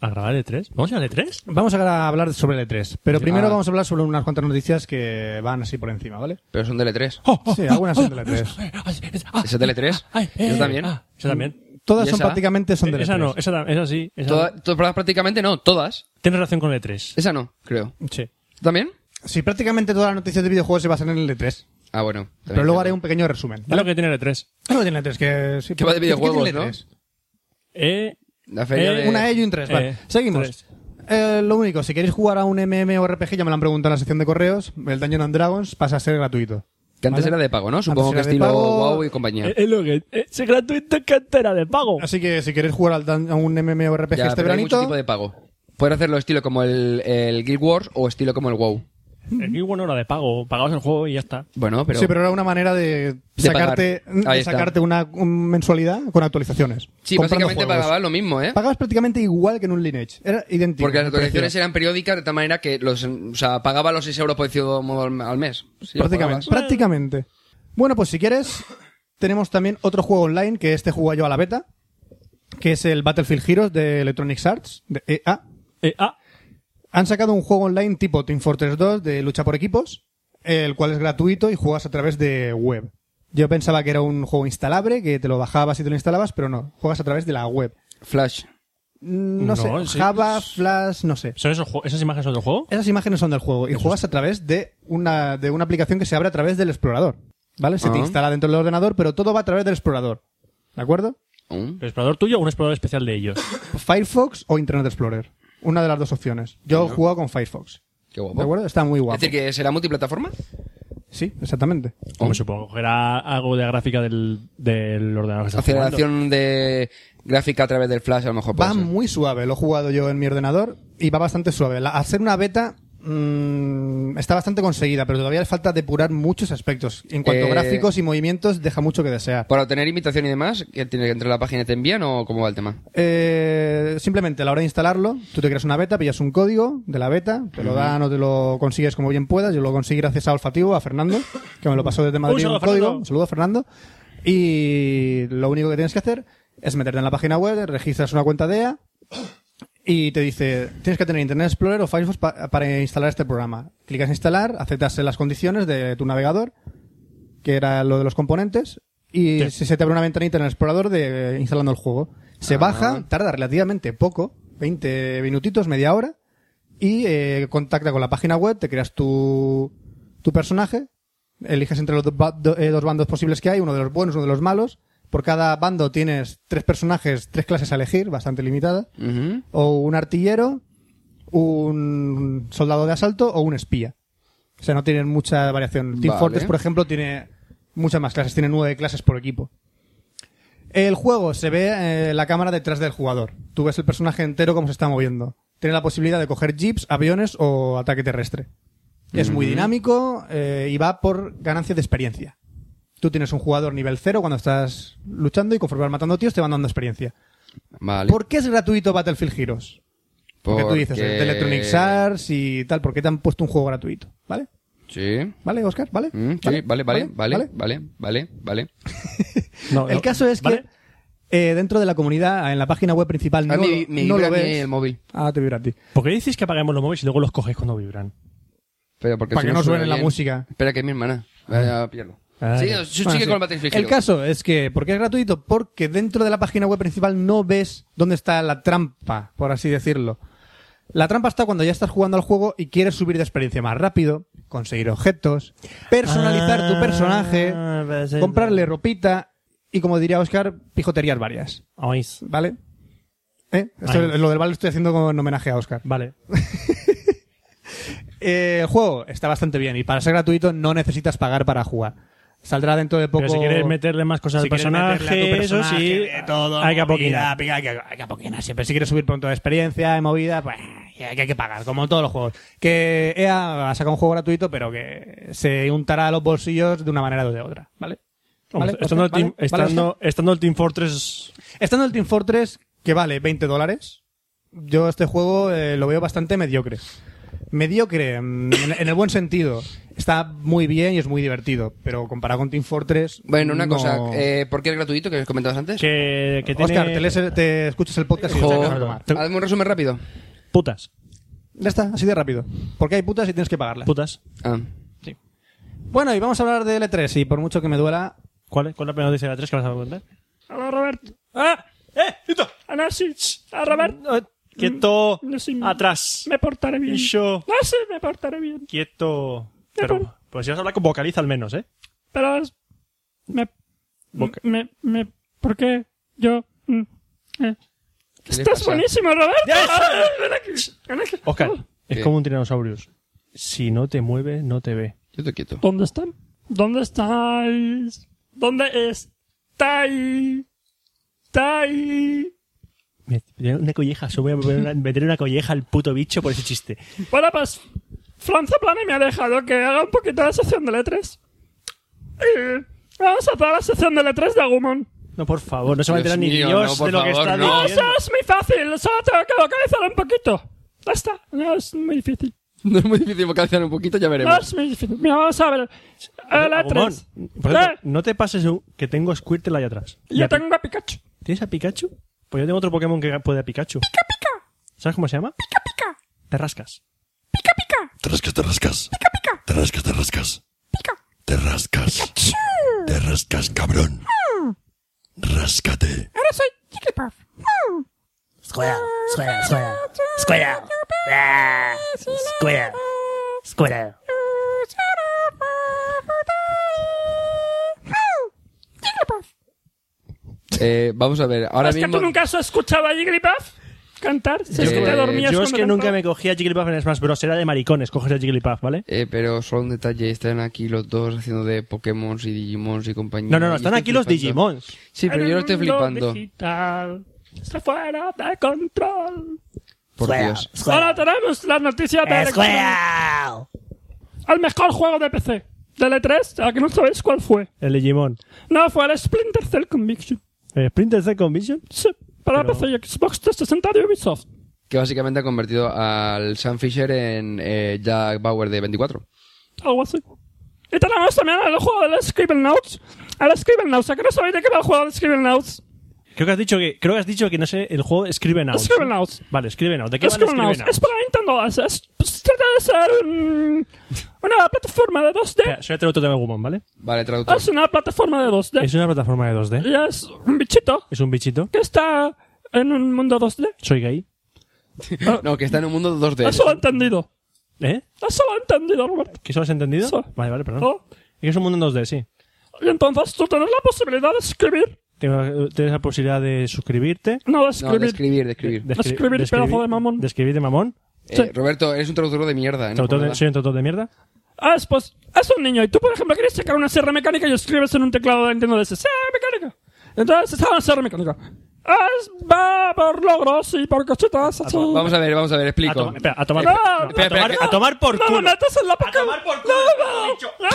S2: ¿A grabar el E3? ¿Vamos a ir al E E3?
S3: Vamos a hablar sobre el E3. Pero primero
S4: Ah.
S3: vamos a hablar sobre unas cuantas noticias que van así por encima, ¿vale?
S4: Pero son del E3.
S2: Oh,
S3: sí, algunas son del E E3.
S2: ah,
S4: ¿Ese del E3? Yo también.
S2: Esa eh, ah, también.
S3: Todas
S4: ¿Y
S3: son
S4: esa?
S3: prácticamente son del E
S2: Esa
S3: E3.
S2: no, esa, tam- esa sí. Esa
S4: Toda- to- prácticamente no, todas.
S2: Tiene relación con el E E3.
S4: Esa no, creo.
S2: Sí.
S4: ¿Tú también?
S3: Sí, prácticamente todas las noticias de videojuegos se basan en el E3.
S4: Ah, bueno. también
S3: Pero luego
S4: creo.
S3: haré un pequeño resumen.
S2: Es lo que tiene el E E3.
S3: Algo tiene el E3 E que... sí,
S4: Que va de
S3: ¿qué- qué tiene
S4: videojuegos,
S3: el
S4: ¿no?
S3: E3?
S2: Eh,
S4: La feria
S2: Eh,
S4: de...
S3: Una E y un 3, vale.
S2: Eh,
S3: Seguimos.
S2: tres.
S3: Eh, lo único, si queréis jugar a un MMORPG, ya me lo han preguntado en la sección de correos, el Dungeon and Dragons pasa a ser gratuito.
S4: Que antes
S3: ¿Vale?
S4: era de pago, ¿no? Supongo que
S3: era de
S4: estilo
S3: pago.
S4: WoW y compañía.
S2: eh, es lo que. Es gratuito que antes era de pago.
S3: Así que si queréis jugar al dun- a un MMORPG
S4: Ya,
S3: este
S4: pero hay mucho
S3: veranito,
S4: tipo de pago. Puedes hacerlo estilo como el, el Guild Wars o estilo como el WoW.
S2: El Gear One no era de pago. Pagabas el juego y ya está.
S4: Bueno, pero...
S3: sí, pero era una manera de, sacarte,
S4: pagar. Ahí
S3: de
S4: está.
S3: sacarte una un mensualidad con actualizaciones.
S4: Sí,
S3: comprando
S4: básicamente
S3: juegos.
S4: pagabas lo mismo, ¿eh?
S3: Pagabas prácticamente igual que en un Lineage. Era idéntico.
S4: Porque las
S3: el precio.
S4: actualizaciones eran periódicas de tal manera que los, o sea, pagaba los 6 euros por cierto modo al- al mes. Sí, lo
S3: prácticamente,
S4: pagabas.
S3: prácticamente. Bueno, pues si quieres, tenemos también otro juego online que este juego yo a la beta, que es el Battlefield Heroes de Electronic Arts, de EA.
S2: Eh, ah,
S3: E Han sacado un juego online tipo Team Fortress 2 de lucha por equipos, el cual es gratuito y juegas a través de web. Yo pensaba que era un juego instalable, que te lo bajabas y te lo instalabas, pero no, juegas a través de la web.
S4: Flash.
S3: No,
S2: No,
S3: sé,
S2: sí.
S3: Java, Flash, no sé.
S2: ¿Son esos, ju- esas imágenes son del juego?
S3: Esas imágenes son del juego y juegas a través de una, de una aplicación que se abre a través del explorador. ¿Vale? Se te
S4: Ah.
S3: instala dentro del ordenador, pero todo va a través del explorador. ¿De acuerdo?
S4: Oh,
S9: ¿Un?
S2: ¿El explorador tuyo o un explorador especial de ellos?
S3: Firefox o Internet Explorer. Una de las dos opciones. Yo he jugado con Firefox.
S4: Qué guapo.
S3: ¿De acuerdo? Está muy
S4: Es
S3: guapo.
S4: decir, que será multiplataforma. Oh,
S3: Sí, exactamente.
S2: O me supongo que era algo de la gráfica del, del ordenador que estás jugando.
S4: Aceleración de gráfica a través del flash, a lo mejor. puede
S3: Va
S4: ser.
S3: muy suave, lo he jugado yo en mi ordenador y va bastante suave. La- al ser una beta mm, está bastante conseguida, pero todavía le falta depurar muchos aspectos. En cuanto a
S4: Eh,
S3: gráficos y movimientos, deja mucho que desear.
S4: Para obtener imitación y demás, que tienes que entrar a la página y te envían o cómo va el tema.
S3: Eh, simplemente a la hora de instalarlo, tú te creas una beta, pillas un código de la beta, te lo dan o te lo consigues como bien puedas. Yo lo conseguí gracias a Olfativo, a Fernando, que me lo pasó desde Madrid
S2: Un
S3: un,
S2: saludo,
S3: código.
S2: Fernando.
S3: Un saludo a Fernando. Y lo único que tienes que hacer es meterte en la página web, registras una cuenta DEA y te dice, tienes que tener Internet Explorer o Firefox pa- para instalar este programa. Clicas en instalar, aceptas las condiciones de tu navegador, que era lo de los componentes, y
S2: Sí.
S3: se- se te abre una ventanita en el explorador de instalando el juego. Se baja, tarda relativamente poco, 20 minutitos, media hora, y eh, contacta con la página web, te creas tu, tu personaje, eliges entre los dos, ba- do- eh, dos bandos posibles que hay, uno de los buenos, uno de los malos. Por cada bando tienes tres personajes, tres clases a elegir, bastante limitada
S4: Ujú.
S3: o un artillero, un soldado de asalto o un espía. O sea, no tienen mucha variación. Team
S4: Vale.
S3: Fortress, por ejemplo, tiene muchas más clases, tiene nueve clases por equipo. El juego se ve eh, la cámara detrás del jugador. Tú ves el personaje entero cómo se está moviendo. Tiene la posibilidad de coger jeeps, aviones o ataque terrestre. Es muy dinámico eh, y va por ganancia de experiencia. Tú tienes un jugador nivel cero cuando estás luchando y conforme vas matando tíos te van dando experiencia.
S4: Vale.
S3: ¿Por qué es gratuito Battlefield Heroes? Porque tú dices, eh,
S4: Porque-
S3: de Electronic Arts y tal, ¿por qué te han puesto un juego gratuito? ¿Vale?
S4: Sí.
S3: ¿Vale, Oscar? ¿Vale?
S4: Mm, sí, vale, vale, vale, vale, vale, vale.
S2: No,
S3: El
S2: no,
S3: caso es
S2: ¿vale?
S3: que eh, dentro de la comunidad, en la página web principal,
S4: A
S3: no,
S4: mí me
S3: no
S4: vibra
S3: lo
S4: a mí
S3: ves.
S4: el móvil.
S3: Ah, te vibra a ti.
S2: ¿Por qué dices que apaguemos los móviles y luego los coges cuando vibran?
S4: Pero porque
S3: Para
S4: si
S3: que no suene
S4: suena
S3: la
S4: bien.
S3: música.
S4: Espera, que es mi hermana. Voy a pillarlo.
S2: Ah,
S4: Sí,
S2: ya.
S4: sí,
S3: Bueno,
S4: sigue
S3: sí.
S4: con el Battlefield
S3: El
S4: Hero.
S3: caso es que, ¿por qué es gratuito? Porque dentro de la página web principal no ves dónde está la trampa, por así decirlo. La trampa está cuando ya estás jugando al juego y quieres subir de experiencia más rápido, conseguir objetos, personalizar tu
S2: Ah,
S3: personaje,
S2: pues, eh,
S3: comprarle ropita y, como diría Oscar, pijoterías varias.
S2: ¿Oís?
S3: ¿Vale? ¿Eh? Esto-
S2: Ay.
S3: lo del vale lo estoy haciendo como en homenaje a Oscar.
S2: Vale.
S3: Eh, el juego está bastante bien y para ser gratuito no necesitas pagar para jugar. Saldrá dentro de poco.
S2: Pero si quieres meterle más cosas
S3: Si
S2: al
S3: quieres meterle a tu
S2: personaje, eso
S3: personaje,
S2: sí,
S3: de todo,
S2: hay que
S3: movida,
S2: apoquinar.
S3: pica, hay que- hay que apoquinar siempre. Si quieres subir pronto de experiencia, de movida, pues hay que hay que pagar, como en todos los juegos. Que EA ha sacado un juego gratuito, pero que se untará a los bolsillos de una manera o de otra, ¿vale?
S2: Vamos,
S3: ¿Vale?
S2: Estando el
S3: ¿Vale?
S2: Team-
S3: ¿Vale?
S2: estando- estando el Team Fortress
S3: Estando el Team Fortress, que vale 20 dólares, yo este juego eh, lo veo bastante mediocre. Mediocre, mm, en, en el buen sentido. Está muy bien y es muy divertido, pero comparado con Team Fortress...
S4: Bueno, una
S3: no.
S4: cosa. Eh, ¿Por qué es gratuito que comentabas antes?
S2: que, que tiene...
S3: Oscar, te, lees el- te escuchas el podcast y
S4: Jo-
S3: te sacas a tomar.
S2: te-
S4: Hazme un resumen rápido.
S2: Putas,
S3: Ya está, así de rápido. Porque hay putas y tienes que pagarlas.
S2: putas.
S4: Ah.
S3: Bueno, y vamos a hablar de L3, y por mucho que me duela...
S2: ¿Cuál es, cuál es la primera noticia de la 3 que vas a contar? ¡Hola, Roberto! ¡Ah! ¡Eh! ¡Tito! ¡A
S10: Ah,
S2: Roberto! ¡Quieto!
S10: Mm,
S2: ¡Atrás! Me portaré bien. yo...
S10: Ah.
S2: No sé, me portaré bien. ¡Quieto! Pero, pues si vas a hablar con vocaliza al menos, ¿eh?
S10: Pero es- me,
S2: Boca.
S10: me, me, ¿por qué? Yo, mm, eh.
S4: le
S10: estás
S4: pasa?
S10: buenísimo, Roberto.
S2: Oscar, es
S4: ¿Qué?
S2: como un tiranosaurus. Si no te mueves, no te ve.
S9: Yo te quieto.
S10: ¿Dónde están? ¿Dónde estáis? ¿Dónde estáis? ¿Estáis?
S2: Me- me da Una colleja, solo voy a poner una- meter una colleja al puto bicho por ese chiste.
S10: Bueno, pues Franza Plana me ha dejado que haga un poquito de sección de letras. Y vamos a hacer la sección de letras de Agumon.
S2: No, por favor, no se va a
S4: Dios
S2: enterar ni
S4: mío,
S2: Dios
S4: no,
S2: de
S4: por
S2: lo que
S4: favor,
S2: está
S4: no.
S10: Eso
S2: diciendo.
S10: es muy fácil, solo tengo que localizar un poquito. Ya está, no es muy difícil.
S4: No es muy difícil vocalizar un poquito, ya
S10: No
S4: veremos.
S10: es muy difícil. Mira, vamos a ver. El
S2: Agumon,
S10: E3.
S2: por cierto,
S10: Eh,
S2: no te pases un- que tengo a Squirtle ahí atrás. Y
S10: Yo
S2: a Pi-
S10: tengo a Pikachu.
S2: ¿Tienes a Pikachu? Pues yo tengo otro Pokémon que puede a Pikachu.
S10: ¡Pica, pica!
S2: ¿Sabes cómo se llama?
S10: ¡Pica, pica!
S2: te rascas.
S11: Te rascas, te rascas. Pica, pica. Te rascas, te rascas. Pica. Te rascas. Te rascas, cabrón. Ráscate.
S10: Ahora soy Jigglypuff.
S8: Squirrel, squirrel, squirrel. Squirrel. Ah, Squirrel. Squirrel.
S4: Eh, vamos a ver, ahora
S10: ¿Es que
S4: mismo...
S10: tú nunca has escuchado a Jigglypuff cantar? Si es
S4: Yo-
S10: que te
S4: eh,
S10: dormías
S2: Yo es
S10: cuando
S2: que nunca
S10: cantaba.
S2: me cogía Jigglypuff en Smash Bros. Era de maricones, coges a Jigglypuff, ¿vale?
S4: Eh, pero solo un detalle, están aquí los dos haciendo de Pokémon y Digimon y compañía.
S2: No, no, no,
S4: Yo
S2: están
S4: estoy
S2: aquí los
S4: flipando.
S2: Digimons.
S4: Sí, pero
S10: En
S4: yo
S10: un
S4: lo estoy
S10: mundo
S4: flipando.
S10: digital. Está fuera de control.
S4: Por Dios.
S10: Ahora tenemos las noticias de Electronic
S8: Squirrel.
S10: Al mejor juego de PC. Del E3, a que no sabéis cuál fue.
S2: El Digimon.
S10: No, fue el Splinter Cell Conviction.
S2: Eh, Splinter Cell Conviction.
S10: Sí, para
S2: Pero-
S10: PC y Xbox 360 de Ubisoft.
S4: Que básicamente ha convertido al Sam Fisher en eh, Jack Bauer de 24.
S10: Algo así. Y tenemos también el juego del Scribble Notes. El Scribble Notes. ¿A que no sabéis de qué va el juego del Scribble Notes?
S2: Creo que has dicho que, creo que has dicho que no sé, el juego escriben out.
S10: Scribble Notes.
S2: Vale, escriben out. ¿De qué va el
S10: Scribble Notes.
S2: Scribblenauts?
S10: Es para Nintendo. Es, es, se trata de ser un- una plataforma de 2D.
S2: Espera, soy otro tema de Gumon, ¿vale?
S4: Vale,
S2: Ah,
S4: traductor.
S10: Es una plataforma de 2D.
S2: Es una plataforma de 2D.
S10: Y es un bichito
S2: Es un bichito.
S10: que está en un mundo 2D.
S2: Soy gay. ah.
S4: No, que está en un mundo de 2D.
S10: Eso lo he entendido.
S2: ¿Eh?
S10: Eso lo he entendido, Roberto.
S2: ¿Que eso lo has entendido?
S10: Sí.
S2: Vale, vale, perdón.
S10: ¿No?
S2: Es que es un mundo en 2D, sí.
S10: Y entonces tú tienes la posibilidad de escribir.
S2: Tengo- Tienes la posibilidad de suscribirte.
S10: No, de
S4: No,
S10: escribir.
S4: de escribir, de escribir.
S2: de escri-
S10: Escribir,
S2: de
S10: pedazo de mamón.
S2: De escribir de mamón.
S4: Eh,
S10: sí.
S4: Roberto, eres un traductor de mierda. ¿eh?
S10: pues
S4: No,
S2: Traductor
S4: por
S2: de-
S4: nada.
S2: soy un traductor de mierda.
S10: Ah, es, pues, es un niño y tú, por ejemplo, quieres sacar una sierra mecánica y escribes en un teclado de Nintendo DS. ¡Sierra mecánica! Entonces está la sierra mecánica. Ah, Es, va por logros y por cochetas. así.
S4: Vamos a ver, vamos a ver,
S2: A,
S4: explico.
S2: tomar- Ah, espera, a tomar,
S10: No,
S2: no,
S10: no,
S2: a
S10: espera,
S2: tomar-
S4: espera,
S2: a tomar por
S10: No
S2: culo.
S10: me metas en la boca.
S2: tomar por culo,
S10: No,
S2: has
S10: no.
S2: dicho.
S10: No.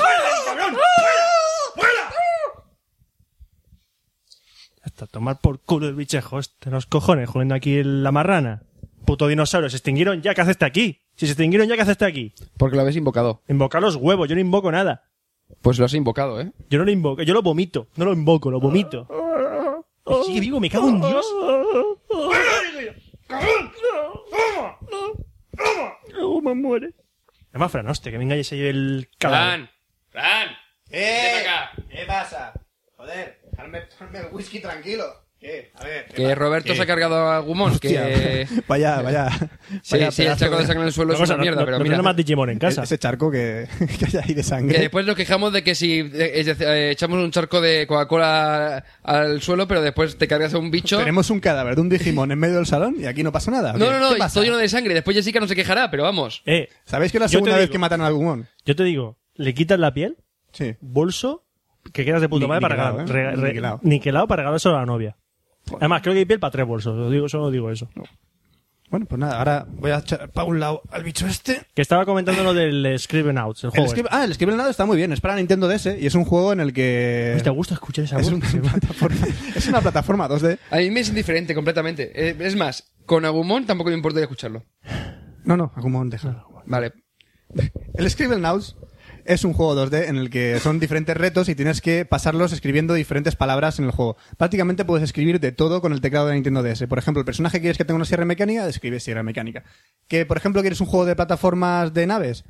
S2: Hasta tomar por culo el bichejo. Te los cojones, jugando aquí el- la marrana. Puto dinosaurio, se extinguieron ya. ¿Qué haces aquí? Si se extinguieron ya, ¿qué haces aquí?
S4: Porque lo habéis invocado.
S2: Invocar los huevos, yo no invoco nada.
S4: Pues lo has invocado, ¿eh?
S2: Yo no lo invoco, yo lo vomito. No lo invoco, lo vomito. Y Sigue vivo, me cago en Dios.
S10: Oh, me muere.
S2: Además, Fran, hostia, que venga y se lleve el cabrón.
S4: ¡Fran! ¡Fran!
S3: ¡Eh!
S4: acá.
S3: ¿Qué pasa? Joder, dejadme tomarme el whisky tranquilo. ¿Qué? A ver.
S4: Que Roberto se ha cargado a Gumon, que...
S3: Vaya, vaya.
S4: Sí,
S3: vaya
S4: sí, el
S3: pedazo
S4: chaco de
S3: de-
S4: sangre en el suelo es
S2: Una cosa,
S4: una
S2: no-
S4: mierda,
S2: no-
S4: pero
S2: no
S4: mira.
S2: tenemos más Digimon en casa.
S3: Ese charco que, que hay ahí de
S4: Que
S3: sangre.
S4: después nos quejamos de que si eh, eh, echamos un charco de Coca-Cola al suelo, pero después te cargas a un bicho.
S3: Tenemos un cadáver de un Digimon en medio del salón y aquí no pasa nada. ¿o
S4: No,
S3: qué?
S4: no,
S3: ¿Qué
S4: no,
S3: pasa?
S4: estoy lleno de sangre. Después Jessica no se quejará, pero vamos.
S2: Eh,
S3: ¿Sabéis que es la
S2: Yo te
S3: segunda vez
S2: digo.
S3: que matan a algún
S2: yo te digo, le quitas la piel,
S3: Sí.
S2: bolso, que quedas de puta
S3: Ni-
S2: madre para
S3: niquelado,
S2: regalar.
S3: ¿eh?
S2: rega- re-
S3: Niquelado.
S2: niquelado para regalar eso a la novia. Además, creo que hay piel para tres bolsos. Os digo, solo digo eso.
S3: Bueno, pues nada, ahora voy a echar para un lado al bicho este.
S2: Que estaba comentando lo del Scriven Out, el
S3: El
S2: juego. este.
S3: Scrib- ah, el Scribble Nado está muy bien, es para Nintendo DS y es un juego en el que.
S2: Pues te gusta escuchar esa voz.
S3: es una, plataforma, es una plataforma 2D.
S4: A mí me es indiferente completamente. Eh, Es más, con Agumon tampoco me importa escucharlo.
S3: No, no, Agumon, déjalo.
S4: Vale.
S3: El Scribble Nows es un juego 2D en el que son diferentes retos y tienes que pasarlos escribiendo diferentes palabras en el juego. Prácticamente puedes escribir de todo con el teclado de Nintendo DS. Por ejemplo, el personaje que quieres que tenga una sierra mecánica, escribes sierra mecánica. Que, por ejemplo, quieres un juego de plataformas de naves.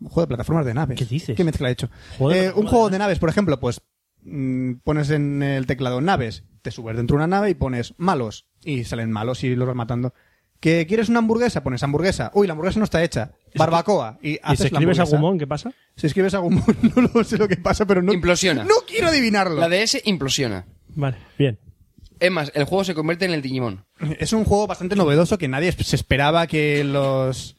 S3: Un juego de plataformas de naves.
S2: ¿Qué dices?
S3: ¿Qué mezcla he hecho?
S2: Juego de
S3: Eh, un
S2: plataformas
S3: juego
S2: de
S3: de naves, por ejemplo, pues mm, pones en el teclado naves, te subes dentro de una nave y pones malos. Y salen malos y los vas matando. ¿Que quieres una hamburguesa? Pones hamburguesa. Uy, la hamburguesa no está hecha. Barbacoa. Y
S2: Y si
S3: haces la
S2: escribes a
S3: hamburguesa.
S2: Gumon, ¿qué pasa?
S3: Si escribes a Gumon, no lo sé lo que pasa, pero no.
S4: Implosiona.
S3: No quiero adivinarlo.
S4: La DS implosiona.
S2: Vale, bien.
S4: Es más, el juego se convierte en el Digimon.
S3: Es un juego bastante novedoso que nadie se esperaba que los.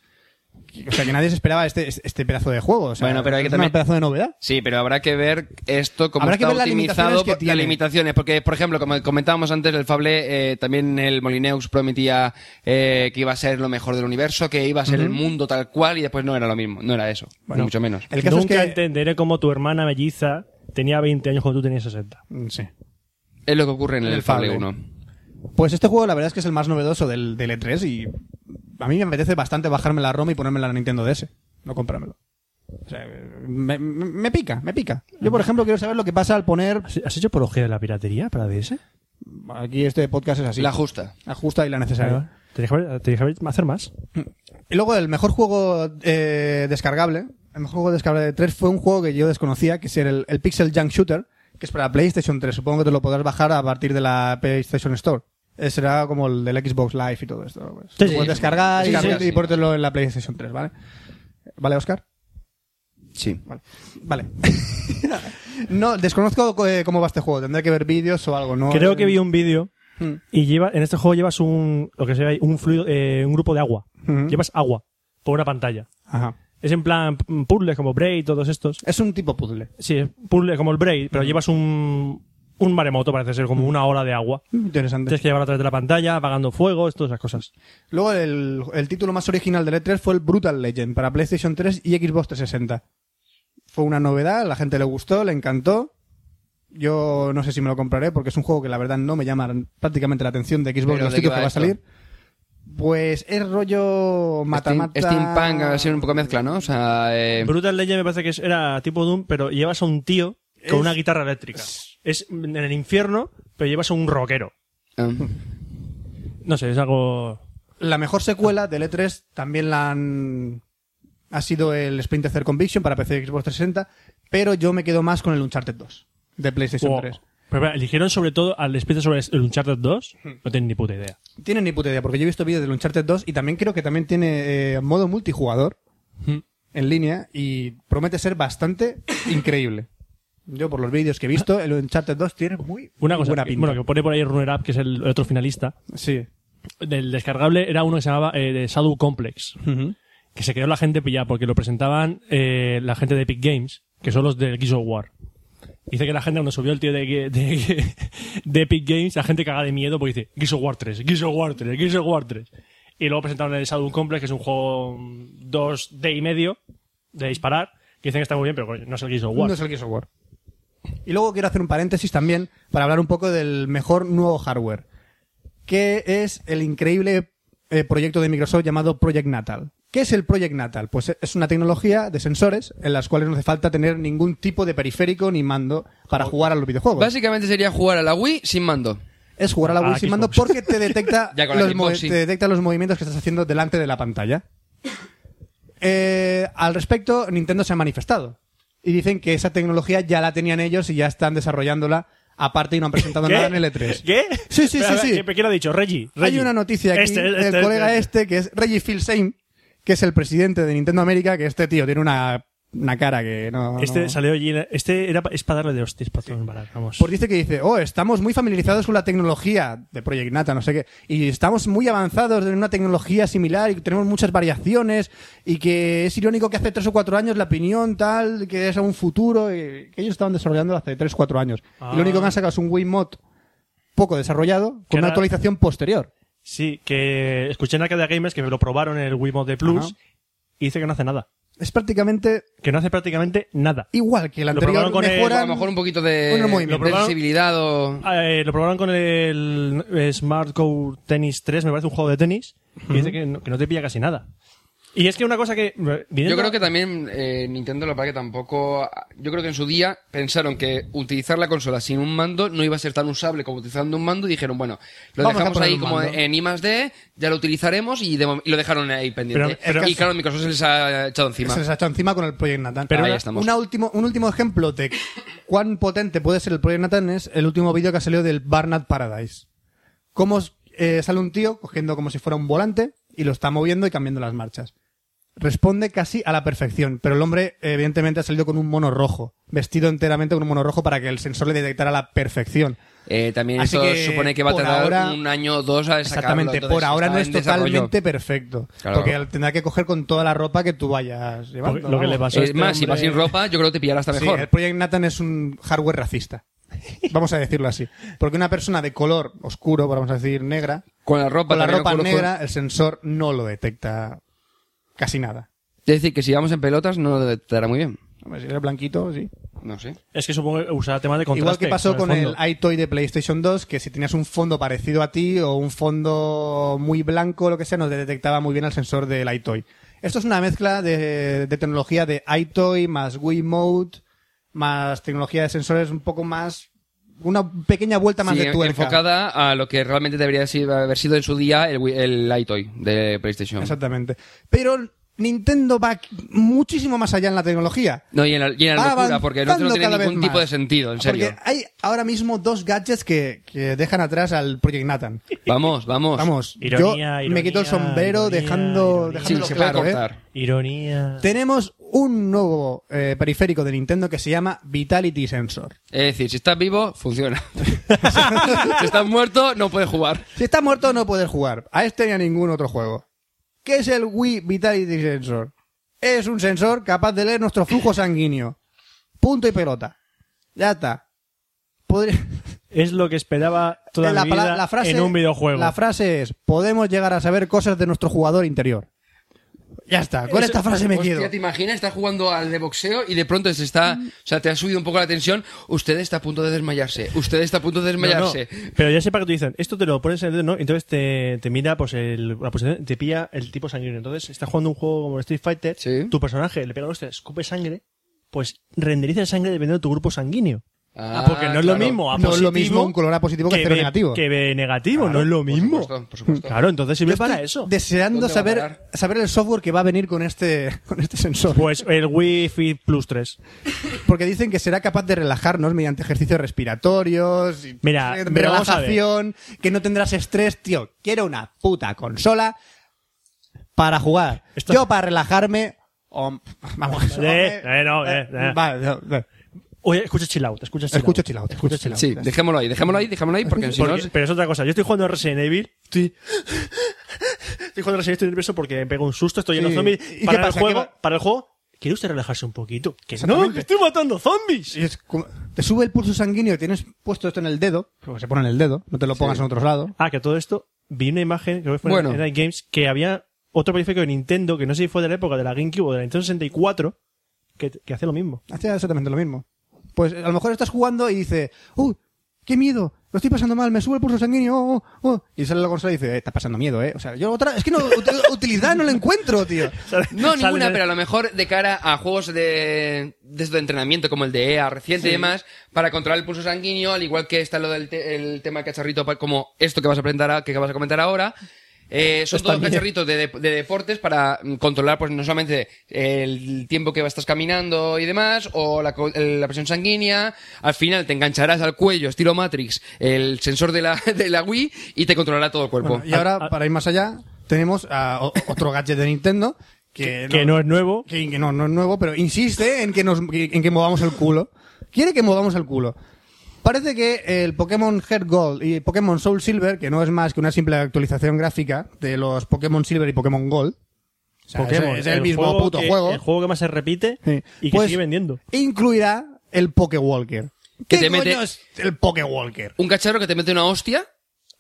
S3: O sea, que nadie se esperaba este, este pedazo de juego. O sea,
S4: Bueno, pero hay que
S3: es
S4: también-
S3: un pedazo de novedad.
S4: Sí, pero habrá que ver esto como
S3: Habrá que
S4: está
S3: ver las
S4: optimizado
S3: limitaciones que
S4: por-
S3: tiene.
S4: las limitaciones, porque por ejemplo, como comentábamos antes, el Fable eh, también el Molineux prometía eh, que iba a ser lo mejor del universo, que iba a ser el mundo tal cual y después no era lo mismo, no era eso, ni mucho menos.
S3: El caso
S2: Nunca
S3: es que.
S2: entenderé cómo tu hermana melliza tenía 20 años cuando tú tenías 60.
S3: Mm, Sí.
S4: Es lo que ocurre en el,
S3: El
S4: Fable
S3: Fable.
S4: 1.
S3: Pues este juego la verdad es que es el más novedoso del, del E3 y a mí me apetece bastante bajarme la ROM y ponérmela en la Nintendo DS, no comprármelo. O sea, me, me- me pica, me pica. Yo, por ejemplo, quiero saber lo que pasa al poner...
S2: ¿Has- ¿Has hecho apología de la piratería para DS?
S3: Aquí este podcast es así.
S4: La justa.
S3: La justa y la necesaria.
S2: Tenéis que haber- tenéis que haber- hacer más.
S3: Y luego el mejor juego eh, descargable, el mejor juego descargable de 3 fue un juego que yo desconocía, que es el, el Pixel Junk Shooter, que es para PlayStation 3. Supongo que te lo podrás bajar a partir de la PlayStation Store. Eh, será como el del Xbox Live y todo esto. pues.
S2: Sí,
S3: Lo
S2: sí,
S3: puedes
S2: sí.
S3: descargar y,
S4: Sí, sí,
S3: y
S4: sí.
S3: pórtelo en la PlayStation 3, ¿vale? ¿Vale, Oscar?
S12: Sí.
S3: Vale. no, desconozco eh, cómo va este juego. Tendré que ver vídeos o algo, ¿no?
S2: Creo que vi un vídeo
S3: Mm.
S2: y lleva, en este juego llevas un, lo que se llama un fluido, eh, un grupo de agua.
S3: Ujú.
S2: Llevas agua por una pantalla.
S3: Ajá.
S2: Es en plan mm, puzzles como Braid y todos estos.
S3: Es un tipo puzzle.
S2: Sí, es puzzle como el Braid, pero llevas un, un maremoto, parece ser, como una ola de agua.
S3: Interesante.
S2: Tienes que llevarlo a través de la pantalla, apagando fuegos, todas esas cosas.
S3: Luego el, el título más original del E3 fue el Brutal Legend para PlayStation 3 y Xbox 360. Fue una novedad, la gente le gustó, le encantó. Yo no sé si me lo compraré porque es un juego que la verdad no me llama prácticamente la atención de Xbox
S4: ¿Pero
S3: de los
S4: de qué
S3: títulos
S4: va
S3: que va a
S4: esto?
S3: salir. Pues es rollo mata-mata.
S4: Steampunk, va a ser un poco mezcla, ¿no? O sea, eh,
S2: Brutal Legend me parece que es- era tipo Doom, pero llevas a un tío con
S3: Es-
S2: una guitarra eléctrica. Es en el infierno, pero llevas a un rockero.
S4: eh,
S2: No sé, es algo...
S3: La mejor secuela del E3 también la han... ha sido el Splinter Cell Conviction para PC y Xbox 360, pero yo me quedo más con el Uncharted 2 de PlayStation
S2: Wow.
S3: 3.
S2: Pero, espera, eligieron sobre todo al especie sobre el Uncharted 2.
S3: Hmm.
S2: No tienen ni puta idea.
S3: Tienen ni puta idea, porque yo he visto vídeos del Uncharted 2 y también creo que también tiene eh, modo multijugador
S2: Hmm.
S3: en línea y promete ser bastante increíble. Yo, por los vídeos que he visto, el Uncharted 2 tiene muy
S2: Una cosa,
S3: buena
S2: que-
S3: pinta.
S2: bueno, que pone por ahí Runner Up, que es el otro finalista.
S3: Sí.
S2: Del descargable era uno que se llamaba eh, de Shadow Complex, que se quedó la gente pillada porque lo presentaban eh, la gente de Epic Games, que son los del Gears of War. Dice que la gente cuando subió el tío de, de- de Epic Games, la gente caga de miedo porque dice Gears of War 3, Gears of War 3, Gears of War 3. Y luego presentaron el Shadow Complex, que es un juego 2D y medio de disparar, que dicen que está muy bien, pero coño, no es el Gears of War.
S3: No es el Gears of War. Y luego quiero hacer un paréntesis también para hablar un poco del mejor nuevo hardware, que es el increíble eh, proyecto de Microsoft llamado Project Natal. ¿Qué es el Project Natal? Pues es una tecnología de sensores en las cuales no hace falta tener ningún tipo de periférico ni mando
S2: Pues
S3: para jugar a los videojuegos.
S4: básicamente sería jugar a la Wii sin mando.
S3: es jugar a la
S2: Ah,
S3: Wii sin mando
S2: Xbox.
S3: porque te detecta,
S4: Ya con la
S3: los,
S4: Xbox,
S3: move-
S4: sí.
S3: te detecta los movimientos que estás haciendo delante de la pantalla. Eh, al respecto, Nintendo se ha manifestado y dicen que esa tecnología ya la tenían ellos y ya están desarrollándola aparte y no han presentado nada en el E3.
S2: ¿Qué?
S3: Sí, sí,
S2: Espera,
S3: sí,
S2: espera,
S3: sí.
S2: ¿Quién quién lo ha dicho? Reggie.
S3: Hay
S2: Reggie.
S3: una noticia aquí
S2: Este,
S3: del
S2: este,
S3: colega
S2: este.
S3: este que es Reggie Phil Same, que es el presidente de Nintendo América, que este tío tiene una, una cara que no...
S2: Este
S3: no-
S2: salió allí. Este era, pa- es para darle de hostias para todo embalar, vamos.
S3: Pues dice que dice, oh, estamos muy familiarizados con la tecnología de Project Nata, no sé qué, y estamos muy avanzados en una tecnología similar y tenemos muchas variaciones y que es irónico que hace tres o cuatro años la opinión tal, que es a un futuro, y que ellos estaban desarrollando hace tres o cuatro años. Y
S2: Ah.
S3: lo único que han sacado es un Wiimote poco desarrollado,
S2: Que
S3: con
S2: era-
S3: una actualización posterior.
S2: Sí, que escuché en la de Gamers que lo probaron en el Wiimote de Plus
S3: Ajá.
S2: y dice que no hace nada.
S3: Es prácticamente
S2: Que no hace prácticamente nada.
S3: igual que el
S2: Lo
S3: anterior,
S2: probaron con el-
S3: mejoran-
S4: A lo mejor un poquito de,
S3: Bueno, muy bien.
S4: de
S3: Lo probaron- Ah,
S4: sensibilidad o...
S2: Eh, lo probaron con el eh, Smart Go Tennis 3, me parece un juego de tenis, y dice que no, que no te pilla casi nada. Y es que una cosa que. eh,
S4: Yo creo que también eh, Nintendo lo para que tampoco. Yo creo que en su día pensaron que utilizar la consola sin un mando no iba a ser tan usable como utilizando un mando y dijeron, bueno, lo
S3: Vamos a
S4: dejamos
S3: poner
S4: ahí
S3: un
S4: como
S3: mando.
S4: en I más D, ya lo utilizaremos y, de mom- y lo dejaron ahí pendiente.
S2: Pero- pero-
S4: y claro, Microsoft se les ha echado encima.
S3: Se les ha echado encima con el Project Nathan.
S4: Pero
S3: Ahí
S4: una-
S3: estamos. una último, un último ejemplo de cuán potente puede ser el Project Nathan es el último vídeo que ha salido del Barnard Paradise. Cómo eh, sale un tío cogiendo como si fuera un volante y lo está moviendo y cambiando las marchas. Responde casi a la perfección, pero el hombre evidentemente ha salido con un mono rojo, vestido enteramente con un mono rojo para que el sensor le detectara a la perfección.
S4: Eh, también
S3: Así
S4: eso
S3: que,
S4: supone que va a
S3: por
S4: tardar
S3: ahora-
S4: un año o dos a sacarlo.
S3: Exactamente,
S4: Entonces,
S3: por ahora
S4: está
S3: no es
S4: en desarrollo.
S3: totalmente perfecto,
S4: Claro.
S3: porque tendrá que coger con toda la ropa que tú vayas llevando.
S2: lo que le
S3: vamos.
S2: pasó a
S4: Es
S2: este
S4: más, si vas
S2: hombre-
S4: sin ropa, yo creo que te pillará hasta
S3: Sí, eh,
S4: mejor.
S3: el Project Nathan es un hardware racista. Vamos a decirlo así. Porque una persona de color oscuro, vamos a decir negra,
S4: Con la ropa,
S3: con la
S4: también
S3: ropa
S4: oscuro-
S3: negra, el sensor no lo detecta casi nada.
S4: Es decir, que si vamos en pelotas no lo detectará muy bien.
S3: Hombre, Si eres blanquito, sí.
S4: No sé.
S2: Es que supongo que usará tema de contraste.
S3: Igual que pasó con el,
S2: fondo.
S3: iToy de PlayStation 2, que si tenías un fondo parecido a ti o un fondo muy blanco o lo que sea, nos detectaba muy bien el sensor del iToy. Esto es una mezcla de, de tecnología de iToy más Wiimote más tecnología de sensores un poco más una pequeña vuelta más
S4: Sí,
S3: de tuerca.
S4: enfocada a lo que realmente debería ser- haber sido en su día el, Wii- el iToy de PlayStation.
S3: Exactamente. Pero Nintendo va muchísimo más allá en la tecnología.
S4: No, y en la, y en la
S3: Va
S4: locura, porque no, no
S3: avanzando
S4: tiene
S3: cada vez
S4: ningún tipo
S3: más.
S4: de sentido, en serio.
S3: Porque hay ahora mismo dos gadgets que, que dejan atrás al Project Nathan.
S4: Vamos, vamos.
S3: eh, Vamos,
S2: Ironía,
S3: yo
S2: ironía,
S3: me quito el sombrero
S2: ironía,
S3: dejando,
S2: ironía.
S3: dejándolo
S4: Sí, se puede
S3: claro, ¿eh?
S4: cortar.
S2: Ironía.
S3: Tenemos un nuevo eh, periférico de Nintendo que se llama Vitality Sensor.
S4: Es decir, si estás vivo, funciona. si estás muerto, no puedes jugar.
S3: Si estás muerto no puedes jugar. A este ni a ningún otro juego. ¿Qué es el Wii Vitality Sensor? Es un sensor capaz de leer nuestro flujo sanguíneo. Punto y pelota. Ya está. Podría...
S2: Es lo que esperaba toda
S3: Eh, la,
S2: mi
S3: pala-
S2: vida
S3: la frase,
S2: en un videojuego.
S3: La frase es, podemos llegar a saber cosas de nuestro jugador interior. Ya está, con esta frase me
S4: Hostia,
S3: quedo.
S4: ¿te imaginas? Estás jugando al de boxeo y de pronto se está... O sea, te ha subido un poco la tensión. Usted está a punto de desmayarse. Usted está a punto de
S2: No, no,
S4: desmayarse.
S2: Pero ya sepa que te dicen, esto te lo pones en el dedo, ¿no? Entonces te, te mira, pues el, la posición, te pilla el tipo sanguíneo. Entonces estás jugando un juego como el Street Fighter,
S4: Sí.
S2: tu personaje le pega usted, escupe sangre, pues renderiza la sangre dependiendo de tu grupo sanguíneo.
S4: Ah,
S2: porque no es lo
S4: claro.
S2: mismo a
S3: No es
S2: positivo
S3: lo mismo un color A positivo que cero
S2: B-
S3: negativo.
S2: Que B negativo,
S4: Claro,
S2: no es lo
S4: por
S2: mismo.
S4: supuesto, por supuesto.
S2: Claro, entonces sirve
S3: Yo
S2: para
S3: estoy
S2: eso.
S3: Deseando
S4: ¿Dónde va a
S3: saber,
S4: parar?
S3: saber el software que va a venir con este, con este sensor.
S2: Pues el Wii Fit Plus 3.
S3: Porque dicen que será capaz de relajarnos mediante ejercicios respiratorios, y
S2: Mira,
S3: re-
S2: pero vamos a ver.
S3: relajación, que no tendrás estrés. Tío, quiero una puta consola para jugar.
S2: Esto-
S3: Yo para relajarme... o- vamos,
S2: Eh,
S3: hombre,
S2: eh, no, eh, eh.
S3: vale, no, no.
S2: Oye, escucha chill out, escucha chill
S3: Escucho
S2: out.
S3: chill out,
S2: Escucha
S3: escucho
S2: chill out.
S4: Sí, dejémoslo ahí, dejémoslo ahí, dejémoslo ahí, porque si no...
S2: Porque- Pero es otra cosa, yo estoy jugando a Resident Evil, estoy... estoy jugando a Resident Evil, estoy nervioso porque me pego un susto, estoy lleno de
S3: Sí.
S2: zombies.
S3: ¿Y qué
S2: Para el
S3: pasa?
S2: juego,
S3: ¿Qué va?
S2: para el juego, ¿quiere usted relajarse un poquito? Que no,
S3: Exactamente.
S2: que estoy matando zombies.
S3: Y es como- te sube el pulso sanguíneo y tienes puesto esto en el dedo, porque se pone en el dedo, no te lo pongas en otros lados.
S2: Ah, que todo esto, vi una imagen que voy a poner
S4: Bueno.
S2: en Night Games que había otro periférico de Nintendo, que no sé si fue de la época de la GameCube o de la Nintendo 64, que, que hace lo mismo.
S3: Hacía exactamente lo mismo. Pues a lo mejor estás jugando y dice, ¡uh! ¡Qué miedo! Lo estoy pasando mal, me sube el pulso sanguíneo, oh, oh, oh". Y sale la consola y dice, eh, está pasando miedo, ¿eh? O sea, yo otra, es que no, ut- utilidad no la encuentro, tío.
S4: No,
S2: Sale-
S4: ninguna, pero a lo mejor de cara a juegos de, de, esto de entrenamiento como el de EA reciente y demás, para controlar el pulso sanguíneo, al igual que está lo del te- el tema del cacharrito, pa- como esto que vas a, presentar a- que vas a comentar ahora. eh, son todos cacharritos de, de- de deportes para mm, controlar pues no solamente el tiempo que estás caminando y demás o la, co- el- la presión sanguínea al final te engancharás al cuello estilo Matrix el sensor de la, de la Wii y te controlará todo el cuerpo
S3: Bueno, y ahora, para ir más allá, tenemos a o- otro gadget de Nintendo que,
S2: Que no es nuevo.
S3: que, que Eh, no, no es nuevo, pero insiste en que, nos, en que movamos el culo. Quiere que movamos el culo. Parece que el Pokémon Heart Gold y Pokémon Soul Silver, que no es más que una simple actualización gráfica de los Pokémon Silver y Pokémon Gold, o sea,
S2: Pokémon,
S3: es, es el, mismo
S2: juego
S3: puto
S2: que-
S3: juego,
S2: El juego que más se repite
S3: Sí.
S2: y que
S3: Pues,
S2: sigue vendiendo.
S3: incluirá el Pokéwalker. ¿Qué
S4: Que te
S3: coño
S4: mete-
S3: es el Pokéwalker?
S4: un cacharro que te mete una hostia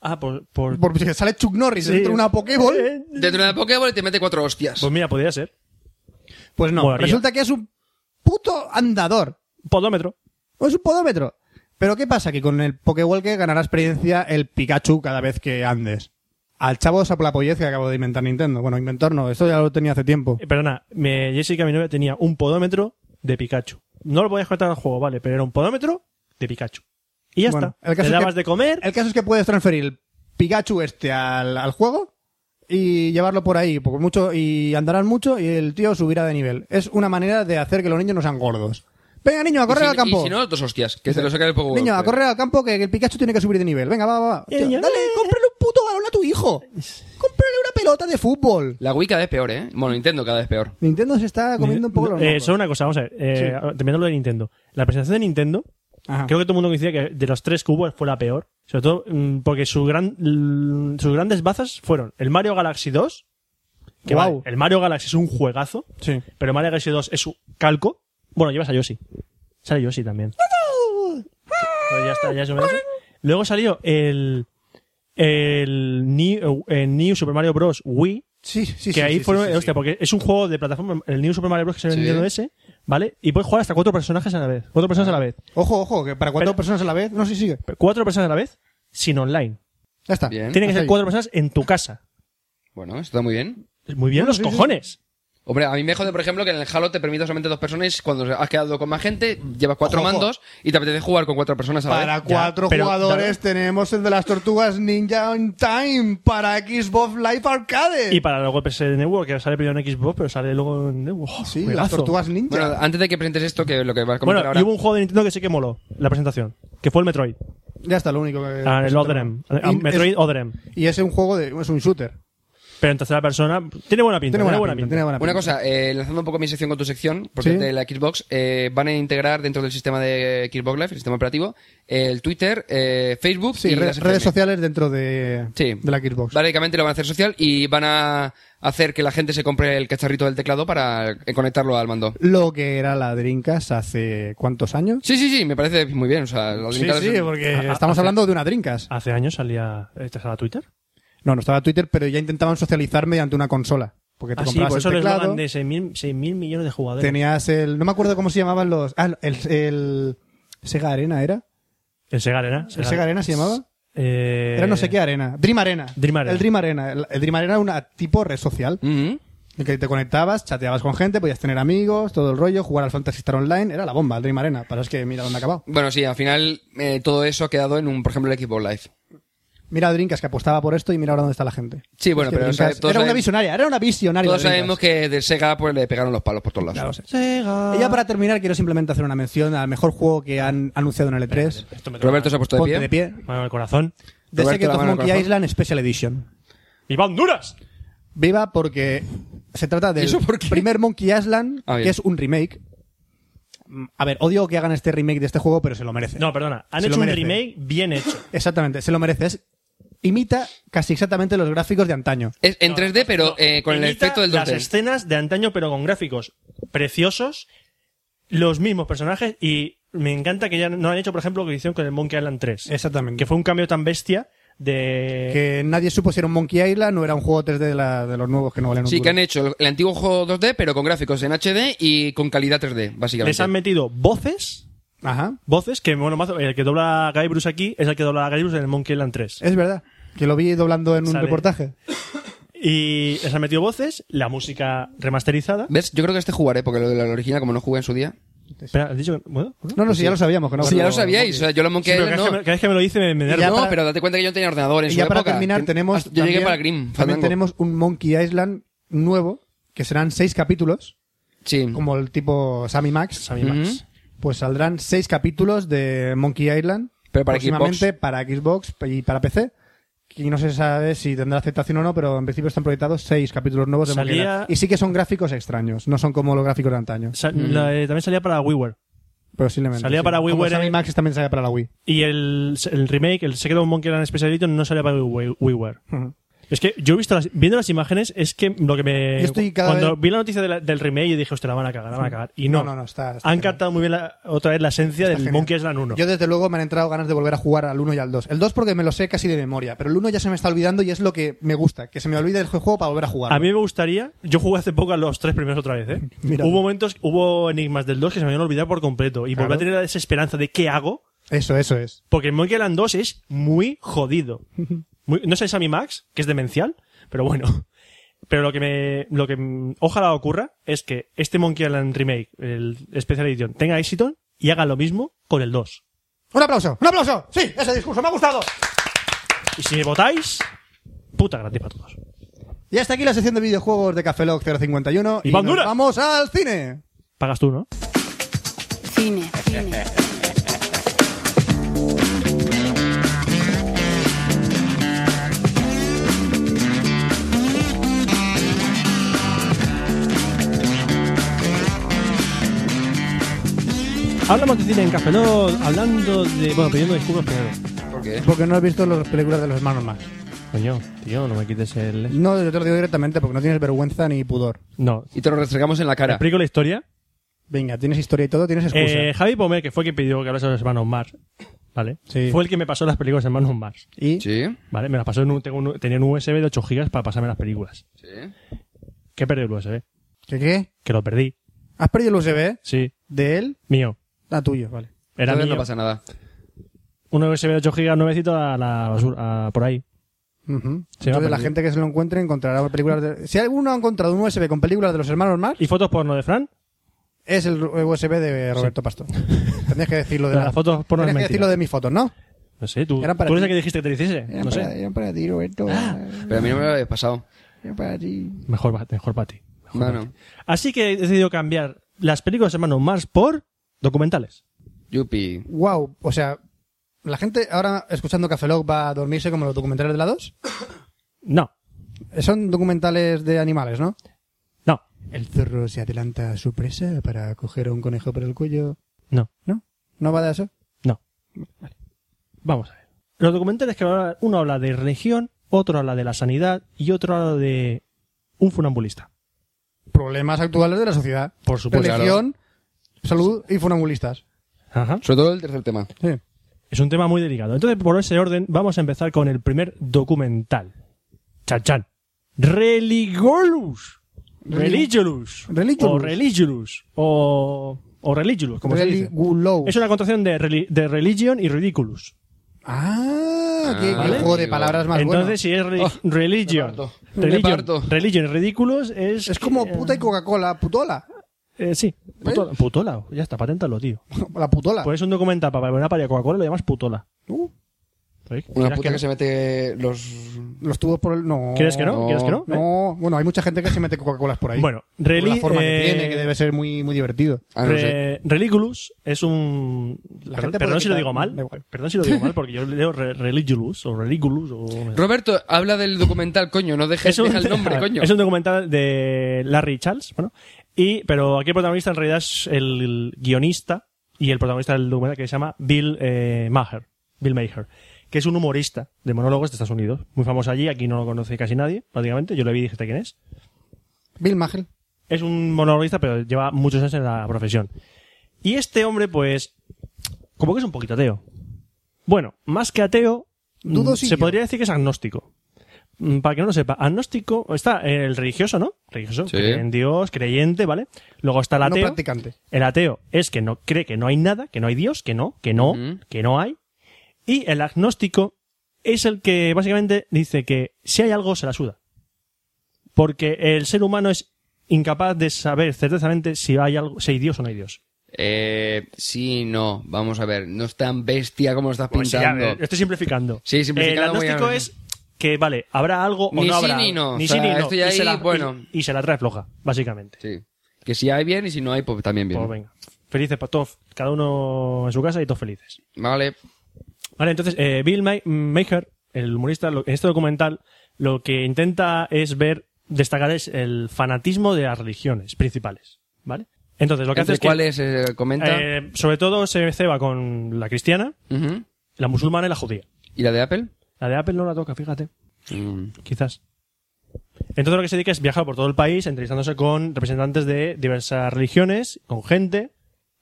S2: Ah, por... por... Eh,
S3: Porque sale Chuck Norris dentro de una Pokéball.
S4: dentro de la Pokéball y te mete cuatro hostias
S2: Pues mira, podría ser.
S3: Pues no,
S2: Molaría.
S3: resulta que es un puto andador.
S2: Podómetro.
S3: O es un podómetro. Pero ¿qué pasa? Que con el Pokéwalker ganará experiencia el Pikachu cada vez que andes. Al chavo de Saplapoyez que acabo de inventar Nintendo. Bueno, inventor no, esto ya lo tenía hace tiempo.
S2: Eh, Perdona, me, Jessica, mi novia, tenía un podómetro de Pikachu. No lo podías conectar al juego, vale, pero era un podómetro de Pikachu. Y ya
S3: Bueno,
S2: está.
S3: el caso
S2: Te
S3: es
S2: dabas
S3: que-
S2: de comer.
S3: El caso es que puedes transferir el Pikachu este al, al juego y llevarlo por ahí, por mucho, y andarán mucho y el tío subirá de nivel. Es una manera de hacer que los niños no sean gordos. Venga, niño, a correr
S4: Y si-
S3: al campo.
S4: Y si no, dos hostias, que te lo saca el poco.
S3: Niño, a correr al campo que, que el Pikachu tiene que subir de nivel. Venga, va, va, va.
S2: Eh,
S3: Tío,
S2: ya-
S3: dale, cómprale un puto balón a tu hijo. Cómprale una pelota de fútbol.
S4: La Wii cada vez peor, ¿eh? Bueno, Nintendo cada vez peor.
S3: Nintendo se está comiendo un poco los
S2: Eh,
S3: mocos.
S2: solo una cosa, vamos a ver. Eh, Terminando lo de Nintendo. La presentación de Nintendo,
S3: Ajá.
S2: creo que todo el mundo coincide que de los tres cubos fue la peor. Sobre todo mm, porque su gran, l- sus grandes bazas fueron el Mario Galaxy 2. Que
S3: Guau.
S2: vale, el Mario Galaxy es un juegazo,
S3: Sí.
S2: pero el Mario Galaxy 2 es un calco. Bueno, llevas a Yoshi. Sale Yoshi también. Pues ya está, ya es un homenaje. Luego salió el, el New, eh, el New Super Mario Bros. Wii,
S3: Sí, sí,
S2: que
S3: sí,
S2: ahí
S3: sí,
S2: fue,
S3: sí, sí,
S2: hostia,
S3: sí.
S2: porque es un juego de plataforma, el New Super Mario Bros. que se
S4: Sí.
S2: vendió en ese, ¿vale? Y puedes jugar hasta cuatro personajes a la vez. Cuatro personas a la vez.
S3: Ojo, ojo, que para cuatro
S2: Pero-
S3: personas a la vez, no sé si sigue.
S2: Cuatro personas a la vez, sin online.
S3: Ya está.
S4: Bien.
S2: Tienen que
S3: Hasta
S2: ser
S3: ahí.
S2: cuatro personas en tu casa.
S4: Bueno, está muy bien.
S2: Muy bien,
S3: Bueno,
S2: los
S3: sí, sí.
S2: cojones.
S4: Hombre, a mí me jode, por ejemplo, que en el Halo te permite solamente dos personas. Cuando has quedado con más gente, llevas cuatro
S3: Ojo, ojo.
S4: mandos y te apetece jugar con cuatro personas a la
S3: Para
S4: vez.
S3: cuatro jugadores tenemos el de las tortugas Ninja on Time para Xbox Live Arcade.
S2: Y para luego el PS Network, que sale primero en Xbox, pero sale luego en Network. ¡Oh,
S3: sí,
S2: juegazo!
S3: las tortugas Ninja.
S4: Bueno, antes de que presentes esto, que es lo que vas a comentar
S2: Bueno,
S4: ahora.
S2: y hubo un juego de Nintendo que sí que moló, la presentación, que fue el Metroid.
S3: ya está, lo único que.
S2: Ah, el Other M. Ah,
S3: Eh, Y
S2: Metroid
S3: es-
S2: Other M.
S3: Y es un juego de. Es un shooter.
S2: Pero en tercera persona, tiene buena pinta,
S3: Tiene buena pinta, tiene buena
S4: Una
S3: pinta.
S4: cosa, eh, lanzando un poco mi sección con tu sección, porque
S3: Sí.
S4: es de la Xbox, eh, van a integrar dentro del sistema de Xbox Live, el sistema operativo, eh, el Twitter, eh, Facebook
S3: Sí,
S4: y
S3: re-
S4: las FM.
S3: redes sociales dentro de,
S4: Sí.
S3: de la Xbox.
S4: Pues Básicamente lo van a hacer social y van a hacer que la gente se compre el cacharrito del teclado para eh, conectarlo al mando.
S3: Lo que era la Drinkas hace cuántos años.
S4: Sí, sí, sí, me parece muy bien. O sea, la
S3: Sí,
S4: única-
S3: sí, porque
S2: Ah, ah,
S3: estamos
S2: hace-
S3: hablando de una Drinkas.
S2: Hace años salía esta sala Twitter.
S3: No, no estaba Twitter, pero ya intentaban socializar mediante una consola. Porque te
S2: Ah, sí, por
S3: comprabas
S2: eso
S3: el
S2: les
S3: teclado,
S2: eslogan de 6.000 mil millones de jugadores.
S3: tenías el... No me acuerdo cómo se llamaban los... Ah, el... el Sega Arena era.
S2: El Sega Arena.
S3: ¿El Sega Arena se llamaba?
S2: Eh,
S3: Era no sé qué arena. Dream Arena.
S2: Dream Arena.
S3: El Dream Arena. El, el Dream Arena era una tipo red social.
S4: Ujú.
S3: En que te conectabas, chateabas con gente, podías tener amigos, todo el rollo, jugar al Fantasy Star Online. Era la bomba, el Dream Arena. Pasa es que mira dónde ha acabado.
S4: Bueno, sí, al final eh, todo eso ha quedado en un, por ejemplo, el Xbox Live.
S3: Mira a Drinkas que apostaba por esto y mira ahora dónde está la gente.
S4: Sí, bueno,
S3: que
S4: pero, o sea,
S3: Drinkas-
S4: todos
S3: era una
S4: sabemos-
S3: visionaria, era una visionaria.
S4: Todos
S3: la
S4: sabemos
S3: Drinkas.
S4: que de Sega pues le pegaron los palos por todos lados.
S3: Claro, sí. Y Eh, ya para terminar, quiero simplemente hacer una mención al mejor juego que han anunciado en el E3.
S2: Esto me toca
S4: Roberto se ha puesto de
S3: Ponte
S4: pie.
S3: de pie.
S2: Mano en el corazón.
S3: The
S4: Roberto,
S3: Secret
S4: la
S3: of
S4: mano al
S3: Monkey
S4: corazón.
S3: Island Special Edition.
S2: ¡Viva Honduras!
S3: Viva porque se trata del
S4: ¿Y eso por qué?
S3: primer Monkey Island,
S4: Ah, bien.
S3: que es un remake. Mm, A ver, odio que hagan este remake de este juego, pero se lo merece.
S2: No, perdona. Han
S3: Se lo
S2: hecho un
S3: merece.
S2: remake bien hecho.
S3: Exactamente, se lo merece. Es- imita casi exactamente los gráficos de antaño.
S4: Es en
S2: No,
S4: 3D, pero
S2: no,
S4: eh, con el
S2: imita
S4: efecto del
S2: Las
S4: 2D.
S2: escenas de antaño, pero con gráficos preciosos, los mismos personajes, y me encanta que ya no han hecho, por ejemplo, lo que hicieron con el Monkey Island 3.
S3: Exactamente.
S2: Que fue un cambio tan bestia de...
S3: Que nadie supo si era un Monkey Island o era un juego 3D de, la- de los nuevos que no valen un
S4: Sí,
S3: duro.
S4: que han hecho el, el antiguo juego 2D, pero con gráficos en HD y con calidad 3D,
S2: les han
S4: básicamente.
S2: metido voces,
S3: Ajá,
S2: voces que, bueno, mazo, el que dobla a Guy Bruce aquí es el que dobla a Guy Bruce en el Monkey Island
S4: Eh.
S2: 3.
S3: es verdad. Que lo vi doblando en un
S2: Sale.
S3: reportaje.
S2: Y les han metido voces, la música remasterizada.
S4: ¿Ves? Yo creo que este jugaré, porque lo de la original, como no jugué en su día.
S2: Espera, ¿has dicho que- bueno, bueno.
S3: No, no, sí, ya lo sabíamos. Que no
S4: si Pues ya
S3: pero-
S4: lo sabíais, o sea, yo lo
S2: Sí,
S4: Monkey
S2: pero cada,
S4: Island
S2: vez
S4: no.
S2: que me, cada vez que me lo dice me, me enerva.
S3: Ya
S4: no,
S3: para-
S4: pero date cuenta que yo no tenía ordenador en
S3: Y
S4: su
S3: ya para
S4: época.
S3: terminar,
S4: Ten-
S3: tenemos.
S4: Ah, Yo llegué
S3: también-
S4: para Grim,
S3: También
S4: Fandango.
S3: tenemos un Monkey Island nuevo, que serán seis capítulos,
S4: Sí.
S3: como el tipo Sammy Max.
S2: Sammy Max.
S3: Pues saldrán seis capítulos de Monkey Island.
S4: Pero para
S3: próximamente para Xbox y para PC. Y no se sabe si tendrá aceptación o no, pero en principio están proyectados seis capítulos nuevos de Monkey
S2: Salía-
S3: Island. Y sí que son gráficos extraños, no son como los gráficos de antaño.
S2: Sa- la- eh, también salía para WiiWare.
S3: Posiblemente.
S2: Salía
S3: sí.
S2: para
S3: Como
S2: WiiWare
S3: Sammy
S2: en-
S3: Max también salía para la Wii.
S2: Y el, el remake, el Secret of Monkey Island Special Edition, no salía para Wii- WiiWare.
S3: Ujú.
S2: Es que yo he visto las, viendo las imágenes, es que lo que me.
S3: Yo estoy cada
S2: cuando
S3: vez-
S2: vi la noticia de la- del remake, yo dije, hostia, la van a cagar, la van a cagar. Y no.
S3: No, no, no, está- está
S2: han
S3: genial.
S2: captado muy bien la- otra vez la esencia del
S3: genial.
S2: Monkey Island 1.
S3: Yo desde luego me han entrado ganas de volver a jugar al 1 y al 2. El 2 porque me lo sé casi de memoria, pero el 1 ya se me está olvidando y es lo que me gusta, que se me olvide el juego para volver a jugar.
S2: A mí me gustaría. Yo jugué hace poco a los tres primeros otra vez, ¿eh?
S3: Mira.
S2: Hubo momentos, hubo enigmas del 2 que se me habían olvidado por completo. Y volví a tener la desesperanza de qué hago.
S3: Eso, eso es.
S2: Porque el Monkey Island 2 es muy jodido. Muy- no sé Sammy Max, que es demencial, pero bueno. Pero lo que me, lo que mm, ojalá ocurra es que este Monkey Island Remake, el Special Edition, tenga éxito y haga lo mismo con el 2.
S3: Un aplauso, un aplauso. Sí, ese discurso me ha gustado.
S2: Y si me votáis, puta gratis para todos.
S3: Y hasta aquí la sección de videojuegos de Café Lock 051
S2: Y
S3: nos
S2: Honduras.
S3: vamos al cine.
S2: Pagas tú, ¿no?
S1: Cine, cine.
S2: Hablamos de cine en Café Lock, hablando de... Bueno, pidiendo disculpas primero.
S4: ¿Por qué?
S3: Porque no has visto las películas de los hermanos más.
S2: Coño, tío, no me quites el...
S3: No, yo te lo digo directamente porque no tienes vergüenza ni pudor.
S2: No.
S4: Y te lo restregamos en la
S2: ¿Te
S4: cara.
S2: explico la historia?
S3: Venga, tienes historia y todo, tienes excusa.
S2: Eh, Javi Pomer, que fue quien pidió que hablase de los hermanos Mars, ¿vale?
S3: Sí.
S2: Fue el que me pasó las películas de hermanos Mars.
S3: y
S4: Sí.
S2: Vale, me las pasó en un, tengo un- tenía un USB de 8 GB para pasarme las películas.
S4: Sí.
S2: ¿Qué perdí el USB?
S3: ¿Qué qué?
S2: Que lo perdí.
S3: ¿Has perdido el USB
S2: Sí,
S3: de él?
S2: mío.
S3: Ah, tuyo, vale.
S2: Era
S4: Entonces
S2: mío.
S4: no pasa nada.
S2: Un USB de 8 GB nuevecito a la basura, a- por ahí.
S3: Ujú.
S2: Se llama
S3: Entonces la
S2: Perdido.
S3: gente que se lo encuentre encontrará películas de... Si alguno ha encontrado un USB con películas de los hermanos Marx,
S2: ¿Y fotos porno de Fran?
S3: es el USB de Roberto Pastor. Tendrías que decirlo de
S2: Las
S3: la-
S2: fotos porno es
S3: Tendrías que
S2: mentira.
S3: decirlo de mis fotos, ¿no?
S2: No sé, tú.
S3: Eran para
S2: ¿Tú eres
S3: ti.
S2: el que dijiste que te lo hiciese? No sé.
S13: para ti, Roberto.
S3: Ah.
S4: Pero a mí no me lo habéis pasado.
S13: Era para ti.
S2: Mejor, va- mejor para ti. Mejor pa'
S4: Bueno,
S2: ti. Así que he decidido cambiar las películas de hermanos Mars por documentales.
S4: yupi.
S3: Wow, o sea, la gente ahora escuchando Café Lock va a dormirse como los documentales de la 2.
S2: No,
S3: Son documentales de animales, ¿no?
S2: no,
S3: El zorro se adelanta a su presa para coger a un conejo por el cuello.
S2: no.
S3: ¿No? ¿No va de eso?
S2: No. Vamos a ver. Los documentales que habla- uno habla de religión, otro habla de la sanidad y otro habla de un funambulista.
S3: Problemas actuales de la sociedad.
S2: Por supuesto.
S3: Religión, salud y funambulistas.
S2: Ajá.
S4: Sobre todo el tercer tema.
S3: Sí.
S2: Es un tema muy delicado. Entonces, por ese orden, vamos a empezar con el primer documental. Chan chan. Religolus. Religiolus.
S3: Religiolus.
S2: O religiolus. O, o religiolus, como se dice.
S3: Religulow.
S2: Es una contracción de, reli- de religion y ridiculous.
S3: Ah, qué, qué
S4: ¿vale?
S3: juego de palabras más
S2: Entonces,
S3: Ah, bueno.
S2: si es reli- religion,
S4: parto. Me
S2: religion,
S4: parto.
S2: religion y ridiculous es...
S3: Es como
S2: eh,
S3: puta y Coca-Cola, putola.
S2: eh, sí, putola, putola. Ya está, paténtalo, tío.
S3: La putola.
S2: Pones un documental para una paria Coca-Cola y lo llamas putola.
S3: Uh,
S2: ¿Sabéis?
S4: Una
S2: Verás
S4: puta que se mete los...
S3: los tubos por el... No.
S2: ¿Quieres que no?
S4: No.
S2: ¿Quieres que no? ¿Eh?
S3: No, bueno, hay mucha gente que se mete Coca-Colas por ahí.
S2: Bueno,
S3: Por la
S2: reli,
S3: forma que
S2: eh,
S3: tiene, que debe ser muy, muy divertido.
S4: Ah, no
S2: Re-
S4: sé.
S2: Religious es un.
S3: La
S2: per-
S3: gente puede
S2: perdón si lo
S3: quitar-
S2: digo mal.
S3: da igual.
S2: Perdón si lo digo mal, porque yo leo re- Religious o Religious o.
S4: Roberto, habla del documental, coño. No dejes deja el nombre, coño.
S2: es un documental de Larry Charles, bueno. Y, pero aquí el protagonista en realidad es el guionista y el protagonista del documental que se llama Bill eh, Maher. Bill Maher. Que es un humorista de monólogos de Estados Unidos. Muy famoso allí, aquí no lo conoce casi nadie, prácticamente. Yo le vi y dije, "¿Este ¿quién es?
S3: Bill Magel.
S2: es un monologuista, pero lleva muchos años en la profesión. Y este hombre, pues, como que es un poquito ateo. Bueno, más que ateo, mm,
S3: Dudosillo.
S2: se podría decir que es agnóstico. Mm, Para que no lo sepa, agnóstico está el religioso, ¿no? Religioso,
S4: Sí.
S2: cree en Dios, creyente, ¿vale? Luego está el
S3: no
S2: ateo.
S3: practicante.
S2: El ateo es que no cree que no hay nada, que no hay Dios, que no, que no,
S4: Ujú.
S2: que no hay. Y el agnóstico es el que básicamente dice que si hay algo se la suda. Porque el ser humano es incapaz de saber certezamente si hay algo, si hay Dios o no hay Dios.
S4: Eh, sí, no. Vamos a ver. No es tan bestia como lo estás
S2: Pues ya,
S4: pintando.
S2: eh, estoy simplificando.
S4: Sí, simplificando
S2: El agnóstico
S4: voy a-
S2: es que, vale, habrá algo o
S4: Ni
S2: no
S4: sí
S2: habrá.
S4: ni no.
S2: Ni
S4: O
S2: sí
S4: sea,
S2: ni no.
S4: estoy
S2: y, se
S4: ahí,
S2: la,
S4: bueno.
S2: y- y se la trae floja, básicamente.
S4: Sí. Que si hay bien y si no hay, pues también bien.
S2: Pues venga. Felices para todos, cada uno en su casa y todos felices.
S4: Vale.
S2: Vale, entonces eh, Bill Ma- Maher, el humorista, lo- en este documental lo que intenta es ver, destacar es el fanatismo de las religiones principales, ¿vale? Entonces lo que hace
S4: ¿Entre
S2: es que,
S4: cuáles eh, comenta?
S2: eh, sobre todo se ceba con la cristiana,
S4: Ujú.
S2: la musulmana y la judía.
S4: ¿Y la de Apple?
S2: La de Apple no la toca, fíjate,
S4: Mm.
S2: quizás. Entonces lo que se dedica es viajar por todo el país entrevistándose con representantes de diversas religiones, con gente,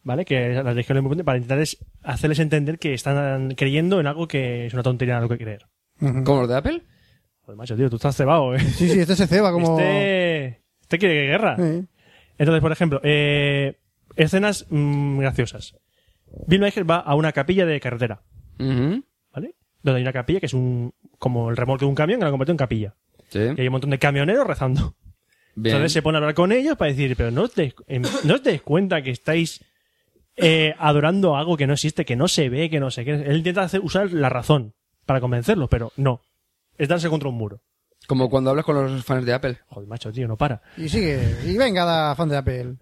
S2: ¿vale? Que la religión es muy importante para intentar es hacerles entender que están creyendo en algo que es una tontería en algo que creer.
S3: Ujú.
S4: ¿Cómo los de Apple?
S2: Joder, macho, tío, tú estás cebado, eh.
S3: Sí, sí, este se ceba como...
S2: Este, este quiere guerra.
S3: Sí.
S2: Entonces, por ejemplo, eh, escenas mm, graciosas. Bill Maher va a una capilla de carretera,
S4: Ujú.
S2: ¿vale? Donde hay una capilla que es un como el remolque de un camión que lo han convertido en capilla.
S4: Sí.
S2: Y hay un montón de camioneros rezando.
S4: Bien.
S2: Eh, Entonces eh, se pone a hablar con ellos para decir, pero no os des, em, no os des cuenta que estáis eh, adorando algo que no existe, que no se ve, que no sé qué. Él intenta hacer- usar la razón para convencerlos, pero no. Es darse contra un muro.
S4: Como cuando hablas con los fans de Apple.
S2: Joder, macho, tío, no para.
S3: Y sigue. Y venga, da fan de Apple.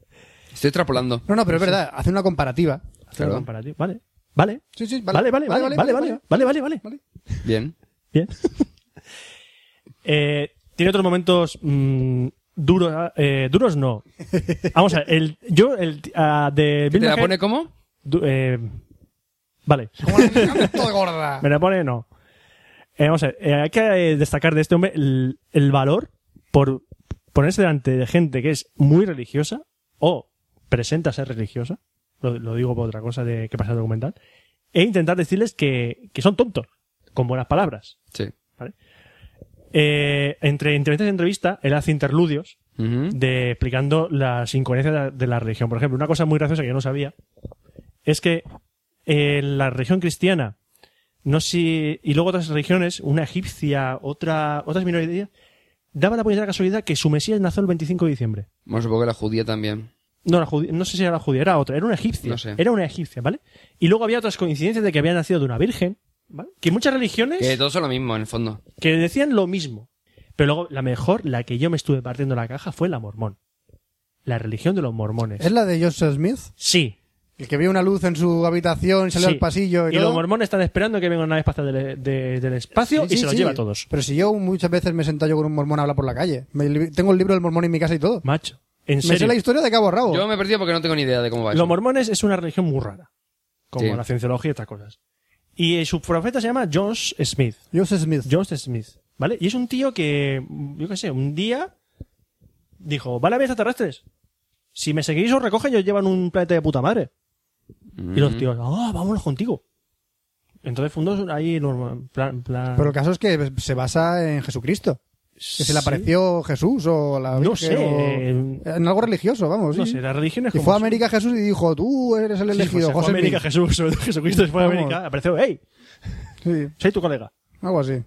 S4: Estoy trapolando.
S3: No, no, pero es verdad. Hace una comparativa.
S2: Hacer
S4: Claro.
S2: un comparativo. Vale, vale.
S3: Sí, sí,
S2: Vale, vale, vale, vale, vale, vale, vale, vale, vale.
S4: Bien.
S2: Bien. Eh, tiene otros momentos mm, duros, eh, duros no. Vamos a ver, el, yo, el ah, de
S4: ¿Te
S2: Bill
S4: la
S2: Maher-
S4: pone como?
S2: du- eh, vale,
S3: Como la picamos todo gorda.
S2: me la pone no. Eh, vamos a ver, eh, hay que eh, destacar de este hombre el, el valor por ponerse delante de gente que es muy religiosa o presenta ser religiosa, lo, lo digo por otra cosa de que pasa en el documental, e intentar decirles que, que son tontos, con buenas palabras.
S4: Sí.
S2: Eh, entre entrevistas y entrevista, él hace interludios
S4: Ujú.
S2: de explicando las incoherencias de la, de la religión. Por ejemplo, una cosa muy graciosa que yo no sabía es que eh, la religión cristiana No sé, y luego otras religiones, una egipcia, otra, otras minorías, daba la puñetera casualidad que su Mesías nació el 25 de diciembre.
S4: Bueno, supongo que la judía también.
S2: No, la judía- no sé si era la judía, era otra, era una egipcia.
S4: No sé.
S2: Era una egipcia, ¿vale? Y luego había otras coincidencias de que había nacido de una virgen, ¿vale? Que muchas religiones
S4: Que todos son lo mismo, en el fondo.
S2: que decían lo mismo. Pero luego, la mejor, la que yo me estuve partiendo la caja, fue la mormón. La religión de los mormones.
S7: ¿Es la de Joseph Smith?
S2: Sí.
S7: El que vio una luz en su habitación, salió
S2: Sí.
S7: al pasillo y,
S2: los
S7: todo.
S2: mormones están esperando que venga una espacial del, de- del espacio
S7: Sí,
S2: y
S7: sí,
S2: se los
S7: sí.
S2: lleva a todos.
S7: Pero si yo muchas veces me he sentado yo con un mormón a hablar por la calle. Me li- tengo el libro del mormón en mi casa y todo.
S2: Macho. En
S7: me sé
S2: serio.
S7: la historia de cabo a
S2: Oh.
S7: rabo.
S4: Yo me he perdido porque no tengo ni idea de cómo va
S2: Los
S4: eso.
S2: mormones es una religión muy rara. Como
S4: Sí.
S2: la cienciología y estas cosas. Y eh, su profeta se llama Josh Smith.
S7: Joseph Smith.
S2: John Smith, ¿vale? Y es un tío que, mm, yo qué sé, un día dijo, ¿vale a ver extraterrestres? Si me seguís os recogen y os llevan un planeta de puta madre. Y los tíos, ah, vámonos contigo. Entonces fundó ahí normal, plan, plan-
S7: Pero el caso es que se basa en Jesucristo. Que se le
S2: Sí.
S7: apareció Jesús o la
S2: No
S7: Virgen
S2: sé,
S7: o-
S2: eh,
S7: En algo religioso, vamos.
S2: no
S7: sí,
S2: sé,
S7: sí.
S2: las religiones
S7: Y
S2: como
S7: fue a
S2: son.
S7: América Jesús y dijo, tú eres el
S2: Sí, pues,
S7: elegido,
S2: se fue a
S7: José
S2: América
S7: Smith.
S2: Jesús, sobre todo Jesucristo se fue a
S7: Vamos.
S2: América, apareció, hey,
S7: Sí,
S2: soy tu colega.
S7: algo así.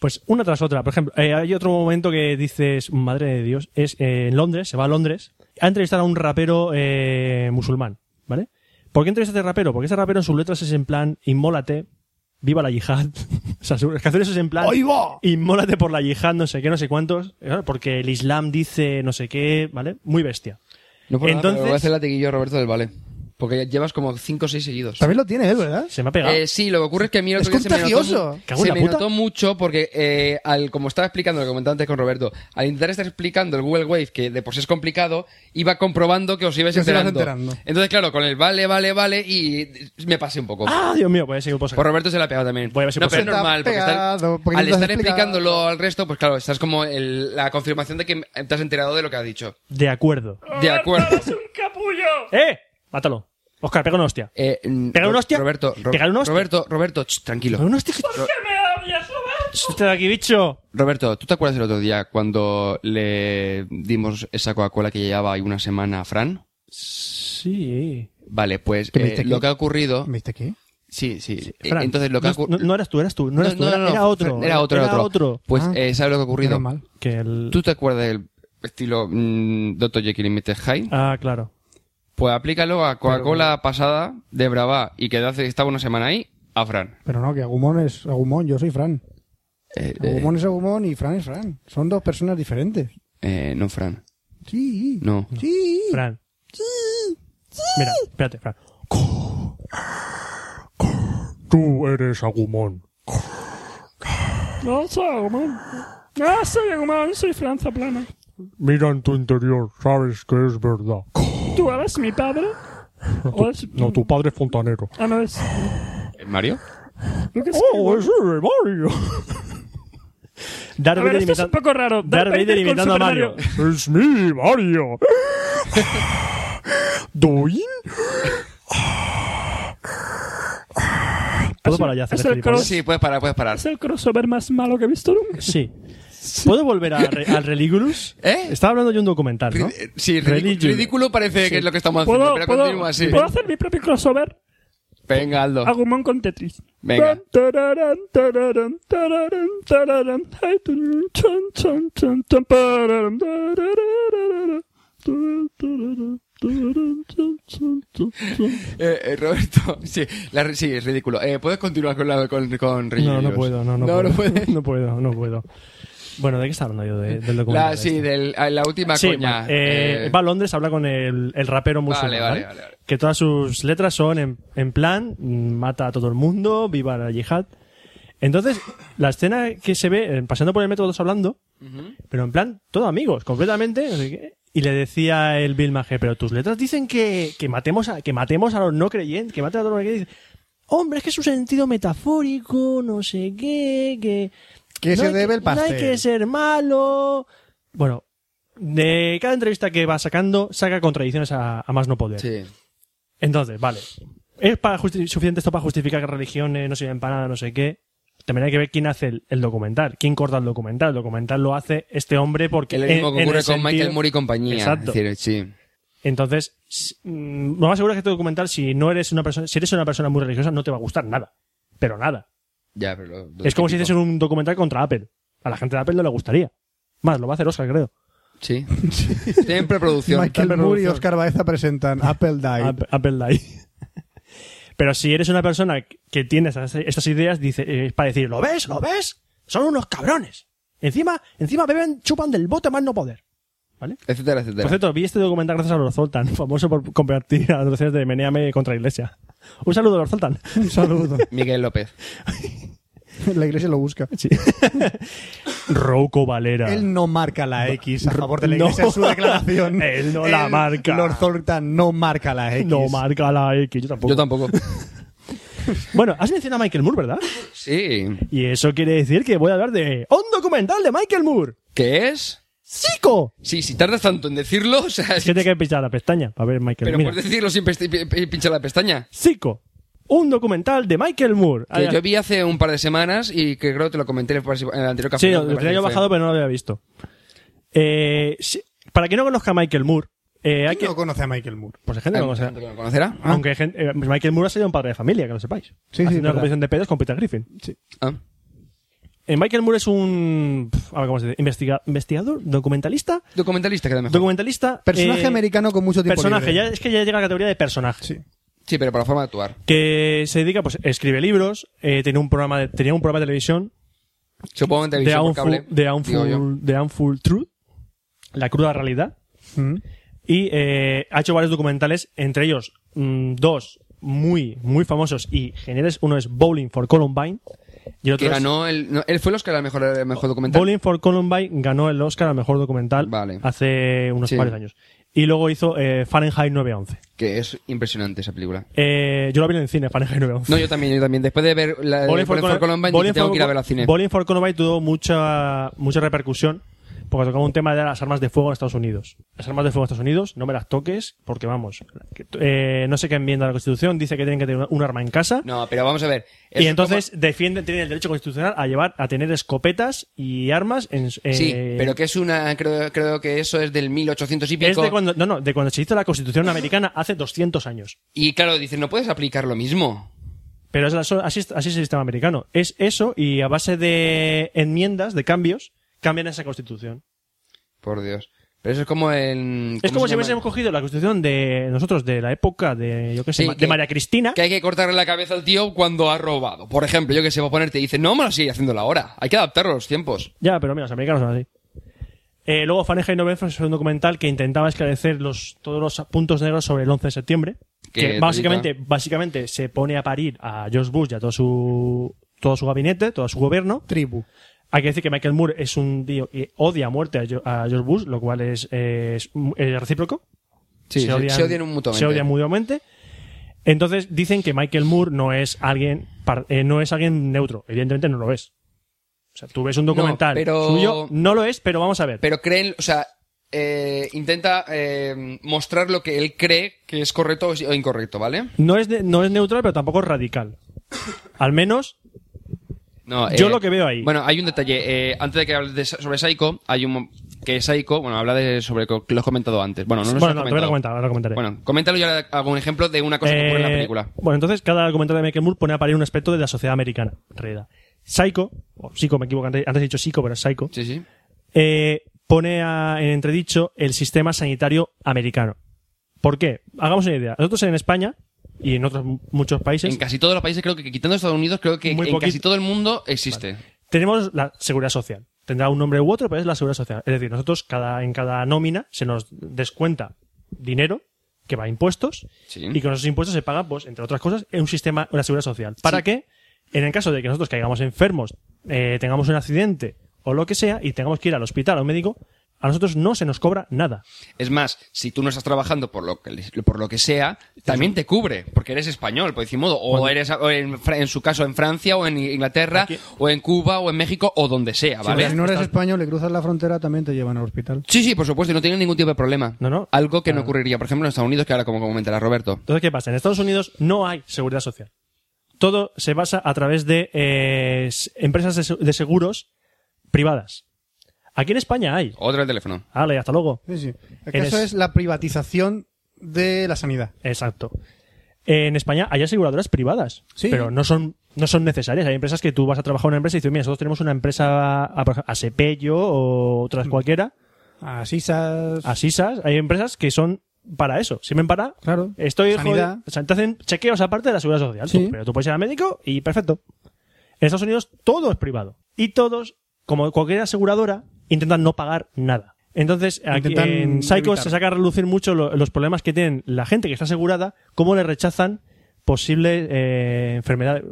S2: Pues una tras otra. Por ejemplo, eh, hay otro momento que dices, madre de Dios, es eh, en Londres, se va a Londres, a entrevistar a un rapero eh, musulmán, ¿vale? ¿Por qué entrevista a este rapero? Porque este rapero en sus letras es en plan, inmólate, viva la yihad. o sea, sus canciones es en plan, inmólate por la yihad, no sé qué, no sé cuántos, eh, porque el Islam dice no sé qué, ¿vale? Muy bestia.
S4: No por nada, pero
S2: Entonces-
S4: voy a hacer latiguillo Roberto del Vale. Porque ya llevas como 5 o 6 seguidos.
S7: También lo tiene él, ¿verdad?
S2: Se me ha pegado.
S4: Eh, sí, lo que ocurre es que a mí el
S7: Es
S4: otro día se me notó
S7: contagioso.
S4: mu-
S2: Cago en
S4: Se
S2: la
S4: me
S2: puta.
S4: notó mucho porque, eh, al, como estaba explicando, lo que comentaba antes con Roberto, al intentar estar explicando el Google Wave, que de por sí es complicado, iba comprobando que os ibais
S7: Que os ibas
S4: enterando.
S7: enterando.
S4: Entonces, claro, con el vale, vale, vale, y me pasé un poco.
S2: Ah, Dios mío, voy a seguir por
S4: Por Roberto se la ha pegado también.
S2: Voy a ver si
S4: no,
S2: puedo
S4: pero es
S2: ser.
S4: normal,
S7: Está
S4: porque estar-
S7: pegado, porque
S4: al
S7: no te has
S4: estar
S7: explicado.
S4: explicándolo al resto, pues claro, estás como el- la confirmación de que te has enterado de lo que ha dicho.
S2: De acuerdo.
S4: De acuerdo.
S10: ¡Es un capullo!
S2: ¡Eh! Mátalo. Oscar, pega una hostia.
S4: Eh, mm,
S2: Pega
S4: Ro-
S2: una hostia.
S4: Roberto, Ro-
S2: Pega una hostia.
S4: Roberto, Roberto, ch, tranquilo.
S2: Pega una hostia.
S10: ¿Por qué me odias, Roberto?
S2: Este de aquí, bicho.
S4: Roberto, ¿tú te acuerdas del otro día cuando le dimos esa Coca-Cola que llevaba ahí una semana a Fran?
S2: Sí.
S4: Vale, pues
S7: ¿Que me
S4: eh,
S7: dijiste
S4: lo
S7: que-
S4: que ha ocurrido...
S7: ¿Me viste qué?
S4: Sí, sí. Eh,
S2: Fran,
S4: Entonces lo que ha
S2: no,
S4: ocurrido...
S2: no, no eras tú, eras tú, no eras tú, era, era otro. eh,
S4: Era otro,
S2: era
S4: Pues,
S7: Ah.
S4: eh, ¿sabes lo que ha ocurrido?
S7: Menos mal.
S2: Que el...
S4: ¿Tú te acuerdas del estilo mm, Dr. Jekyll y Mr. Hyde?
S2: Ah, claro.
S4: Pues aplícalo a Coca-Cola pasada de Brava y que hace, estaba una semana ahí, a Fran.
S7: Pero no, que Agumón es Agumón, yo soy Fran.
S4: Eh, eh,
S7: Agumón es Agumón y Fran es Fran. Son dos personas diferentes.
S4: eh, no, Fran.
S7: Sí.
S4: No.
S7: Sí.
S2: Fran. Mira, espérate, Fran.
S10: Tú eres Agumón. No soy Agumón. No soy Agumón, soy Franza Plana.
S11: Mira en tu interior, sabes que es verdad.
S10: ¿Tú eres mi padre? ¿O es...
S11: No, tu padre es fontanero.
S10: Ah, no es...
S4: Eh, ¿Mario?
S10: Creo que es
S11: ¡Oh, ese de Mario!
S2: Darth
S10: A ver,
S2: Vader
S10: esto es un
S2: imitando,
S10: poco raro.
S2: Darth Vader
S10: con
S2: imitando a
S10: Super
S2: Mario.
S11: ¡Es mi Mario! ¿Doin?
S2: Todo para allá hacer
S10: es
S2: este
S10: el
S2: tipo, ¿no?
S10: cross.
S4: Sí, puedes parar, puedes parar.
S10: Es el crossover más malo que he visto nunca.
S2: Sí. ¿Puedo volver a re- al Religulus?
S4: ¿Eh?
S2: Estaba hablando yo de un documental, ¿no?
S4: Rid- eh, Sí, ridicu-
S2: Religion.
S4: ridículo, parece que es lo que estamos haciendo,
S10: ¿Puedo,
S4: pero
S10: puedo-
S4: continúa así.
S10: ¿Puedo hacer mi propio crossover?
S4: Venga, Aldo.
S10: Agumon con Tetris.
S4: Venga.
S10: Tan, tararán, tararán, tararán, tararán. Ay, tun, chun, chun, chun, chun, pararán, tararararara. Tararán, tararán, tararán, chun, chun, chun, chun.
S4: Eh, eh, Roberto, sí, la re- sí, es ridículo. Eh, ¿Puedes continuar con, la, con, con
S2: No,
S4: Religulous?
S2: no puedo, no, no, puedo.
S4: puedes.
S2: no puedo, no puedo. Bueno, ¿de qué está hablando yo? De- del documental.
S4: La, sí,
S2: este.
S4: del, a la última
S2: Sí,
S4: coña.
S2: bueno, eh,
S4: eh,
S2: va a Londres, habla con el, el rapero musulmán.
S4: Vale,
S2: Vale,
S4: vale, vale, vale.
S2: Que todas sus letras son en, en plan, mm, mata a todo el mundo, viva la yihad. Entonces, la escena que se ve, eh, paseando por el metro, todos hablando, pero en plan, todos amigos, completamente. no sé qué. Y le decía el Bill Maher, pero tus letras dicen que, que matemos a, que matemos a los no creyentes, que maten a todos los no creyentes. Hombre, es que es un sentido metafórico, no sé qué, que...
S7: Que se
S2: hay
S7: debe el
S2: No
S7: pastel.
S2: hay que ser malo. Bueno, de cada entrevista que va sacando, saca contradicciones a, a más no poder.
S4: sí.
S2: Entonces, vale. ¿Es para justi- suficiente esto para justificar que religiones no sirven para nada, no sé qué? También hay que ver quién hace el, el documental, quién corta el documental. El documental lo hace este hombre porque...
S4: Que lo mismo
S2: en-
S4: que
S2: en
S4: ocurre
S2: el
S4: con Michael
S2: sentido-
S4: Moore y compañía.
S2: Exacto.
S4: Es decir, sí.
S2: Entonces, s- mm, lo más seguro es que este documental, si no eres una persona, si eres una persona muy religiosa, no te va a gustar nada. Pero nada.
S4: Ya, pero lo- lo
S2: es como si
S4: típico.
S2: hiciesen un documental contra Apple. A la gente de Apple no le gustaría. Más, lo va a hacer Oscar, creo.
S4: Sí. Tienen preproducción.
S7: Michael Moore y Oscar Baeza presentan Apple Died.
S2: App- Apple Live. Pero si eres una persona que tiene esas- estas ideas, dice, eh, es para decir, ¿lo ves? ¿Lo ves? Son unos cabrones. Encima, encima beben, chupan del bote más no poder.
S4: Etcétera, etcétera.
S2: Por cierto, vi este documental gracias a los Zoltan, famoso por compartir adolescentes de Meneame contra Iglesia. Un saludo, los Zoltan.
S7: Un saludo.
S4: Miguel López.
S7: La iglesia lo busca.
S2: Rouco Valera.
S7: Él no marca la X a favor de la
S2: No.
S7: iglesia en su declaración.
S2: Él no la marca.
S7: Lord Thornton no marca la X.
S2: No marca la X, yo tampoco.
S4: Yo tampoco.
S2: Bueno, has mencionado a Michael Moore, ¿verdad?
S4: Sí.
S2: Y eso quiere decir que voy a hablar de un documental de Michael Moore.
S4: ¿Qué es?
S2: ¡Chico!
S4: Sí, si tardas tanto en decirlo, o sea,
S2: Es que te que pinchar la pestaña para ver Michael
S4: pero
S2: Mira.
S4: puedes decirlo sin pesti- pi- pi- pinchar la pestaña.
S2: Psico, un documental de Michael Moore.
S4: Que
S2: Ah,
S4: yo vi hace un par de semanas y que creo que te lo comenté en el parsi- en el anterior café.
S2: sí, lo
S4: ¿no? Me
S2: tenía
S4: parece
S2: yo
S4: que
S2: bajado,
S4: fue.
S2: pero no lo había visto. Eh, sí, para quien no conozca a Michael Moore, eh, hay
S7: ¿Quién
S2: que.
S7: no conoce a Michael Moore?
S2: Pues hay gente que no
S4: Ah,
S2: conoce.
S4: ¿lo conocerá? Ah,
S2: Aunque hay gente- eh, Michael Moore ha sido un padre de familia, que lo sepáis.
S7: sí,
S2: Haciendo una
S7: verdad.
S2: competición de pedos con Peter Griffin.
S4: ah.
S2: Eh, Michael Moore es un. pf, A ver, ¿cómo se dice? Investiga- investigador, documentalista.
S4: Documentalista queda mejor.
S2: Documentalista.
S7: Personaje
S2: eh,
S7: americano con mucho tiempo
S2: Personaje,
S7: libre.
S2: ya, es que ya llega a la categoría de personaje.
S7: Sí.
S4: sí, pero para la forma de actuar.
S2: Que se dedica, pues, escribe libros, eh, tiene un programa de- tenía un programa de televisión
S4: Supongo que en
S2: de
S4: televisión por cable.
S2: Unful, The
S4: digo yo.
S2: Unful- The Unful Truth, la cruda realidad. Y eh, ha hecho varios documentales, entre ellos mm, dos muy, muy famosos y geniales. Uno es Bowling for Columbine y el otro
S4: Que
S2: es
S4: ganó el... no, él fue el Oscar al mejor, el mejor documental.
S2: Bowling for Columbine ganó el Oscar al mejor documental
S4: Vale.
S2: hace unos
S4: Sí.
S2: varios años. Y luego hizo eh, Fahrenheit 911.
S4: Que es impresionante esa película.
S2: Eh, yo la vi en el cine, Fahrenheit 911.
S4: No, yo también, yo también. Después de ver la de
S2: Bowling for
S4: Colin
S2: Col-
S4: Columbine,
S2: Bowling
S4: dije, tengo
S2: for
S4: que ir a ver
S2: Col-
S4: al cine.
S2: Bowling for Columbine tuvo mucha, mucha repercusión porque tocaba un tema de las armas de fuego en Estados Unidos. Las armas de fuego en Estados Unidos, no me las toques porque vamos, que- eh, no sé qué enmienda de la Constitución dice que tienen que tener un arma en casa.
S4: No, pero vamos a ver.
S2: Y
S4: Es
S2: entonces defienden, tienen el derecho constitucional a llevar, a tener escopetas y armas en
S4: como- Sí,
S2: eh,
S4: pero que es una... Creo, creo que eso es del 1800 y pico.
S2: es de cuando, no, no, de cuando se hizo la Constitución americana hace 200 años.
S4: Y claro, dicen, no puedes aplicar lo mismo.
S2: Pero es la so- así, es- así es el sistema americano. Es eso y a base de enmiendas, de cambios, cambian esa Constitución.
S4: Por Dios. Pero eso es como en...
S2: Es
S4: ¿cómo
S2: como
S4: se
S2: si
S4: llama?
S2: hubiésemos cogido la constitución de nosotros, de la época de, yo qué sé,
S4: Sí,
S2: ma- de
S4: que-
S2: María Cristina.
S4: Que hay que cortarle la cabeza al tío cuando ha robado. Por ejemplo, yo que sé, va a ponerte y dice, no, me lo sigue haciéndolo ahora. Hay que adaptarlo a los tiempos.
S2: Ya, pero mira, los americanos son así. Eh, luego, Fahrenheit 911 es un documental que intentaba esclarecer los, todos los puntos negros sobre el 11 de septiembre.
S4: Que
S2: Que
S4: telita.
S2: básicamente, básicamente se pone a parir a George Bush y a todo su, todo su gabinete, todo su gobierno.
S7: Tribu.
S2: Hay que decir que Michael Moore es un tío que odia a muerte a, Jo- a George Bush, lo cual es, eh, es, eh, recíproco.
S4: Sí, se,
S2: odian-
S4: se odian mutuamente.
S2: se odian mutuamente. Entonces dicen que Michael Moore no es alguien par- eh, no es alguien neutro. Evidentemente no lo es. O sea, tú ves un documental
S4: pero-
S2: suyo, no lo es, pero vamos a ver.
S4: Pero creen, o sea, eh, intenta eh, mostrar lo que él cree que es correcto o incorrecto, ¿vale?
S2: no, es de- no es neutral, pero tampoco es radical. Al menos,
S4: No,
S2: Yo lo que veo ahí.
S4: Bueno, hay un detalle. eh, antes de que hables de- sobre Psycho, hay un. mo- Que Psycho, bueno, habla de sobre co- lo he comentado antes. Bueno, no lo
S2: bueno,
S4: he
S2: no, te voy a
S4: comentado.
S2: comentar, ahora lo comentaré.
S4: Bueno, coméntalo y ahora hago un ejemplo de una cosa que ocurre en la
S2: Eh,
S4: película.
S2: Bueno, entonces cada documental de Michael Moore pone a parir un aspecto de la sociedad americana, en realidad. Psycho, o Psycho, me equivoco, antes, antes he dicho Psycho, pero es Psycho.
S4: Sí, sí.
S2: eh, pone a- en entredicho el sistema sanitario americano. ¿Por qué? Hagamos una idea. Nosotros en España y en otros mu- muchos países
S4: En casi todos los países, creo que quitando Estados Unidos, creo que
S2: Muy
S4: en
S2: poquito.
S4: casi todo el mundo existe.
S2: tenemos la seguridad social. Tendrá un nombre u otro, pero es la seguridad social. Es decir, nosotros cada, en cada nómina se nos descuenta dinero que va a impuestos
S4: Sí.
S2: y con esos impuestos se paga, pues, entre otras cosas, un sistema, una seguridad social. ¿Para que, En el caso de que nosotros caigamos enfermos, eh, tengamos un accidente o lo que sea y tengamos que ir al hospital o a un médico, a nosotros no se nos cobra nada.
S4: Es más, si tú no estás trabajando por lo que, por lo que sea, también te cubre, porque eres español, por decir modo. O eres, o en, Fra- en su caso, en Francia, o en Inglaterra, o en Cuba, o en México, o donde sea, ¿vale?
S7: Si no eres español y cruzas la frontera, también te llevan al hospital.
S4: Sí, sí, por supuesto, y no tienen ningún tipo de problema.
S2: No, Ah. no.
S4: Algo que no ocurriría, por ejemplo, en Estados Unidos, que ahora como comentará Roberto.
S2: Entonces, ¿qué pasa? En Estados Unidos no hay seguridad social. Todo se basa a través de eh, s- empresas de se- de seguros privadas. Aquí en España hay.
S4: Otro el teléfono.
S2: Vale, hasta luego.
S7: Sí, sí. El
S2: Eres-
S7: caso es la privatización de la sanidad.
S2: Exacto. En España hay aseguradoras privadas,
S7: Sí.
S2: pero no son no son necesarias. Hay empresas que tú vas a trabajar en una empresa y dices, mira, nosotros tenemos una empresa, a, por ejemplo, a Sepello o otras cualquiera,
S3: A sisas.
S2: a Sisas. Hay empresas que son para eso, sirven para...
S3: Claro.
S2: Estoy
S3: Sanidad.
S2: jodido. O sea, te hacen chequeos aparte de la seguridad social.
S3: Sí.
S2: Pero tú puedes ir al médico y perfecto. En Estados Unidos todo es privado. Y todos, como cualquier aseguradora, intentan no pagar nada. Entonces, aquí
S3: Intentan
S2: en Psycho se
S3: evitar.
S2: saca a relucir mucho lo- los problemas que tienen la gente que está asegurada, cómo le rechazan posibles eh, enfermedades,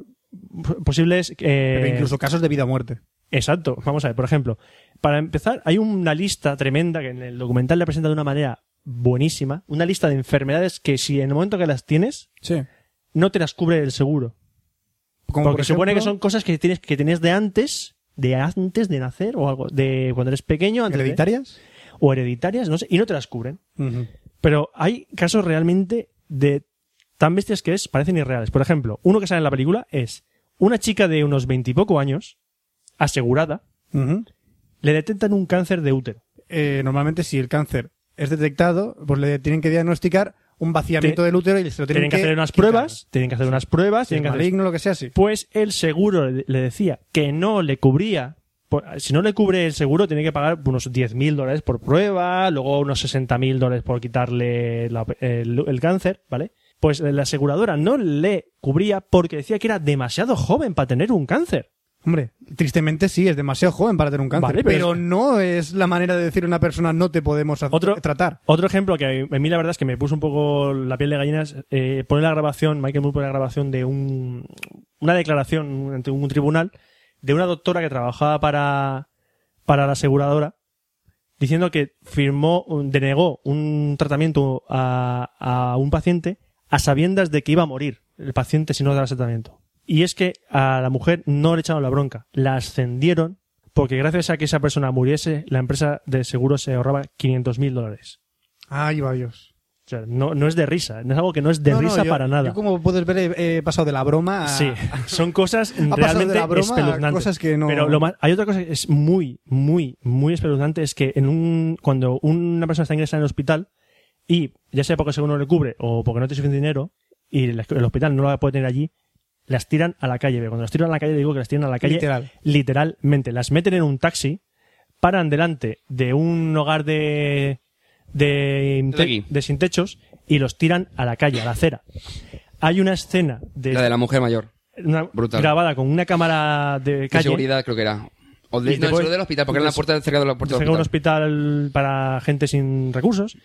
S2: posibles... eh,
S3: Pero incluso casos de vida o muerte.
S2: Exacto. Vamos a ver, por ejemplo, para empezar, hay una lista tremenda que en el documental la presenta de una manera buenísima, una lista de enfermedades que si en el momento que las tienes,
S3: Sí.
S2: no te las cubre el seguro.
S3: Como
S2: porque
S3: por
S2: se supone que
S3: ejemplo,
S2: son cosas que tienes que tenías de antes, de antes de nacer o algo, de cuando eres pequeño,
S7: ¿eh?
S2: antes de-
S3: hereditarias.
S2: o hereditarias, no sé, y no te las cubren.
S3: Ujú.
S2: Pero hay casos realmente de tan bestias que es, parecen irreales. Por ejemplo, uno que sale en la película es una chica de unos veintipoco años, asegurada,
S3: Ujú.
S2: le detectan un cáncer de útero.
S3: Eh, normalmente, si el cáncer es detectado, pues le tienen que diagnosticar un vaciamiento
S2: Te-
S3: del útero y se lo tienen,
S2: Tienen que hacer unas
S3: quitar.
S2: pruebas, tienen que hacer unas pruebas,
S3: Si es
S2: tienen que hacer
S3: maligno, lo que sea, sí.
S2: Pues el seguro le le decía que no le cubría. por- Si no le cubre el seguro, tiene que pagar unos 10.000 dólares por prueba, luego unos 60.000 dólares por quitarle la- el, el cáncer, ¿vale? Pues la aseguradora no le cubría porque decía que era demasiado joven para tener un cáncer.
S3: Hombre, tristemente sí, es demasiado joven para tener un cáncer.
S2: Vale, pero-
S3: pero no es la manera de decir a una persona no te podemos hacer-
S2: Otro-
S3: tratar.
S2: Otro ejemplo que a mí la verdad es que me puso un poco la piel de gallinas, eh, pone la grabación, Michael Moore pone la grabación de un, una declaración ante un tribunal de una doctora que trabajaba para, para la aseguradora diciendo que firmó, un- denegó un tratamiento a, a un paciente a sabiendas de que iba a morir el paciente si no daba ese tratamiento. Y es que a la mujer no le echaron la bronca, la ascendieron porque gracias a que esa persona muriese, la empresa de seguros se ahorraba 500 mil dólares.
S3: Ay, va Dios.
S2: O sea, no, no es de risa, no es algo que no es de
S3: No, no,
S2: risa
S3: yo-
S2: para nada.
S3: Yo, como puedes ver, he, he pasado de la broma a...
S2: Sí, son cosas
S3: pasado de
S2: realmente
S3: la broma a
S2: espeluznantes.
S3: cosas que no-
S2: Pero lo más, hay otra cosa que es muy, muy, muy espeluznante, es que en un, cuando una persona está ingresada en el hospital y ya sea porque el seguro no le cubre o porque no tiene suficiente dinero y el, el hospital no la puede tener allí, las tiran a la calle. Pero cuando las tiran a la calle digo que las tiran a la calle
S3: Literal.
S2: literalmente. Las meten en un taxi, paran delante de un hogar de de, inte-
S4: De aquí.
S2: de sin techos y los tiran a la calle, a la acera. Hay una escena de,
S4: La de la mujer mayor.
S2: una-
S4: Brutal.
S2: grabada con una cámara de
S4: De
S2: calle.
S4: seguridad creo que era. O
S2: Y
S4: de, no,
S2: después-
S4: solo del hospital, porque era la puerta cerca de la puerta
S2: cerca
S4: del
S2: de un
S4: hospital.
S2: hospital para gente sin recursos.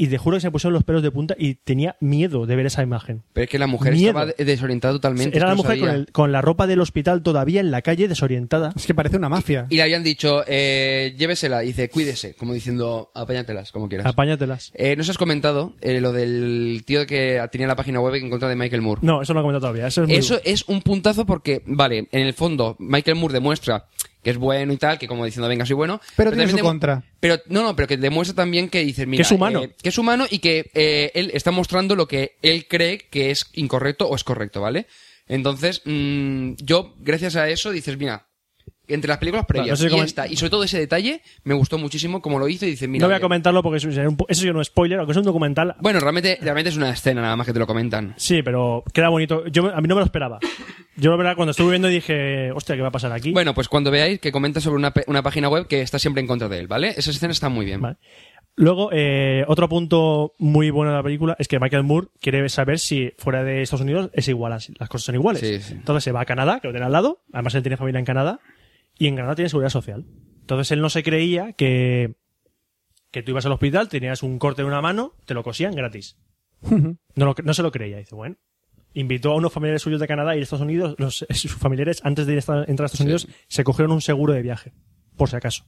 S2: Y te juro que se me pusieron los pelos de punta y tenía miedo de ver esa imagen.
S4: Pero es que la mujer
S2: Miedo.
S4: estaba de- desorientada totalmente.
S2: Era la
S4: no
S2: mujer con,
S4: sabía.
S2: el- con la ropa del hospital todavía en la calle, desorientada.
S3: Es que parece una mafia.
S4: Y le habían dicho, eh, llévesela. Y dice, cuídese. Como diciendo, apáñatelas, como quieras.
S2: Apáñatelas.
S4: Eh, nos has comentado eh, lo del tío que tenía la página web que encontró de Michael Moore.
S2: No, eso no lo he comentado todavía. Eso es muy
S4: Eso es un puntazo porque, vale, en el fondo, Michael Moore demuestra que es bueno y tal, que como diciendo, venga, soy bueno.
S3: Pero tiene
S4: también
S3: su
S4: demu-
S3: contra.
S4: Pero, no, no, pero que demuestra también que dice, mira.
S2: Que es humano.
S4: eh, que es humano y que eh, él está mostrando lo que él cree que es incorrecto o es correcto, ¿vale? Entonces, mm, yo, gracias a eso, dices, mira, entre las películas
S2: no
S4: previas
S2: sé cómo-
S4: y esta, y sobre todo ese detalle, me gustó muchísimo como lo hizo y dice, mira.
S2: no voy a
S4: oye,
S2: comentarlo porque eso sería un po- eso sería un spoiler, aunque es un documental.
S4: Bueno, realmente, realmente es una escena nada más que te lo comentan.
S2: Sí, pero queda bonito. Yo, a mí no me lo esperaba. Yo, la verdad, cuando estuve viendo dije, hostia, ¿qué va a pasar aquí?
S4: Bueno, pues cuando veáis que comenta sobre una, pe- una página web que está siempre en contra de él, ¿vale? Esa escena está muy bien.
S2: Vale. Luego, eh, otro punto muy bueno de la película es que Michael Moore quiere saber si fuera de Estados Unidos es igual, así, las cosas son iguales.
S4: Sí, sí.
S2: Entonces se va a Canadá, que lo tiene al lado, además él tiene familia en Canadá, y en Canadá tiene seguridad social. Entonces él no se creía que, que tú ibas al hospital, tenías un corte de una mano, te lo cosían gratis. No, lo- no se lo creía, dice, bueno. Invitó a unos familiares suyos de Canadá y de Estados Unidos, los, sus familiares, antes de ir a esta- entrar a Estados Unidos, se cogieron un seguro de viaje, por si acaso.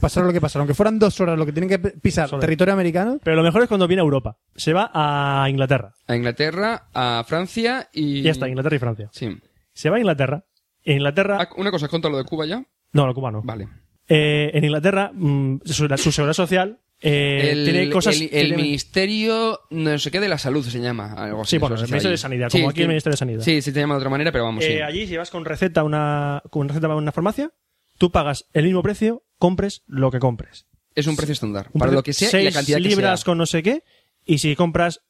S3: Pasar lo que pasar. Aunque fueran dos horas lo que tienen que pisar
S2: Solo.
S3: territorio americano,
S2: Pero lo mejor es cuando viene a Europa. Se va a Inglaterra.
S4: A Inglaterra, a Francia y.
S2: Ya está, Inglaterra y Francia.
S4: Sí.
S2: Se va a Inglaterra. En Inglaterra.
S4: Ah, una cosa, contra lo de Cuba ya.
S2: No, lo cubano.
S4: Vale.
S2: Eh, en Inglaterra, mm, su, la- su seguridad social eh,
S4: el,
S2: tiene cosas.
S4: el- el
S2: tiene-
S4: Ministerio no sé qué de la Salud se llama. Algo así,
S2: Sí, bueno,
S4: eso
S2: el
S4: está
S2: Ministerio
S4: ahí.
S2: de Sanidad,
S4: Sí,
S2: como aquí el
S4: tiene-
S2: Ministerio de Sanidad.
S4: Sí, sí, se llama de otra manera, pero vamos.
S2: Eh,
S4: sí.
S2: Allí, si vas con receta, a una, con receta para una farmacia, tú pagas el mismo precio, compres lo que compres.
S4: Es un precio estándar.
S2: Un
S4: para
S2: precio-
S4: lo que sea y la
S2: seis
S4: cantidad que
S2: libras
S4: sea.
S2: con no sé qué Y si compras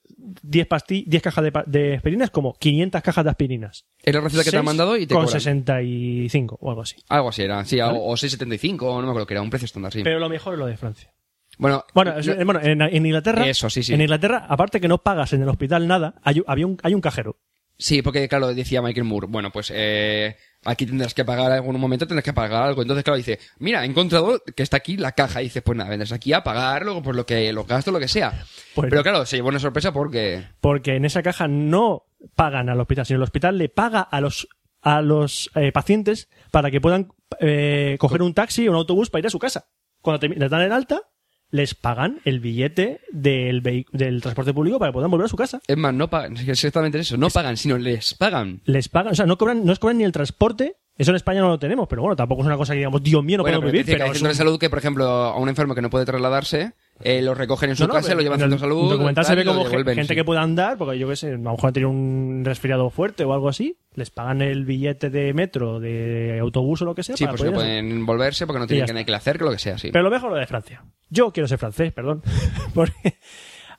S2: 10, pasti 10 cajas de, pa- de aspirinas, como 500 cajas de aspirinas.
S4: Es la receta que te han
S2: Seis
S4: mandado y te
S2: Con
S4: cobran.
S2: 65 o algo así.
S4: Algo así era, sí, o, o 6,75, o no me acuerdo que era, un precio estándar, sí.
S2: Pero lo mejor es lo de Francia.
S4: bueno,
S2: Bueno, es-
S4: yo-
S2: eh, bueno, en, en Inglaterra.
S4: Eso, sí, sí.
S2: En Inglaterra, aparte que no pagas en el hospital nada, hay, un- había un, hay un cajero.
S4: sí, porque claro, decía Michael Moore, bueno, pues eh, aquí tendrás que pagar algún momento, tendrás que pagar algo. Entonces, claro, dice, mira, he encontrado que está aquí la caja. Y dices, pues nada, vendrás aquí a pagar luego por lo que los gastos, lo que sea.
S2: Pues-
S4: Pero claro, se llevó una sorpresa porque...
S2: Porque en esa caja no pagan al hospital, sino el hospital le paga a los, a los eh, pacientes para que puedan eh, coger un taxi o un autobús para ir a su casa. Cuando te- les dan el alta, les pagan el billete del, vehi- del transporte público para que puedan volver a su casa.
S4: Es más, no pagan, es exactamente eso, no pagan, sino les pagan.
S2: Les pagan, o sea, no cobran, no os cobran ni el transporte. Eso en España no lo tenemos, pero bueno, tampoco es una cosa que digamos, Dios mío, no
S4: Bueno,
S2: podemos
S4: pero
S2: vivir.
S4: decía que
S2: Pero
S4: hay
S2: es
S4: centros de
S2: un-
S4: salud que, por ejemplo, a un enfermo que no puede trasladarse, eh, lo recogen en su
S2: No, no,
S4: casa,
S2: pero
S4: lo llevan al
S2: en
S4: centro
S2: el
S4: de salud.
S2: documental se
S4: tal,
S2: ve
S4: y lo
S2: como ge-
S4: devuelven,
S2: gente
S4: sí.
S2: que pueda andar, porque yo qué sé, a lo mejor han tenido un resfriado fuerte o algo así, les pagan el billete de metro, de autobús o lo que sea.
S4: Sí,
S2: para
S4: pues no
S2: poder ir a-
S4: pueden volverse porque no
S2: ya
S4: tienen que
S2: está.
S4: nada que hacer, que lo que sea, sí.
S2: Pero lo mejor lo de Francia. Yo quiero ser francés, perdón. porque,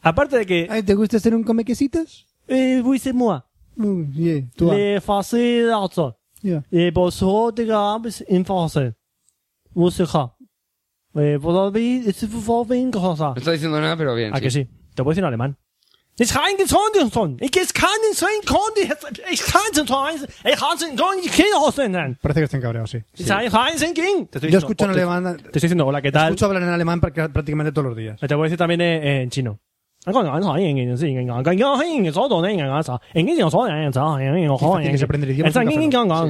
S2: aparte de que.
S7: Ay, ¿Te gusta hacer un comequecitas?
S2: Eh, oui, c'est moi.
S7: Mm, yeah, tú ah,
S2: Le français d'argent.
S7: yeah.
S2: Et bonjour, de gabes en français. Música. Eh, por la vida, es por fin cosa.
S4: No está diciendo nada, pero bien.
S2: ¿A que sí? Te puedo decir en alemán. Ich kann den Sohn, ich kann den Sohn, ich kann den Sohn, ich kann den Sohn, ich kann den Sohn,
S7: Parece que estén cabreados, sí.
S2: ich kann den Sohn, Te estoy
S7: Yo
S2: diciendo,
S7: escucho en
S2: oh, te-
S7: alemán,
S2: Te estoy diciendo hola, ¿qué tal?
S7: escucho hablar en alemán prácti- prácticamente todos los días.
S2: Te voy a decir también eh, en chino. ah,
S7: fácil que se aprende el idioma, es un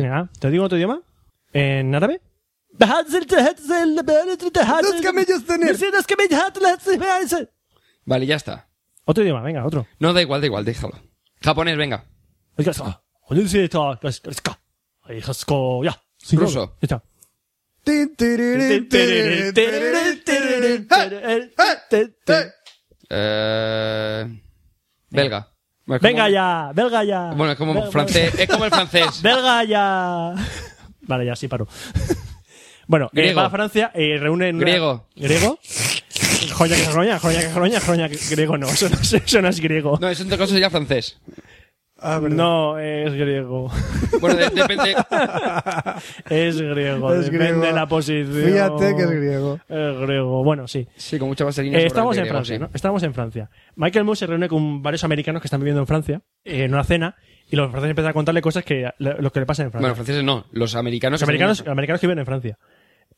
S2: ¿eh? ¿Te digo otro idioma? ¿En árabe?
S7: Los camellos tener.
S4: Vale, ya está.
S2: Otro idioma, venga, otro.
S4: No, da igual, da igual, déjalo. Japonés, venga. Ruso.
S2: Ya está.
S7: Tin, tirirín, tirirín, tirirín, tirirín. ¡Hey! ¡Hey!
S4: Eh... Belga. Bueno, es como-
S2: Venga ya, belga ya.
S4: Bueno, es como
S2: Belga-
S4: francés. Es como el francés.
S2: Belga ya. Vale, ya sí paro. Bueno, eh,
S4: Griego.
S2: va a Francia eh, reúne en una-
S4: Griego.
S2: ¿Griego? Joya que roña, joya que roña, joya que griego no, eso no, es- eso no es griego.
S4: No, eso entre cosas sería francés.
S7: Ah,
S2: No,
S7: perdón.
S2: es griego.
S4: Bueno, de- depende.
S2: Es griego,
S7: Es
S2: depende
S7: griego.
S2: de la posición.
S7: Fíjate que es griego.
S2: Es Eh, griego, bueno, sí.
S4: Sí, con mucha vaselina.
S2: Eh,
S4: seguramente
S2: estamos en
S4: griego,
S2: Francia,
S4: sí.
S2: ¿no? Estamos en Francia. Michael Moore se reúne con varios americanos que están viviendo en Francia eh, en una cena y los franceses empiezan a contarle cosas que lo lo que le pasan en Francia.
S4: Bueno, franceses no. Los americanos.
S2: Los americanos, americanos que viven en Francia.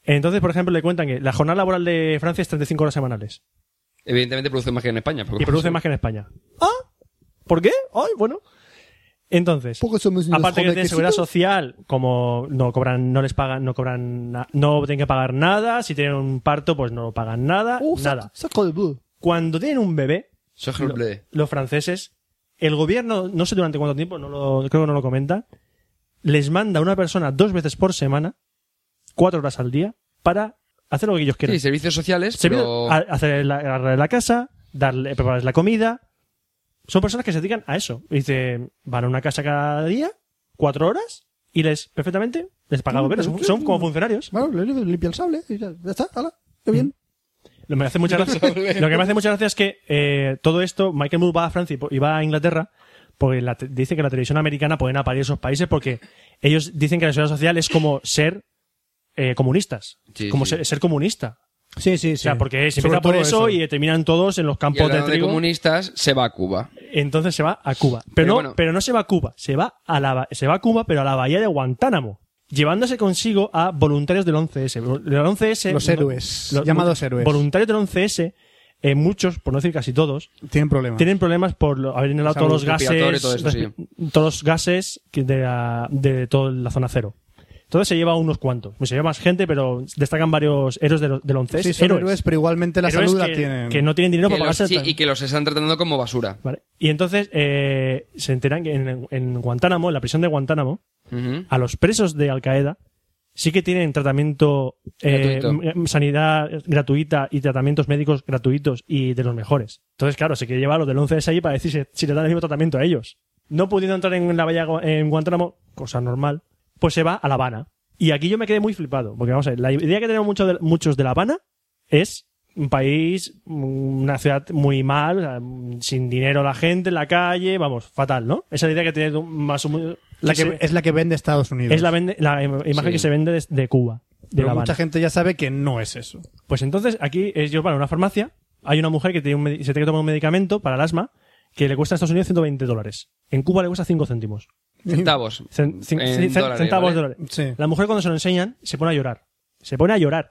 S2: Entonces, por ejemplo, le cuentan que la jornada laboral de Francia es 35 horas semanales
S4: Evidentemente producen más que en España. porque-
S2: y produce más que en España. ¿Ah? ¿Por qué? Ay, bueno. Entonces,
S7: Poco somos unos
S2: aparte que tienen
S7: jovequecitos.
S2: seguridad social, como no cobran, no les pagan, no cobran, na- no tienen que pagar nada. Si tienen un parto, pues no pagan nada,
S7: Uh, sa-
S2: nada.
S7: saco de bu.
S2: Cuando tienen un bebé,
S4: Soja bleu.
S2: los franceses, el gobierno, no sé durante cuánto tiempo, no lo, creo que no lo comentan, les manda una persona dos veces por semana, cuatro horas al día, para hacer lo que ellos quieran.
S4: Sí, servicios sociales,
S2: Se viene
S4: pero...
S2: a- a hacer la, arreglar la casa, darle, prepararles la comida. Son personas que se dedican a eso. Dice, van a una casa cada día, cuatro horas, y les, perfectamente, les pagan
S7: Mm,
S2: bien. Son,
S7: pero-
S2: son como funcionarios.
S7: Bueno, le- le- limpia el sable y ya ya está, hala, qué bien.
S2: Lo, me hace mucha gracia- lo que me hace mucha gracia es que eh, todo esto, Michael Moore va a Francia y po- y va a Inglaterra, porque la te- dice que la televisión americana pueden aparecer esos países porque ellos dicen que la seguridad social es como ser eh, comunistas.
S4: Sí,
S2: como
S4: sí.
S2: Ser, ser comunista.
S7: Sí, sí, sí.
S2: O sea, porque se empieza por eso, y terminan todos en los
S4: Y
S2: campos de
S4: hablando de
S2: trigo.
S4: comunistas, se va a Cuba.
S2: Entonces se va a Cuba. Pero,
S4: Pero
S2: no,
S4: bueno.
S2: pero no se va a Cuba, se va a la ba- se va a Cuba, pero a la bahía de Guantánamo, llevándose consigo a voluntarios del 11S. Vol- Del 11S
S7: Los
S2: no-
S7: héroes,
S2: los-
S7: llamados héroes.
S2: Voluntarios del 11S, eh, muchos, por no decir casi todos,
S7: Tienen problemas.
S2: tienen problemas por lo- haber inhalado
S4: Salud
S2: todos los
S4: respiratoria,
S2: gases,
S4: todo eso,
S2: respi- todos los gases que de, la- de toda la zona cero. Entonces se lleva unos cuantos. Pues Se lleva más gente, pero destacan varios héroes del, del 11S.
S7: Sí, son héroes. pero igualmente la
S2: Héroes
S7: salud
S2: que,
S7: la tienen.
S2: que no tienen dinero
S4: Que
S2: para
S4: los-
S2: pagarse. el
S4: sí,
S2: tra-
S4: y que los están tratando como basura.
S2: Vale. Y entonces eh, se enteran que en, en Guantánamo, en la prisión de Guantánamo,
S4: Ujú.
S2: a los presos de Al Qaeda sí que tienen tratamiento, eh,
S4: Gratuito.
S2: m- m- sanidad gratuita y tratamientos médicos gratuitos y de los mejores. Entonces, claro, se quiere llevar a los del 11S allí para decir si, si le dan el mismo tratamiento a ellos. No pudiendo entrar en la valla gu- en Guantánamo, cosa normal, pues se va a La Habana. Y aquí yo me quedé muy flipado, porque vamos a ver, la idea que tenemos mucho de- muchos de La Habana es un país, mm, una ciudad muy mal, o sea, sin dinero la gente, en la calle, vamos, fatal, ¿no? Esa es la idea que tiene tú, más o menos-
S7: La que-
S2: se-
S7: es la que vende Estados Unidos.
S2: es la, vende- la im- imagen
S7: Sí.
S2: que se vende de, de Cuba. De
S7: Pero
S2: La
S7: mucha
S2: Habana.
S7: gente ya sabe que no es eso.
S2: Pues entonces aquí es yo para una farmacia. Hay una mujer que tiene un medi- se tiene que tomar un medicamento para el asma que le cuesta en Estados Unidos 120 dólares. En Cuba le cuesta 5 céntimos.
S4: Centavos.
S2: Cen- cin-
S4: En
S2: cin-
S4: dólares,
S2: centavos
S4: ¿vale?
S2: de dólares. La mujer cuando se lo enseñan se pone a llorar. Se pone a llorar.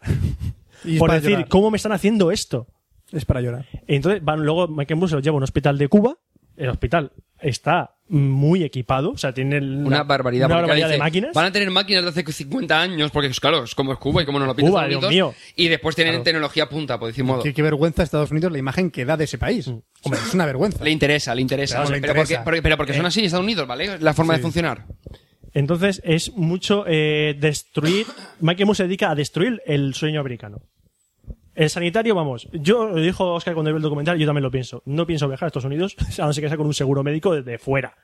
S7: Y es
S2: por
S7: para
S2: decir,
S7: llorar.
S2: ¿cómo me están haciendo esto?
S7: Es para llorar.
S2: Entonces, van, luego Michael Moore se los lleva a un hospital de Cuba. El hospital está muy equipado, o sea, tiene el-
S4: Una barbaridad.
S2: una
S4: porque
S2: barbaridad de
S4: dice,
S2: máquinas.
S4: Van a tener máquinas de hace 50 años, porque claro, es como es Cuba y como nos lo pintan
S2: Cuba, Dios
S4: Estados Unidos.
S2: mío.
S4: Y después tienen tecnología punta, por decir modo.
S7: Qué, qué vergüenza Estados Unidos la imagen que da de ese país.
S2: Mm.
S7: Hombre, es una vergüenza.
S4: Le interesa, le interesa.
S7: Claro, le
S4: pero,
S7: interesa.
S4: Porque, porque- pero porque
S2: Eh.
S4: son así, Estados Unidos, ¿vale? La forma de funcionar.
S2: Entonces es mucho eh, destruir. Michael Moore se dedica a destruir el sueño americano. El sanitario, vamos. Yo lo dijo Oscar cuando vio el documental, yo también lo pienso. No pienso viajar a Estados Unidos, a no ser que sea con un seguro médico desde fuera.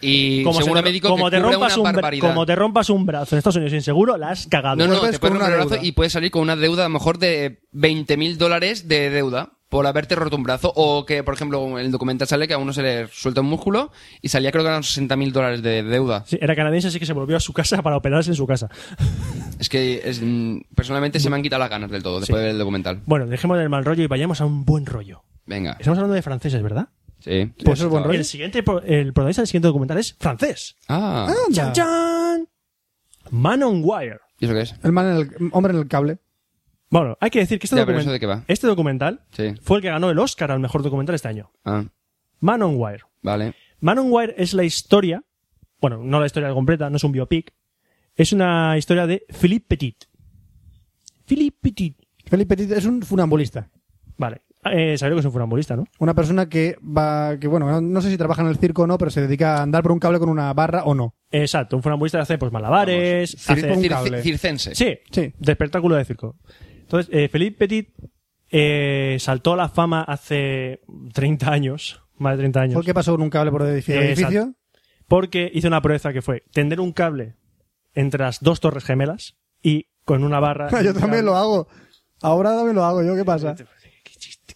S4: Y
S2: Como, se
S4: seguro
S2: te-
S4: médico
S2: como
S4: que
S2: te
S4: cubre
S2: rompas
S4: una
S2: un bra-
S4: barbaridad.
S2: como te rompas un brazo en Estados Unidos sin seguro, la has cagado.
S4: No, no,
S2: con
S4: te puedes romper un brazo
S2: deuda.
S4: y puedes salir con una deuda a lo mejor de 20.000 dólares de deuda por haberte roto un brazo o que, por ejemplo, en el documental sale que a uno se le suelta un músculo y salía creo que eran 60.000 dólares de deuda.
S2: Sí, era canadiense, así que se volvió a su casa para operarse en su casa.
S4: Es que es, mm, personalmente se me han quitado las ganas del todo después del documental.
S2: Bueno, dejemos el mal rollo y vayamos a un buen rollo.
S4: Venga.
S2: Estamos hablando de franceses, ¿verdad?
S4: Sí.
S2: Pues El siguiente, pro- el protagonista del siguiente documental es francés.
S4: Ah.
S2: Chan, chan. Man on Wire.
S4: ¿Y eso qué
S2: Este
S4: es?
S7: El, man en el hombre en el cable.
S2: Bueno, hay que decir que este,
S4: Ya, pero
S2: document-
S4: ¿eso de qué va?
S2: este documental
S4: Sí.
S2: fue el que ganó el Oscar al mejor documental este año.
S4: Ah,
S2: Man on Wire.
S4: vale.
S2: Man on Wire es la historia, bueno, no la historia completa, no es un biopic, es una historia de Philippe Petit. Philippe Petit.
S7: Felipe Petit es un funambulista.
S2: Vale. Eh, sabéis lo que es un funambulista, ¿no?
S7: Una persona que va, que bueno, no, no sé si trabaja en el circo o no, pero se dedica a andar por un cable con una barra o no.
S2: Exacto, un funambulista hace pues malabares,
S4: Cir-
S2: hace...
S4: cir-
S7: cable.
S4: circense.
S2: Sí, de espectáculo de circo. Entonces, eh, Philippe Petit eh, saltó a la fama hace 30 años, más de 30 años.
S7: ¿Por qué pasó con un cable por el edificio?
S2: Eh,
S7: edificio?
S2: exacto. Porque hizo una proeza que fue tender un cable entre las dos torres gemelas y con una barra.
S7: Yo también lo hago. Ahora también lo hago yo, ¿qué pasa?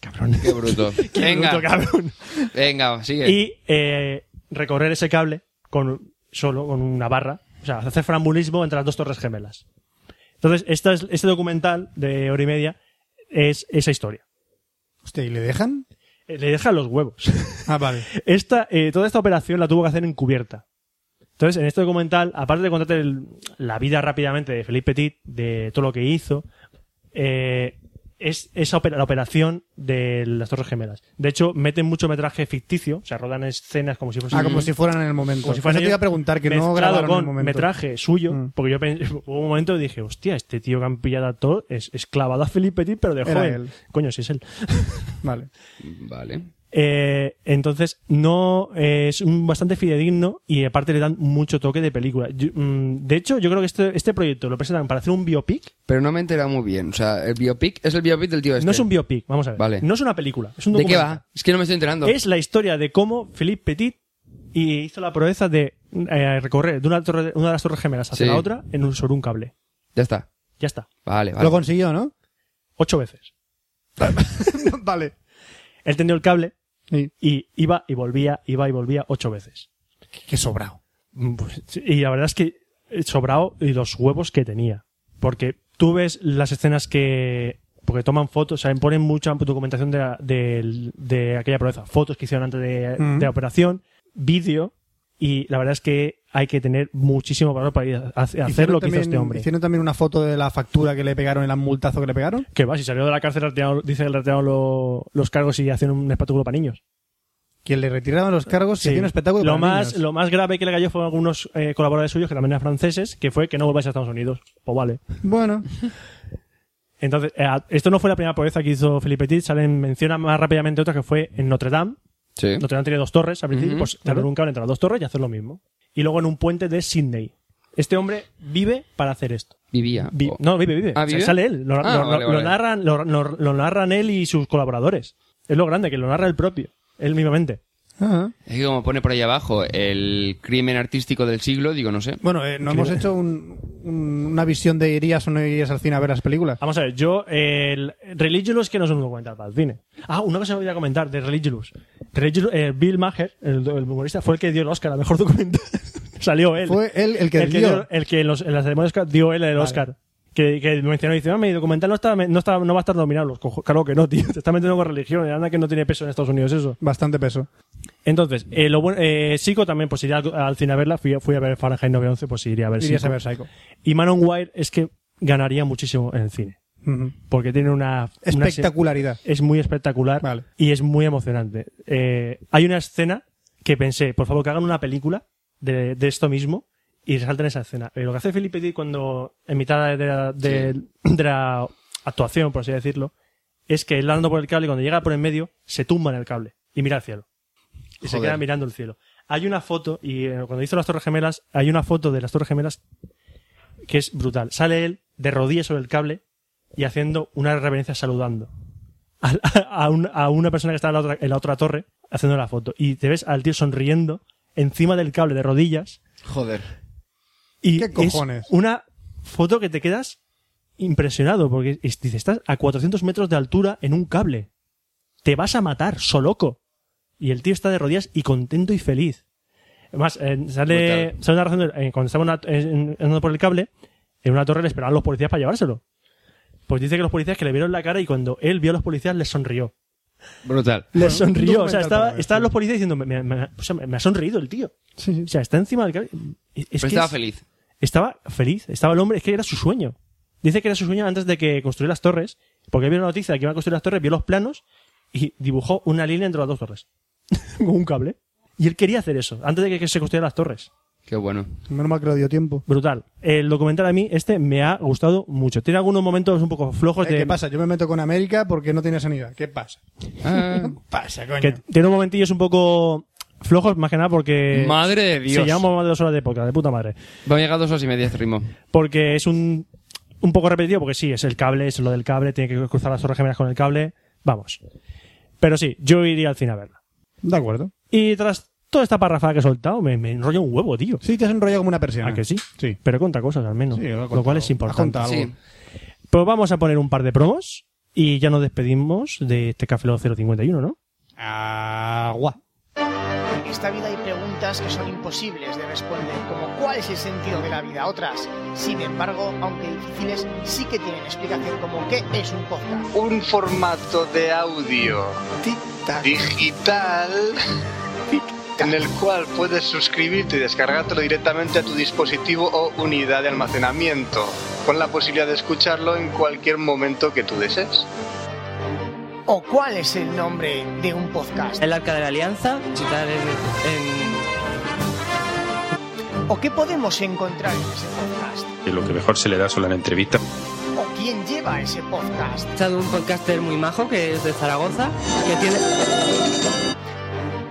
S4: Qué bruto.
S2: Qué bruto,
S4: Venga,
S2: cabrón.
S4: venga, sigue.
S2: Y eh, recorrer ese cable con solo con una barra. O sea, hacer frambulismo entre las dos torres gemelas. Entonces, esta es- este documental de hora y media es esa historia.
S7: Hostia, ¿y le dejan?
S2: Eh, Le dejan los huevos.
S7: Ah, vale.
S2: esta, eh, toda esta operación la tuvo que hacer encubierta. Entonces, en este documental, aparte de contarte el- la vida rápidamente de Felipe Petit, de todo lo que hizo, eh, es esa opera- la operación de las Torres Gemelas. De hecho, meten mucho metraje ficticio, o sea, rodan escenas como si fuese
S7: Ah, como si fueran en el momento.
S2: como si
S7: Eso
S2: fueran
S7: te iba
S2: ellos
S7: a preguntar, que no
S2: mezclado
S7: grabaron en
S2: con
S7: el momento.
S2: metraje suyo,
S7: Mm.
S2: porque yo pensé, hubo un momento y dije, hostia, este tío que han pillado a todo es, es clavado a Felipe Petit, pero de
S7: Era
S2: joven.
S7: él.
S2: Coño, si es él.
S7: Vale.
S4: Vale.
S2: Eh, entonces, no eh, es un bastante fidedigno y aparte le dan mucho toque de película. Yo, mm, de hecho, yo creo que este, este proyecto lo presentan para hacer un biopic.
S4: Pero no me he enterado muy bien. O sea, el biopic es el biopic del tío este.
S2: No es un biopic, vamos a ver.
S4: Vale.
S2: No es una película, es un
S4: ¿De qué
S2: documental.
S4: va? Es que no me estoy enterando.
S2: Es la historia de cómo Philippe Petit y hizo la proeza de eh, recorrer de una, torre- una de las torres gemelas hacia
S4: Sí.
S2: la otra en un, sobre un cable.
S4: Ya está.
S2: Ya está.
S4: Vale,
S7: Lo
S4: vale.
S7: consiguió, ¿no?
S2: Ocho veces.
S7: vale.
S2: Él tendió el cable
S7: Sí.
S2: y iba y volvía, iba y volvía ocho veces.
S7: Qué sobrado.
S2: Mm, pues, sí, Y la verdad es que he sobrado y los huevos que tenía. Porque tú ves las escenas que. Porque toman fotos, o sea, ponen mucha documentación de, la- del- de aquella proeza. Fotos que hicieron antes de,
S7: Mm.
S2: de la operación, vídeo, y la verdad es que hay que tener muchísimo valor para ir a- a- hacer
S7: Hicieron
S2: lo que hizo
S7: también-
S2: este hombre.
S7: Hicieron también una foto de la factura que le pegaron, el multazo que le pegaron.
S2: Que va, si salió de la cárcel, retirado- dice que le retiraron lo- los cargos y hacían un espectáculo para niños.
S7: Quien le retiraban los cargos y
S2: Sí.
S7: hacía un espectáculo
S2: lo
S7: para
S2: más
S7: niños.
S2: Lo más grave que le cayó fue a algunos eh, colaboradores suyos, que también eran franceses, que fue que no volváis a Estados Unidos. Pues vale.
S7: Bueno,
S2: Entonces, eh, esto no fue la primera pobreza que hizo Felipe Petit. Salen, menciona más rápidamente otra que fue en Notre Dame.
S4: Sí.
S2: Notre Dame tiene dos torres al principio,
S4: Ujú,
S2: pues tardar un cable entre las dos torres y hacer lo mismo. Y luego en un puente de Sydney. Este hombre vive para hacer esto.
S4: Vivía.
S2: Vi-
S4: Oh.
S2: No, vive, vive.
S4: Ah,
S2: O sea,
S4: ¿vive?
S2: Sale él. Lo,
S4: Ah,
S2: lo-
S4: vale,
S2: lo
S4: vale.
S2: narran, lo, lo- lo narran él y sus colaboradores. Es lo grande, que lo narra él propio. Él mismamente.
S7: Ah.
S4: Es que como pone por ahí abajo el crimen artístico del siglo, digo, no sé.
S7: bueno, eh, no hemos hecho un,
S3: un- una visión de irías o no irías al cine a ver las películas.
S2: Vamos a ver, yo, eh, el Religious que no se me comentar para el cine. Ah, una cosa me voy a comentar de Religious. Religious eh, Bill Maher, el, el humorista, fue el que dio el Oscar a mejor documental. Salió él.
S3: Fue él el que dio.
S2: el que eh. en, los- en la ceremonia Oscar dio él el Oscar. Que, que mencionó y dice, ah, mi documental no, está, no, está, no va a estar nominado. Los cojo- Claro que no, tío. Te está metiendo con religión. Anda que no tiene peso en Estados Unidos eso.
S3: Bastante peso.
S2: Entonces, eh, lo bueno, eh, Psycho también, pues iría al, al cine a verla. Fui, a- fui a ver Fahrenheit 911, pues iría a ver
S3: Irías
S2: Psycho.
S3: a ver Psycho.
S2: Y Man on Wire es que ganaría muchísimo en el cine.
S3: Ujú.
S2: Porque tiene una... una-
S3: Espectacularidad.
S2: es muy espectacular
S3: Vale.
S2: y es muy emocionante. Eh, hay una escena que pensé, por favor, que hagan una película de, de esto mismo y resalten esa escena. Eh, lo que hace Felipe Di cuando, en mitad de la, de- de la actuación, por así decirlo, es que él anda por el cable y cuando llega por en medio, se tumba en el cable y mira al cielo. Y se
S14: Joder.
S2: queda mirando el cielo. Hay una foto, y eh, cuando hizo las Torres Gemelas, hay una foto de las Torres Gemelas que es brutal. Sale él de rodillas sobre el cable y haciendo una reverencia saludando a, a- a un- a una persona que está en la, otra, en la otra torre haciendo la foto. Y te ves al tío sonriendo encima del cable de rodillas.
S14: Joder.
S2: Y
S3: ¿Qué cojones?
S2: es una foto que te quedas impresionado porque es- dices, estás a 400 metros de altura en un cable. Te vas a matar, soloco. Y el tío está de rodillas y contento y feliz. Además, eh, sale, sale una razón, eh, cuando estaba una- en- andando por el cable, en una torre le esperaban los policías para llevárselo. Pues dice que los policías que le vieron la cara y cuando él vio a los policías les sonrió.
S14: Brutal.
S2: Les sonrió. O sea,
S3: documental
S2: estaba-
S3: para ver,
S2: estaban
S3: sí.
S2: los policías diciendo, me, me- me- o sea, me- me ha sonreído el tío.
S3: Sí, sí.
S2: O sea, está encima del cable. Es que
S4: Pero estaba
S2: es-
S4: feliz.
S2: estaba feliz, estaba el hombre, es que era su sueño. Dice que era su sueño antes de que construyera las torres, porque vio la noticia de que iban a construir las torres, vio los planos y dibujó una línea entre las dos torres. Con un cable. Y él quería hacer eso, antes de que- que se construyeran las torres.
S4: Qué bueno.
S3: Menos mal que lo dio tiempo.
S2: Brutal. El documental a mí, este, me ha gustado mucho. Tiene algunos momentos un poco flojos
S3: Eh,
S2: de...
S3: ¿Qué pasa? Yo me meto con América porque no tiene sanidad. ¿Qué pasa?
S4: Ah.
S3: pasa, coño?
S2: que tiene unos momentillos un poco flojos, más que nada porque...
S4: Madre de Dios.
S2: Eh, Se llevamos más de dos horas de época, de puta madre.
S4: Va a llegar a dos horas y media este ritmo.
S2: porque es un, un poco repetido, porque sí, es el cable, es lo del cable, tiene que cruzar las torres gemelas con el cable, vamos. Pero sí, yo iría al cine a verla.
S3: De acuerdo.
S2: Y tras toda esta parrafada que he soltado, me, me enrollo un huevo, tío.
S3: Sí, te has enrollado como una persiana.
S2: ¿A que sí?
S3: Sí.
S2: Pero conta cosas al menos,
S3: Sí, lo he
S2: lo
S3: contado.
S2: cual es
S3: Ha
S2: importante.
S3: contado algo.
S4: Sí.
S2: Pues vamos a poner un par de promos y ya nos despedimos de este Café Lock 051, ¿no?
S3: Agua.
S8: En esta vida hay preguntas que son imposibles de responder, como cuál es el sentido de la vida. Otras, sin embargo, aunque difíciles, sí que tienen explicación, como qué es un podcast.
S10: un formato de audio digital en el cual puedes suscribirte y descargártelo directamente a tu dispositivo o unidad de almacenamiento, con la posibilidad de escucharlo en cualquier momento que tú desees.
S8: O cuál es el nombre de un podcast.
S10: El Arca de la Alianza,
S8: O qué podemos encontrar en ese podcast.
S5: lo que mejor se le da son las entrevistas.
S8: O quién lleva ese podcast.
S10: un podcaster muy majo que es de Zaragoza, que tiene...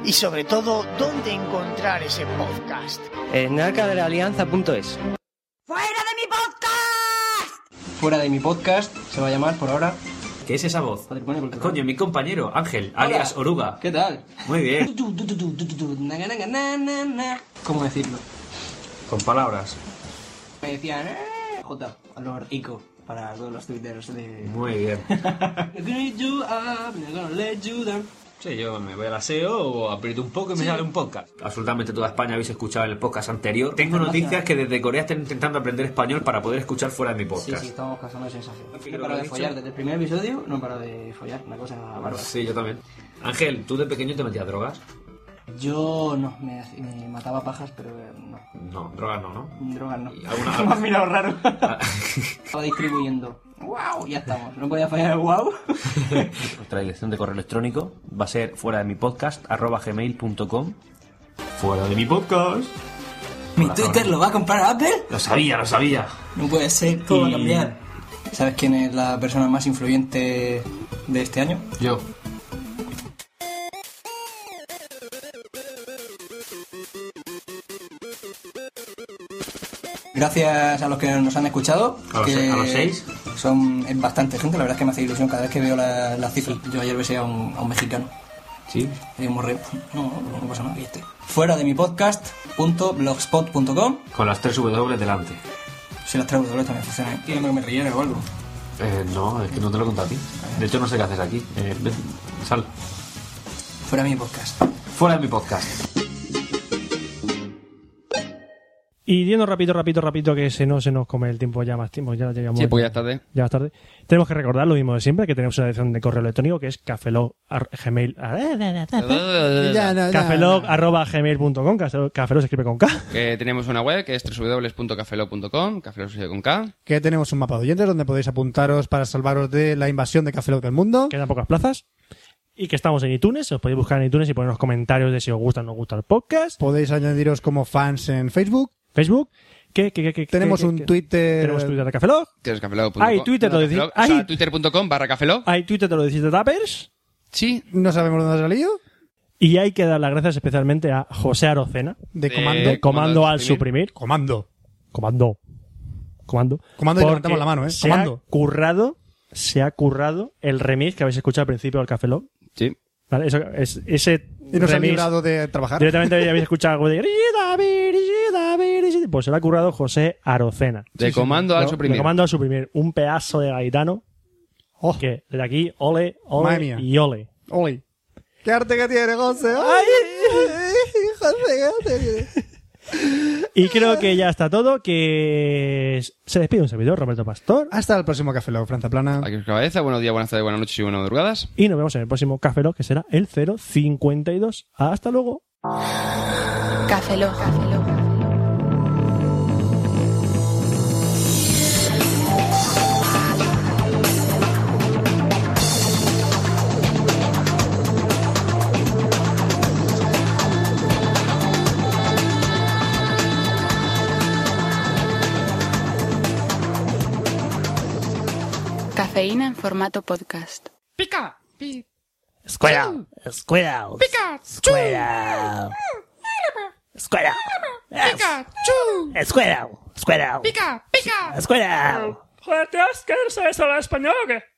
S8: Y sobre todo, dónde encontrar ese podcast.
S10: en arcadelalianza.es.
S8: ¡Fuera de mi podcast!
S10: Fuera de mi podcast, se va a llamar por ahora.
S5: ¿Qué es esa voz? Coño, mi compañero, Ángel, alias Oruga.
S10: ¿Qué tal?
S5: Muy bien.
S10: ¿Cómo decirlo?
S5: Con palabras.
S10: Me decían, eh, J, a lo rico, para todos los twitters de...
S5: Muy bien. Sí, yo me voy al aseo o aprieto un poco y me sale un podcast. Absolutamente toda España habéis escuchado en el podcast anterior. Tengo noticias que desde Corea están intentando aprender español para poder escuchar fuera de mi
S10: Sí,
S5: podcast.
S10: sí, estamos causando sensación.
S5: lo
S10: No paro
S5: has
S10: de
S5: dicho.
S10: follar desde el primer episodio, no paro de follar, una cosa bárbara.
S5: Sí, yo también. Ángel, ¿tú de pequeño te metías drogas?
S10: Yo no, me, hac- me mataba pajas, pero eh, no,
S5: No, drogas no, ¿no?
S10: drogas no.
S5: ¿Y alguna- Ah.
S10: Me has mirado raro. Estaba distribuyendo. ¡Wow! Ya estamos, no podía fallar el wow.
S5: Nuestra dirección de correo electrónico va a ser fuera de mi podcast arroba gmail.com. Fuera de mi podcast.
S10: ¿Mi Twitter lo va a comprar Apple?
S5: Lo sabía, lo sabía.
S10: No puede ser, todo va a cambiar. ¿Sabes quién es la persona más influyente de este año?
S4: Yo.
S10: Gracias a los que nos han escuchado.
S5: A los
S10: que
S5: se- a los seis.
S10: Son es bastante gente, la verdad es que me hace ilusión cada vez que veo la- las cifras. Yo ayer besé a un, a un mexicano.
S5: Sí.
S10: Y morré. No, no, no pasa nada, y este. Fuera de mi podcast.blogspot.com.
S5: Con las tres W delante.
S15: si las traductoras también funcionan. Tiene que me rellene o algo.
S5: Eh, no, es que no te lo he contado a ti. De hecho, no sé qué haces aquí. Eh, ven, sal.
S15: Fuera mi podcast.
S5: Fuera de mi podcast.
S2: Y yendo rápido, rápido, rápido, que se nos, se nos come el tiempo ya más tiempo, ya llegamos.
S4: Sí, pues ya es tarde.
S2: Ya es tarde. Tenemos que recordar lo mismo de siempre, que tenemos una dirección de correo electrónico que es cafelog ar- gmail ah, eh,
S4: Ya, no, no,
S2: cafelog arroba gmail punto com, cafelog cafelog se escribe con K.
S4: Que Eh, tenemos una web que es www.cafelo.com, cafelo se escribe con K.
S3: Que tenemos un mapa de oyentes donde podéis apuntaros para salvaros de la invasión de Café Lock del mundo.
S2: Quedan pocas plazas. Y que estamos en iTunes, os podéis buscar en iTunes y poner los comentarios de si os gusta o no os gusta el podcast.
S3: Podéis añadiros como fans en Facebook.
S2: Facebook. que que que
S3: Tenemos
S2: qué,
S3: un
S2: qué?
S3: Twitter.
S2: Tenemos Twitter de Cafelog.
S4: Tienes cafelog.com.
S2: Ay, Twitter lo
S4: No,
S2: decís.
S4: Cafelog, o sea,
S2: Ay.
S4: twitter.com barra cafelo.
S2: Hay Twitter, te lo decís de Tappers.
S4: Sí.
S3: No sabemos dónde ha salido.
S2: Y hay que dar las gracias especialmente a José Arocena.
S3: De comando.
S2: de Eh, comando al suprimir.
S3: Comando.
S2: Comando. Comando.
S3: Comando y
S2: Porque
S3: levantamos la mano, ¿eh?
S2: Se
S3: Comando.
S2: ha currado, se ha currado el remix que habéis escuchado al principio del Café Lock.
S4: Sí.
S2: ¿Vale? Eso, es, ese
S3: Y nos han
S2: remix-
S3: librado de trabajar.
S2: Directamente habéis escuchado algo de "Grita, Virgita, Virgita". Pues se lo ha currado José Arocena.
S4: De comando al
S2: De-
S4: suprimir.
S2: De comando al suprimir. Un pedazo de gaitano. Que desde aquí, ole, ole
S3: Oh. Madre mía.
S2: y ole.
S3: Oli. ¡Qué arte que tiene, José! ¡Ay! José, qué arte que tiene.
S2: Y creo que ya está todo. Que se despide un servidor, Roberto Pastor.
S3: Hasta el próximo Café Lock, Franza Plana.
S4: Aquí os cabeza, buenos días, buenas tardes, buenas noches y buenas madrugadas.
S2: Y nos vemos en el próximo Café Lock, que será el 052. Hasta luego.
S1: Café Lock. Cafeína en formato podcast.
S10: Pica.
S1: Squirrel.
S10: Squirrel. Pica. Squirrel. Squirrel. Pica. Chu. Squirrel. Squirrel.
S8: Pica, pica.
S10: Squirrel.
S8: Joder, tío, es que no sabes hablar español o qué?